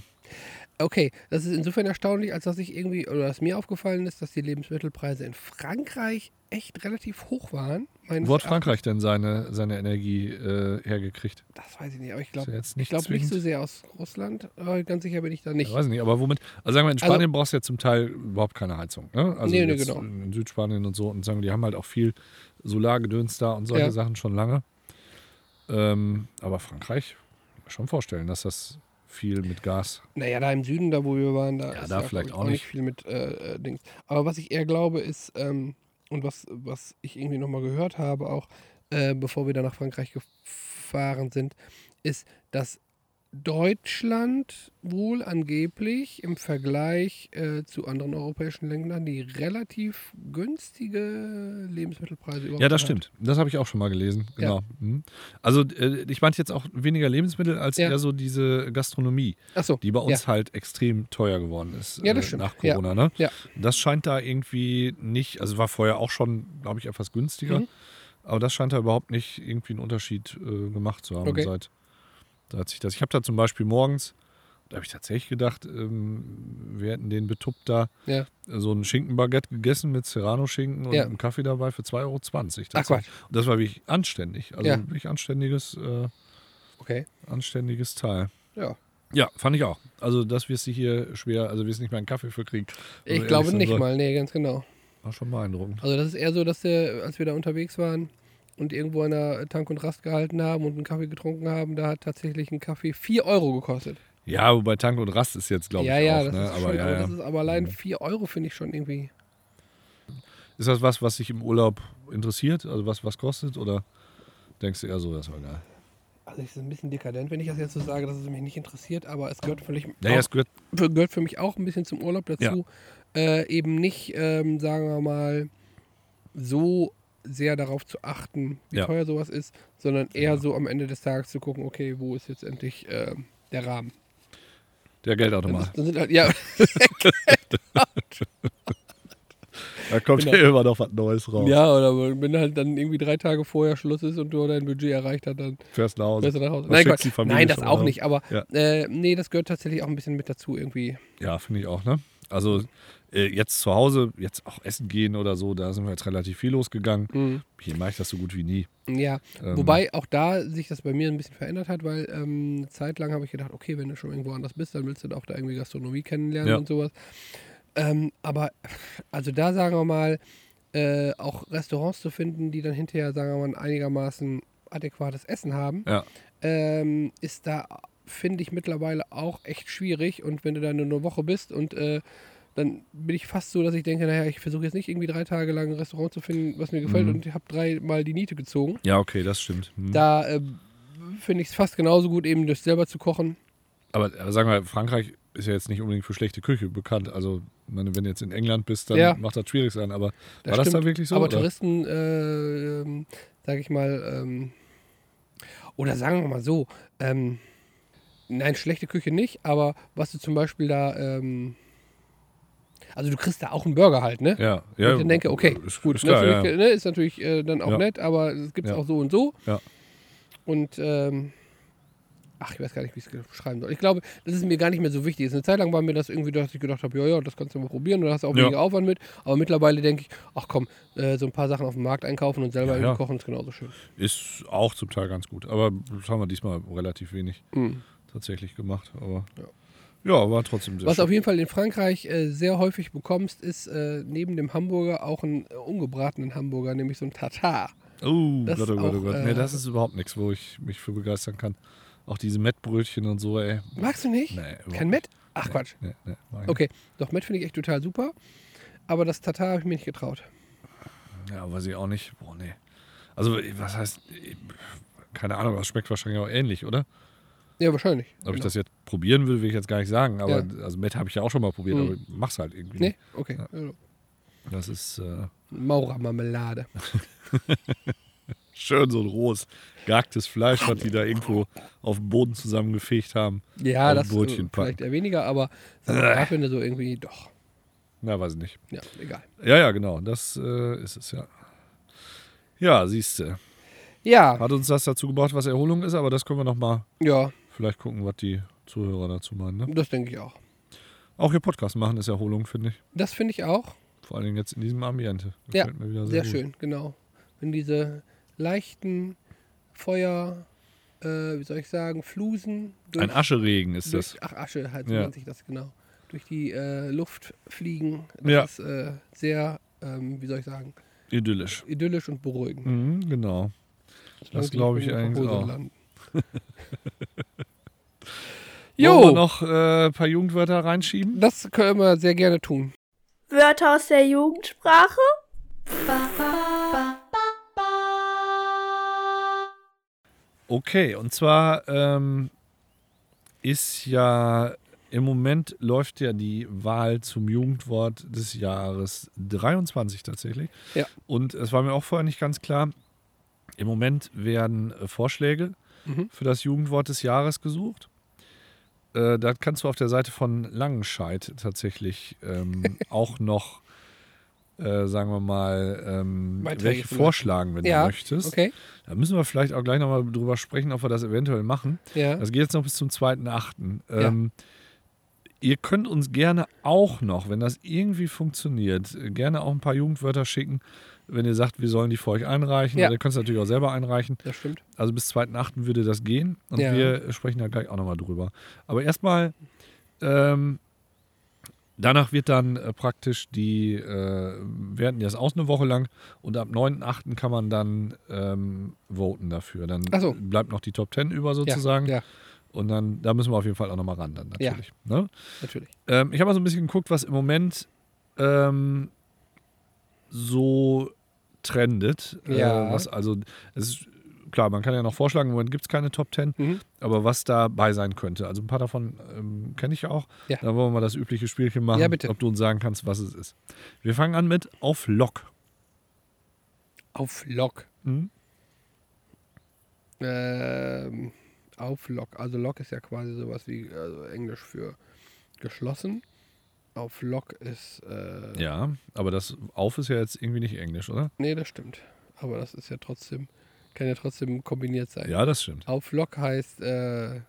[SPEAKER 3] Okay, das ist insofern erstaunlich, als dass ich irgendwie, oder dass mir aufgefallen ist, dass die Lebensmittelpreise in Frankreich echt relativ hoch waren. Meines
[SPEAKER 2] Wo hat Frankreich denn seine, seine Energie äh, hergekriegt?
[SPEAKER 3] Erachtens. Das weiß ich nicht, aber ich
[SPEAKER 2] Ist ja
[SPEAKER 3] glaube
[SPEAKER 2] jetzt nicht
[SPEAKER 3] glaub nicht so
[SPEAKER 2] zwingend.
[SPEAKER 3] sehr aus Russland. Aber ganz sicher bin ich da nicht.
[SPEAKER 2] Ich weiß nicht, aber womit? Also sagen wir, in
[SPEAKER 3] Also-
[SPEAKER 2] Spanien brauchst du ja zum Teil überhaupt keine Heizung. Ne? Also
[SPEAKER 3] Nee, nee,
[SPEAKER 2] jetzt
[SPEAKER 3] genau.
[SPEAKER 2] in Südspanien und so. Und sagen wir, die haben halt auch viel Solargedöns da und solche
[SPEAKER 3] Ja.
[SPEAKER 2] Sachen schon lange. Ähm, aber Frankreich, kann ich mir schon vorstellen, dass das viel mit Gas.
[SPEAKER 3] Naja, da im Süden, da wo wir waren, da
[SPEAKER 2] Ja,
[SPEAKER 3] ist
[SPEAKER 2] da
[SPEAKER 3] glaub
[SPEAKER 2] vielleicht
[SPEAKER 3] ich,
[SPEAKER 2] auch
[SPEAKER 3] nicht
[SPEAKER 2] nicht.
[SPEAKER 3] viel mit äh, äh, Dings. Aber was ich eher glaube ist, ähm, und was, was ich irgendwie nochmal gehört habe, auch äh, bevor wir da nach Frankreich gefahren sind, ist, dass Deutschland wohl angeblich im Vergleich äh, zu anderen europäischen Ländern die relativ günstige Lebensmittelpreise überhaupt
[SPEAKER 2] Ja, das
[SPEAKER 3] hat.
[SPEAKER 2] stimmt. Das habe ich auch schon mal gelesen.
[SPEAKER 3] Ja.
[SPEAKER 2] Genau. Mhm. Also äh, ich meinte jetzt auch weniger Lebensmittel als
[SPEAKER 3] Ja.
[SPEAKER 2] eher so diese Gastronomie.
[SPEAKER 3] Achso,
[SPEAKER 2] die bei uns halt extrem teuer geworden ist
[SPEAKER 3] Ja, das
[SPEAKER 2] äh,
[SPEAKER 3] stimmt.
[SPEAKER 2] nach
[SPEAKER 3] Ja.
[SPEAKER 2] Corona. Ne?
[SPEAKER 3] Ja.
[SPEAKER 2] Das scheint da irgendwie nicht, also war vorher auch schon, glaube ich, etwas günstiger,
[SPEAKER 3] Mhm.
[SPEAKER 2] aber das scheint da überhaupt nicht irgendwie einen Unterschied äh, gemacht zu haben.
[SPEAKER 3] Okay.
[SPEAKER 2] Seit, seit sich das. Ich habe da zum Beispiel morgens, da habe ich tatsächlich gedacht, ähm, wir hätten den betuppt da
[SPEAKER 3] Ja.
[SPEAKER 2] äh, so ein Schinkenbaguette gegessen mit Serrano-Schinken und
[SPEAKER 3] Ja.
[SPEAKER 2] einem Kaffee dabei für 2,20 Euro.
[SPEAKER 3] Ach Quatsch,
[SPEAKER 2] Und das war wirklich anständig. Also
[SPEAKER 3] Ja.
[SPEAKER 2] wirklich anständiges, äh,
[SPEAKER 3] okay.
[SPEAKER 2] anständiges Teil.
[SPEAKER 3] Ja.
[SPEAKER 2] Ja, fand ich auch. Also, das wirst du hier schwer, also wirst nicht mal einen Kaffee für kriegen. wenn
[SPEAKER 3] Ich
[SPEAKER 2] du Also ehrlich
[SPEAKER 3] glaube
[SPEAKER 2] sein
[SPEAKER 3] nicht
[SPEAKER 2] soll.
[SPEAKER 3] mal, nee, ganz genau.
[SPEAKER 2] War schon beeindruckend.
[SPEAKER 3] Also das ist eher so, dass wir, als wir da unterwegs waren und irgendwo an der Tank und Rast gehalten haben und einen Kaffee getrunken haben, da hat tatsächlich ein Kaffee 4 Euro gekostet.
[SPEAKER 2] Ja, wobei Tank und Rast ist jetzt, glaube
[SPEAKER 3] ja,
[SPEAKER 2] ich,
[SPEAKER 3] ja,
[SPEAKER 2] auch.
[SPEAKER 3] das
[SPEAKER 2] ne?
[SPEAKER 3] ist
[SPEAKER 2] aber,
[SPEAKER 3] schon,
[SPEAKER 2] ja,
[SPEAKER 3] aber
[SPEAKER 2] ja. Mhm.
[SPEAKER 3] das
[SPEAKER 2] Ist,
[SPEAKER 3] ist aber allein 4 Euro finde ich schon irgendwie.
[SPEAKER 2] das was, was dich im Urlaub interessiert? Also, was, was kostet? Oder denkst du eher so, das war geil?
[SPEAKER 3] Also ich bin ein bisschen dekadent, wenn ich das jetzt so sage, dass es mich nicht interessiert, aber es gehört für mich,
[SPEAKER 2] Naja,
[SPEAKER 3] auch,
[SPEAKER 2] es gehört.
[SPEAKER 3] für- gehört für mich auch ein bisschen zum Urlaub dazu. Äh, eben nicht, ähm, sagen wir mal, so sehr darauf zu achten, wie
[SPEAKER 2] Ja. Genau.
[SPEAKER 3] teuer sowas ist, sondern eher so am Ende des Tages zu gucken, okay, wo ist jetzt endlich ähm, der Rahmen.
[SPEAKER 2] Der
[SPEAKER 3] Dann,
[SPEAKER 2] Geldautomat.
[SPEAKER 3] ist, dann sind halt, ja,
[SPEAKER 2] Da kommt
[SPEAKER 3] Genau.
[SPEAKER 2] ja immer noch was Neues raus.
[SPEAKER 3] Ja, oder wenn halt dann irgendwie drei Tage vorher Schluss ist und du dein Budget erreicht hast, dann
[SPEAKER 2] Fährst nach Hause.
[SPEAKER 3] fährst du nach Hause.
[SPEAKER 2] Dann
[SPEAKER 3] Nein,
[SPEAKER 2] schickst
[SPEAKER 3] Quatsch.
[SPEAKER 2] Also, die Familie
[SPEAKER 3] Nein das
[SPEAKER 2] schon
[SPEAKER 3] auch
[SPEAKER 2] mal.
[SPEAKER 3] nicht, aber
[SPEAKER 2] Ja.
[SPEAKER 3] äh, nee, das gehört tatsächlich auch ein bisschen mit dazu irgendwie.
[SPEAKER 2] Ja, finde ich auch, ne? Also, äh, jetzt zu Hause, jetzt auch essen gehen oder so, da sind wir jetzt relativ viel losgegangen.
[SPEAKER 3] Mhm.
[SPEAKER 2] Hier mache ich das so gut wie nie.
[SPEAKER 3] Ja,
[SPEAKER 2] Ähm.
[SPEAKER 3] wobei auch da sich das bei mir ein bisschen verändert hat, weil ähm, eine Zeit lang habe ich gedacht, okay, wenn du schon irgendwo anders bist, dann willst du auch da irgendwie Gastronomie kennenlernen
[SPEAKER 2] Ja.
[SPEAKER 3] und sowas. Ähm, aber also da sagen wir mal, äh, auch Restaurants zu finden, die dann hinterher, sagen wir mal, ein einigermaßen adäquates Essen haben,
[SPEAKER 2] Ja.
[SPEAKER 3] ähm, ist da, finde ich, mittlerweile auch echt schwierig. Und wenn du da nur eine Woche bist und äh, dann bin ich fast so, dass ich denke, naja, ich versuche jetzt nicht irgendwie drei Tage lang ein Restaurant zu finden, was mir gefällt
[SPEAKER 2] Mhm.
[SPEAKER 3] und ich habe dreimal die Niete gezogen.
[SPEAKER 2] Ja, okay, das stimmt. Hm.
[SPEAKER 3] Da äh, finde ich es fast genauso gut, eben das selber zu kochen.
[SPEAKER 2] Aber, aber sagen wir, mal, Frankreich ist ja jetzt nicht unbedingt für schlechte Küche bekannt. Also, ich meine, wenn du jetzt in England bist, dann
[SPEAKER 3] Ja.
[SPEAKER 2] macht das schwierig sein. Aber
[SPEAKER 3] Das
[SPEAKER 2] war das
[SPEAKER 3] stimmt,
[SPEAKER 2] da wirklich so?
[SPEAKER 3] Aber
[SPEAKER 2] oder?
[SPEAKER 3] Touristen, äh, ähm, sag ich mal, ähm, oder sagen wir mal so, ähm, nein, schlechte Küche nicht, aber was du zum Beispiel da, ähm, also du kriegst da auch einen Burger halt, ne?
[SPEAKER 2] Ja,
[SPEAKER 3] Wo
[SPEAKER 2] ja.
[SPEAKER 3] ich dann denke, okay,
[SPEAKER 2] ist,
[SPEAKER 3] gut,
[SPEAKER 2] Ist klar,
[SPEAKER 3] natürlich,
[SPEAKER 2] ja. ja.
[SPEAKER 3] ne, ist natürlich äh, dann auch
[SPEAKER 2] Ja.
[SPEAKER 3] nett, aber es gibt es
[SPEAKER 2] Ja.
[SPEAKER 3] auch so und so.
[SPEAKER 2] Ja.
[SPEAKER 3] Und ähm, ach, ich weiß gar nicht, wie ich es schreiben soll. Ich glaube, das ist mir gar nicht mehr so wichtig. Eine Zeit lang war mir das irgendwie, dass ich gedacht habe, ja, ja, das kannst du mal probieren, da hast du auch
[SPEAKER 2] Ja.
[SPEAKER 3] weniger Aufwand mit. Aber mittlerweile denke ich, ach komm, äh, so ein paar Sachen auf dem Markt einkaufen und selber
[SPEAKER 2] Ja,
[SPEAKER 3] irgendwie
[SPEAKER 2] ja.
[SPEAKER 3] kochen ist genauso schön.
[SPEAKER 2] ist auch zum Teil ganz gut. Aber das haben wir diesmal relativ wenig
[SPEAKER 3] Mhm.
[SPEAKER 2] tatsächlich gemacht. Aber
[SPEAKER 3] Ja.
[SPEAKER 2] ja, war trotzdem sehr
[SPEAKER 3] Was
[SPEAKER 2] schön.
[SPEAKER 3] auf jeden Fall in Frankreich äh, sehr häufig bekommst, ist äh, neben dem Hamburger auch einen äh, ungebratenen Hamburger, nämlich so ein Tatar.
[SPEAKER 2] Oh,
[SPEAKER 3] Das
[SPEAKER 2] Gott,
[SPEAKER 3] ist
[SPEAKER 2] oh Gott, oh
[SPEAKER 3] auch,
[SPEAKER 2] Gott.
[SPEAKER 3] äh,
[SPEAKER 2] nee, das ist überhaupt nichts, wo ich mich für begeistern kann. Auch diese Mettbrötchen und so, ey.
[SPEAKER 3] Magst du nicht?
[SPEAKER 2] Nee, überhaupt
[SPEAKER 3] Kein Met? Ach Quatsch.
[SPEAKER 2] Nee, nee, mag ich
[SPEAKER 3] Okay, doch, Met finde ich echt total super. Aber das Tatar habe ich mir nicht getraut.
[SPEAKER 2] nicht. Ja, weiß ich auch nicht. Boah, nee. Also, was heißt, keine Ahnung, aber es schmeckt wahrscheinlich auch ähnlich, oder?
[SPEAKER 3] Ja, wahrscheinlich.
[SPEAKER 2] Ob ich das jetzt probieren will, will ich jetzt gar nicht sagen. Aber also Met habe ich ja auch schon mal probiert,
[SPEAKER 3] Mhm.
[SPEAKER 2] aber ich mach's halt irgendwie.
[SPEAKER 3] Nee?
[SPEAKER 2] nicht.
[SPEAKER 3] Okay.
[SPEAKER 2] Ja.
[SPEAKER 3] Also,
[SPEAKER 2] Das ist äh,
[SPEAKER 3] Maurermarmelade.
[SPEAKER 2] schön so ein rohes, gehacktes Fleisch, was die da irgendwo auf dem Boden zusammengefegt haben.
[SPEAKER 3] Ja,
[SPEAKER 2] Auf
[SPEAKER 3] das
[SPEAKER 2] Brötchen Äh.
[SPEAKER 3] äh,
[SPEAKER 2] packen.
[SPEAKER 3] vielleicht eher weniger, aber sag mal, ich finde so irgendwie doch.
[SPEAKER 2] Na, weiß ich nicht.
[SPEAKER 3] Ja, egal.
[SPEAKER 2] Ja, ja, genau. Das äh, ist es, ja. Ja, siehst du.
[SPEAKER 3] Ja,
[SPEAKER 2] Hat uns das dazu gebracht, was Erholung ist, aber das können wir nochmal
[SPEAKER 3] ja,
[SPEAKER 2] vielleicht gucken, was die Zuhörer dazu meinen. Ne?
[SPEAKER 3] das denke ich auch.
[SPEAKER 2] Auch hier Podcast machen ist Erholung, finde ich.
[SPEAKER 3] Das finde ich auch
[SPEAKER 2] Vor allen Dingen jetzt in diesem Ambiente.
[SPEAKER 3] Ja,
[SPEAKER 2] Gefällt mir wieder
[SPEAKER 3] sehr
[SPEAKER 2] gut.
[SPEAKER 3] schön, genau. Wenn diese leichten Feuer, äh, wie soll ich sagen, Flusen
[SPEAKER 2] Ein Ascheregen ist
[SPEAKER 3] durch,
[SPEAKER 2] das.
[SPEAKER 3] ach Asche, halt so
[SPEAKER 2] Ja.
[SPEAKER 3] nennt sich das genau, durch die äh, Luft fliegen, das
[SPEAKER 2] Ja.
[SPEAKER 3] ist äh, sehr, ähm, wie soll ich sagen,
[SPEAKER 2] Idyllisch.
[SPEAKER 3] idyllisch und beruhigend.
[SPEAKER 2] Mhm, genau.
[SPEAKER 3] Solange
[SPEAKER 2] Das
[SPEAKER 3] sie
[SPEAKER 2] glaub
[SPEAKER 3] nicht
[SPEAKER 2] ich
[SPEAKER 3] mit
[SPEAKER 2] eigentlich
[SPEAKER 3] Hose
[SPEAKER 2] auch.
[SPEAKER 3] landen.
[SPEAKER 2] Wollen wir
[SPEAKER 3] jo,
[SPEAKER 2] noch äh, ein paar Jugendwörter reinschieben?
[SPEAKER 3] das können wir sehr gerne tun.
[SPEAKER 1] Wörter aus der Jugendsprache?
[SPEAKER 2] Okay, und zwar ähm, ist ja im Moment läuft ja die Wahl zum Jugendwort des Jahres 23 tatsächlich.
[SPEAKER 3] Ja.
[SPEAKER 2] Und es war mir auch vorher nicht ganz klar. Im Moment werden äh, Vorschläge
[SPEAKER 3] Mhm.
[SPEAKER 2] für das Jugendwort des Jahres gesucht. Äh, da kannst du auf der Seite von Langenscheid tatsächlich ähm, auch noch, äh, sagen wir mal, ähm,
[SPEAKER 3] Beiträge
[SPEAKER 2] welche
[SPEAKER 3] vielleicht.
[SPEAKER 2] vorschlagen, wenn
[SPEAKER 3] Ja,
[SPEAKER 2] du möchtest.
[SPEAKER 3] Okay,
[SPEAKER 2] Da müssen wir vielleicht auch gleich nochmal drüber sprechen, ob wir das eventuell machen.
[SPEAKER 3] ja.
[SPEAKER 2] Das geht jetzt noch bis zum 2.8.
[SPEAKER 3] Ja.
[SPEAKER 2] Ähm, ihr könnt uns gerne auch noch, wenn das irgendwie funktioniert, äh, gerne auch ein paar Jugendwörter schicken, wenn ihr sagt, wir sollen die für euch einreichen.
[SPEAKER 3] Ja.
[SPEAKER 2] Oder ihr könnt es natürlich auch selber einreichen.
[SPEAKER 3] Das stimmt.
[SPEAKER 2] Also bis 2.8. würde das gehen. Und
[SPEAKER 3] Ja.
[SPEAKER 2] wir sprechen da gleich auch nochmal drüber. Aber erstmal, ähm, danach wird dann äh, praktisch die, äh, wir hatten das aus eine Woche lang und ab 9.8. kann man dann ähm, voten dafür. Dann
[SPEAKER 3] Ach so.
[SPEAKER 2] bleibt noch die Top 10 über sozusagen.
[SPEAKER 3] Ja, ja
[SPEAKER 2] Und dann, da müssen wir auf jeden Fall auch nochmal ran dann
[SPEAKER 3] Ja.
[SPEAKER 2] natürlich. Ne?
[SPEAKER 3] natürlich.
[SPEAKER 2] Ähm, ich habe mal so ein bisschen geguckt, was im Moment ähm, so trendet.
[SPEAKER 3] Ja.
[SPEAKER 2] Äh, was also, es ist, klar, man kann ja noch vorschlagen, im Moment gibt es keine Top 10,
[SPEAKER 3] Mhm.
[SPEAKER 2] aber was dabei sein könnte. Also ein paar davon ähm, kenne ich ja auch.
[SPEAKER 3] Ja.
[SPEAKER 2] Da wollen wir mal das übliche Spielchen machen,
[SPEAKER 3] Ja, bitte.
[SPEAKER 2] ob du uns sagen kannst, was es ist. Wir fangen an mit auf Lock.
[SPEAKER 3] Auf Lock.
[SPEAKER 2] Hm?
[SPEAKER 3] Ähm, auf Lock. Also Lock ist ja quasi sowas wie also Englisch für geschlossen. Auf Lock ist. Äh,
[SPEAKER 2] Ja, aber das auf ist ja jetzt irgendwie nicht Englisch, oder?
[SPEAKER 3] Nee, das stimmt. Aber das ist ja trotzdem. Kann ja trotzdem kombiniert sein.
[SPEAKER 2] Ja, das stimmt.
[SPEAKER 3] Auf Lock heißt äh,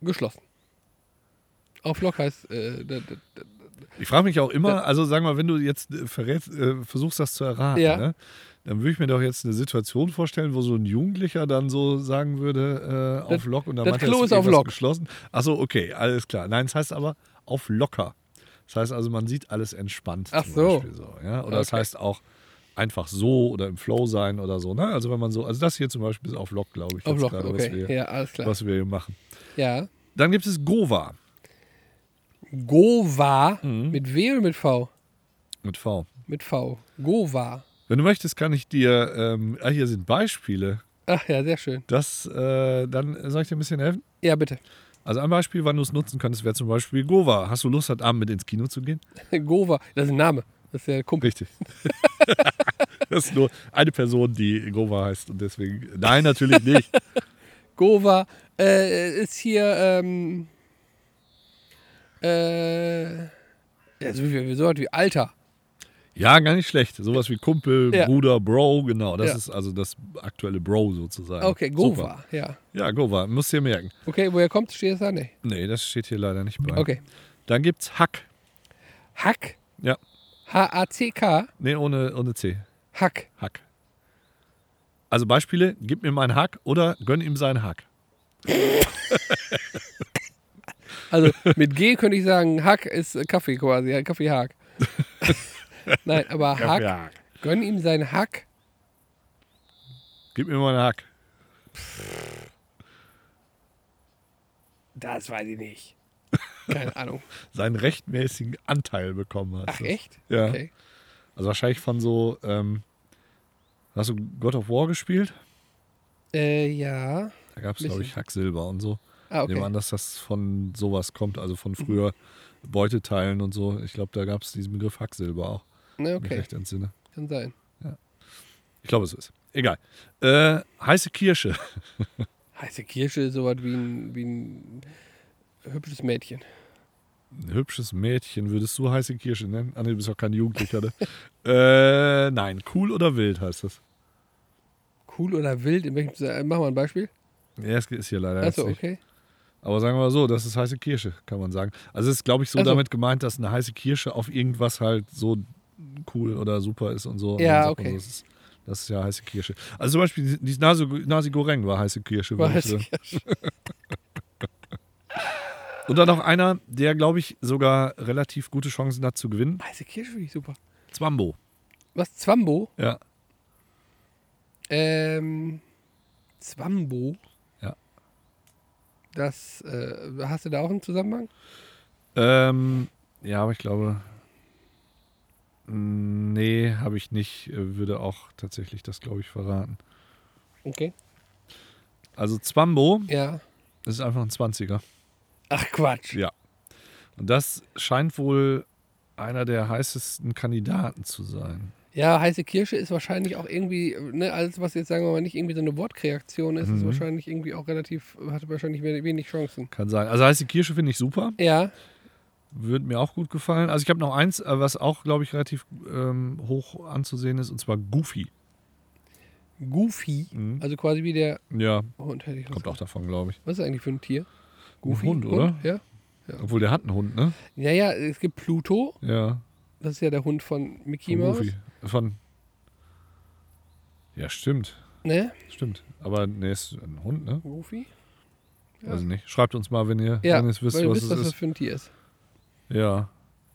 [SPEAKER 3] geschlossen. Auf Lock heißt. Äh, d- d- d-
[SPEAKER 2] Ich frage mich auch immer,
[SPEAKER 3] Da-
[SPEAKER 2] also sag mal, wenn du jetzt äh, verrätst, äh, versuchst, das zu erraten,
[SPEAKER 3] Ja.
[SPEAKER 2] ne? dann würde ich mir doch jetzt eine Situation vorstellen, wo so ein Jugendlicher dann so sagen würde, äh, auf
[SPEAKER 3] Das-
[SPEAKER 2] Lock und dann
[SPEAKER 3] das
[SPEAKER 2] meint
[SPEAKER 3] Klo
[SPEAKER 2] er,
[SPEAKER 3] ist auf
[SPEAKER 2] irgendwas
[SPEAKER 3] Lock.
[SPEAKER 2] geschlossen. Achso, okay, alles klar. Nein, es heißt aber auf locker. Das heißt also, man sieht alles entspannt.
[SPEAKER 3] Ach
[SPEAKER 2] zum
[SPEAKER 3] so.
[SPEAKER 2] Beispiel so ja? Oder das
[SPEAKER 3] Okay.
[SPEAKER 2] heißt auch einfach so oder im Flow sein oder so. Ne? Also wenn man so, also das hier zum Beispiel ist auf Lock, glaube ich,
[SPEAKER 3] auf
[SPEAKER 2] jetzt
[SPEAKER 3] Lock,
[SPEAKER 2] gerade, was,
[SPEAKER 3] okay.
[SPEAKER 2] wir,
[SPEAKER 3] Ja, alles klar.
[SPEAKER 2] was wir hier machen.
[SPEAKER 3] Ja.
[SPEAKER 2] Dann gibt es Gova.
[SPEAKER 3] Gova. Mit W oder mit V?
[SPEAKER 2] Mit V.
[SPEAKER 3] Mit V. Gova.
[SPEAKER 2] Wenn du möchtest, kann ich dir, ähm, ah, hier sind Beispiele.
[SPEAKER 3] Ach ja, sehr schön.
[SPEAKER 2] Das, äh, dann soll ich dir ein bisschen helfen?
[SPEAKER 3] Ja, bitte.
[SPEAKER 2] Also ein Beispiel, wann du es nutzen könntest, wäre zum Beispiel Gova. Hast du Lust, heute Abend mit ins Kino zu gehen?
[SPEAKER 3] Gova. Das ist ein Name. Das ist der Kumpel.
[SPEAKER 2] Richtig. das ist nur eine Person, die Gova heißt und deswegen. Nein, natürlich nicht.
[SPEAKER 3] Gova äh, ist hier. Ähm, äh, ja, so, wie, so was wie Alter.
[SPEAKER 2] Ja, gar nicht schlecht. Sowas wie Kumpel,
[SPEAKER 3] Ja.
[SPEAKER 2] Bruder, Bro, genau. Das
[SPEAKER 3] Ja.
[SPEAKER 2] ist also das aktuelle Bro sozusagen.
[SPEAKER 3] Okay,
[SPEAKER 2] Super.
[SPEAKER 3] Gova. Ja.
[SPEAKER 2] Ja, Gova. Musst dir merken.
[SPEAKER 3] Okay, woher kommt, steht es da? Nee.
[SPEAKER 2] Nee, das steht hier leider nicht bei.
[SPEAKER 3] Okay.
[SPEAKER 2] Dann gibt's Hack.
[SPEAKER 3] Hack.
[SPEAKER 2] Ja.
[SPEAKER 3] H-A-C-K.
[SPEAKER 2] Nee, ohne, ohne C.
[SPEAKER 3] Hack.
[SPEAKER 2] Hack. Also Beispiele, gib mir meinen Hack oder gönn ihm seinen Hack.
[SPEAKER 3] Also mit G könnte ich sagen, Hack ist äh, Kaffee quasi, ja, Kaffeehack. Nein, aber Hack, gönn ihm seinen Hack.
[SPEAKER 2] Gib mir meinen Hack.
[SPEAKER 3] Das weiß ich nicht. Keine Ahnung.
[SPEAKER 2] Seinen rechtmäßigen Anteil bekommen hat.
[SPEAKER 3] Ach echt?
[SPEAKER 2] Ja.
[SPEAKER 3] Okay.
[SPEAKER 2] Also wahrscheinlich von so, ähm, hast du God of War gespielt?
[SPEAKER 3] Äh, ja.
[SPEAKER 2] Da gab es, glaube ich, Hack Silber und so.
[SPEAKER 3] Ah,
[SPEAKER 2] Nehmen wir
[SPEAKER 3] okay.
[SPEAKER 2] an, dass das von sowas kommt, also von früher Beuteteilen und so. Ich glaube, da gab es diesen Begriff Hacksilber auch.
[SPEAKER 3] Na,
[SPEAKER 2] wenn Ich
[SPEAKER 3] okay.
[SPEAKER 2] recht entsinne.
[SPEAKER 3] Kann sein.
[SPEAKER 2] Ich glaube, es ist. Egal. Äh, heiße Kirsche.
[SPEAKER 3] Heiße Kirsche ist sowas wie ein, wie ein hübsches Mädchen.
[SPEAKER 2] Ein hübsches Mädchen. Würdest du heiße Kirsche nennen? Ah, nee, du bist doch kein Jugendlicher, ne? äh, nein, cool oder wild heißt das.
[SPEAKER 3] Cool oder wild? In welchem Zusammenhang? Mach mal ein Beispiel.
[SPEAKER 2] Ja, es ist hier leider jetzt
[SPEAKER 3] Achso,
[SPEAKER 2] nicht.
[SPEAKER 3] okay.
[SPEAKER 2] Aber sagen wir mal so, das ist heiße Kirsche, kann man sagen. Also es ist, glaube ich, so
[SPEAKER 3] Ach so.
[SPEAKER 2] damit gemeint, dass eine heiße Kirsche auf irgendwas halt so cool oder super ist und so. Und
[SPEAKER 3] Ja,
[SPEAKER 2] dann sagt man
[SPEAKER 3] okay.
[SPEAKER 2] so, Das ist, das ist ja heiße Kirsche. Also zum Beispiel die Nasi, Nasi Goreng war heiße Kirsche.
[SPEAKER 3] War
[SPEAKER 2] würde ich
[SPEAKER 3] heiße
[SPEAKER 2] sagen. Und dann noch einer, der, glaube ich, sogar relativ gute Chancen hat zu gewinnen.
[SPEAKER 3] Heiße Kirsche finde ich super.
[SPEAKER 2] Zwambo.
[SPEAKER 3] Was? Zwambo?
[SPEAKER 2] Ja.
[SPEAKER 3] Ähm, Zwambo.
[SPEAKER 2] Ja.
[SPEAKER 3] Das, äh, hast du da auch einen Zusammenhang?
[SPEAKER 2] Ähm, ja, aber ich glaube. mm, Nee, habe ich nicht. Äh, Würde auch tatsächlich das, glaube ich, verraten.
[SPEAKER 3] Okay.
[SPEAKER 2] Also Zwambo
[SPEAKER 3] Ja.
[SPEAKER 2] das ist einfach ein 20er.
[SPEAKER 3] Ach Quatsch.
[SPEAKER 2] Ja. Und das scheint wohl einer der heißesten Kandidaten zu sein.
[SPEAKER 3] Ja, heiße Kirsche ist wahrscheinlich auch irgendwie, ne, alles, was jetzt sagen wir mal nicht irgendwie so eine Wortkreation ist,
[SPEAKER 2] Mhm.
[SPEAKER 3] ist wahrscheinlich irgendwie auch relativ, hat wahrscheinlich we- wenig Chancen.
[SPEAKER 2] Kann sein. Also heiße Kirsche finde ich super.
[SPEAKER 3] Ja,
[SPEAKER 2] Würde mir auch gut gefallen. Also ich habe noch eins, äh, was auch, glaube ich, relativ ähm, hoch anzusehen ist, und zwar Goofy.
[SPEAKER 3] Goofy, also quasi wie der
[SPEAKER 2] Ja,
[SPEAKER 3] Hund, hätte ich was
[SPEAKER 2] Mhm. kommt auch davon, glaube ich.
[SPEAKER 3] Was ist eigentlich für ein Tier?
[SPEAKER 2] Hund, oder?
[SPEAKER 3] Ja.
[SPEAKER 2] Obwohl der hat einen Hund, ne?
[SPEAKER 3] Ja, ja, es gibt Pluto,
[SPEAKER 2] Ja.
[SPEAKER 3] das ist ja der Hund von Mickey
[SPEAKER 2] Von
[SPEAKER 3] Mouse.
[SPEAKER 2] Goofy. Von. Ja, stimmt.
[SPEAKER 3] Ne?
[SPEAKER 2] Stimmt. Aber nee, ist ein Hund, ne?
[SPEAKER 3] Goofy? Ja.
[SPEAKER 2] Also nicht. Schreibt uns mal, wenn ihr,
[SPEAKER 3] Ja,
[SPEAKER 2] wenn ihr es wisst,
[SPEAKER 3] weil du
[SPEAKER 2] was
[SPEAKER 3] wisst,
[SPEAKER 2] es
[SPEAKER 3] was das
[SPEAKER 2] ist.
[SPEAKER 3] für ein Tier ist.
[SPEAKER 2] Ja.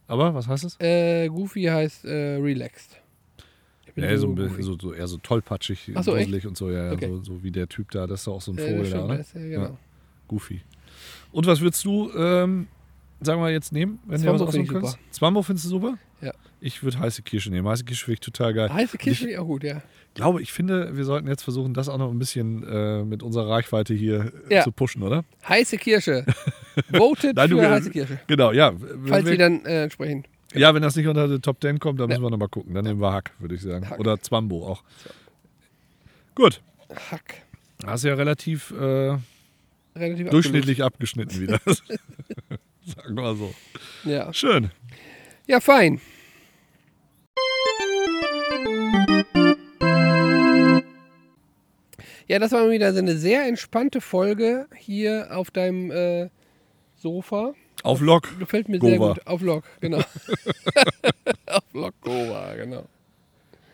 [SPEAKER 2] Aber was heißt es?
[SPEAKER 3] Äh, Goofy heißt äh, relaxed. Ich bin
[SPEAKER 2] Ja, so, ein
[SPEAKER 3] Goofy.
[SPEAKER 2] bisschen, so, so eher so tollpatschig,
[SPEAKER 3] Ach so,
[SPEAKER 2] dusselig und so, ja, ja,
[SPEAKER 3] Okay.
[SPEAKER 2] so, so wie der Typ da, das ist doch auch so ein
[SPEAKER 3] Ja, Äh, das
[SPEAKER 2] Vogel da,
[SPEAKER 3] stimmt,
[SPEAKER 2] ne?
[SPEAKER 3] das ist ja, genau.
[SPEAKER 2] Ja. Goofy. Und was würdest du, ähm, sagen wir jetzt nehmen, wenn du dir was
[SPEAKER 3] Zwambo
[SPEAKER 2] aussuchen
[SPEAKER 3] finde ich
[SPEAKER 2] kannst? Zwambo findest du super?
[SPEAKER 3] Ja.
[SPEAKER 2] Ich würde heiße Kirsche nehmen. Heiße Kirsche finde ich total geil.
[SPEAKER 3] Heiße Kirsche
[SPEAKER 2] Und
[SPEAKER 3] finde ich auch gut, ja.
[SPEAKER 2] Ich glaube, ich finde, wir sollten jetzt versuchen, das auch noch ein bisschen äh, mit unserer Reichweite hier äh,
[SPEAKER 3] Ja.
[SPEAKER 2] zu pushen, oder?
[SPEAKER 3] Heiße Kirsche. Voted
[SPEAKER 2] Nein, du-
[SPEAKER 3] für heiße Kirsche.
[SPEAKER 2] Genau, ja.
[SPEAKER 3] Falls
[SPEAKER 2] wir,
[SPEAKER 3] sie dann äh, entsprechend.
[SPEAKER 2] ja, wenn das nicht unter die Top 10 kommt, dann müssen wir nochmal gucken. Dann nehmen wir Hack, würde ich sagen.
[SPEAKER 3] Hack.
[SPEAKER 2] Oder Zwambo auch. Gut.
[SPEAKER 3] Hack.
[SPEAKER 2] Hast ja relativ äh,
[SPEAKER 3] Relativ
[SPEAKER 2] durchschnittlich abgeschnitten wieder. Sagen wir so.
[SPEAKER 3] abgelöst. Ja.
[SPEAKER 2] Schön.
[SPEAKER 3] ja, fein. Ja, das war mal wieder so eine sehr entspannte Folge hier auf deinem äh, Sofa.
[SPEAKER 2] Auf Lock.
[SPEAKER 3] Gefällt mir sehr
[SPEAKER 2] Gova.
[SPEAKER 3] gut. Auf Lok, genau. auf Lok Gova, genau.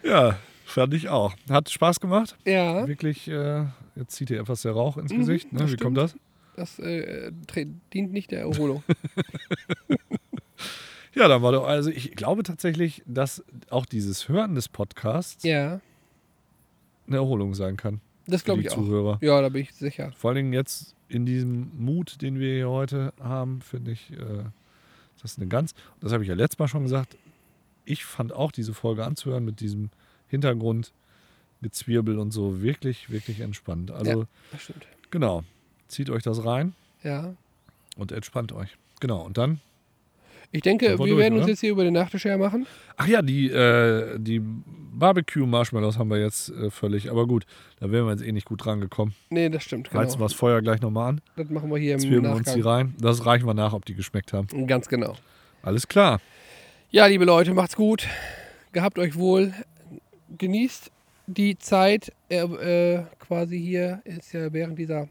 [SPEAKER 2] Ja, fand ich auch. Hat Spaß gemacht.
[SPEAKER 3] Ja, Mhm,
[SPEAKER 2] Wirklich, äh, jetzt zieht hier etwas der Rauch ins Gesicht. Ne?
[SPEAKER 3] das
[SPEAKER 2] Wie kommt das?
[SPEAKER 3] das äh, tre- dient nicht der Erholung.
[SPEAKER 2] Ja, dann war doch, also ich glaube tatsächlich, dass auch dieses Hören des Podcasts
[SPEAKER 3] ja,
[SPEAKER 2] eine Erholung sein kann.
[SPEAKER 3] das
[SPEAKER 2] Für
[SPEAKER 3] glaube
[SPEAKER 2] die
[SPEAKER 3] ich auch.
[SPEAKER 2] Zuhörer.
[SPEAKER 3] Ja, da bin ich sicher.
[SPEAKER 2] Vor allen Dingen jetzt in diesem Mut, den wir hier heute haben, finde ich, äh, Das ist eine Gans. Das habe ich ja letztes Mal schon gesagt. Ich fand auch diese Folge anzuhören mit diesem Hintergrund, Gezwirbel und so wirklich, wirklich entspannt. Also
[SPEAKER 3] ja, das stimmt.
[SPEAKER 2] genau, zieht euch das rein
[SPEAKER 3] Ja.
[SPEAKER 2] und entspannt euch. Genau, und dann
[SPEAKER 3] Ich
[SPEAKER 2] Sind
[SPEAKER 3] denke,
[SPEAKER 2] wir
[SPEAKER 3] wir
[SPEAKER 2] durch,
[SPEAKER 3] werden uns
[SPEAKER 2] oder?
[SPEAKER 3] jetzt hier über den Nachtisch hermachen.
[SPEAKER 2] Ach ja, die, äh, die Barbecue-Marshmallows haben wir jetzt äh, völlig. Aber gut, da wären wir jetzt eh nicht gut rangekommen.
[SPEAKER 3] Nee, das stimmt,
[SPEAKER 2] Genau.
[SPEAKER 3] genau.
[SPEAKER 2] Reizen wir das Feuer gleich nochmal an,
[SPEAKER 3] Das machen wir hier im
[SPEAKER 2] zwirbeln wir uns die
[SPEAKER 3] Nachgang.
[SPEAKER 2] rein. Das reichen wir nach, ob die geschmeckt haben.
[SPEAKER 3] Ganz genau.
[SPEAKER 2] Alles klar.
[SPEAKER 3] Ja, liebe Leute, macht's gut. Gehabt euch wohl. Genießt die Zeit äh, äh, quasi hier. Ist ja während dieser,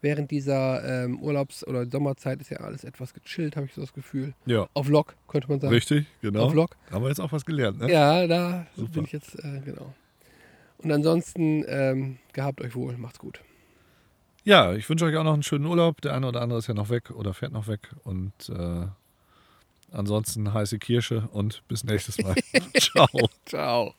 [SPEAKER 3] während dieser ähm, Urlaubs- oder Sommerzeit ist ja alles etwas gechillt, habe ich so das Gefühl.
[SPEAKER 2] Ja,
[SPEAKER 3] Auf Lock, könnte man sagen.
[SPEAKER 2] richtig, genau.
[SPEAKER 3] Auf Lock.
[SPEAKER 2] Haben wir jetzt auch was gelernt, ne?
[SPEAKER 3] Ja, da
[SPEAKER 2] Super.
[SPEAKER 3] bin ich jetzt, äh, genau. Und ansonsten, ähm, gehabt euch wohl. Macht's gut.
[SPEAKER 2] Ja, ich wünsche euch auch noch einen schönen Urlaub. Der eine oder andere ist ja noch weg oder fährt noch weg. Und äh, ansonsten heiße Kirsche und bis nächstes Mal. Ciao.
[SPEAKER 3] Ciao.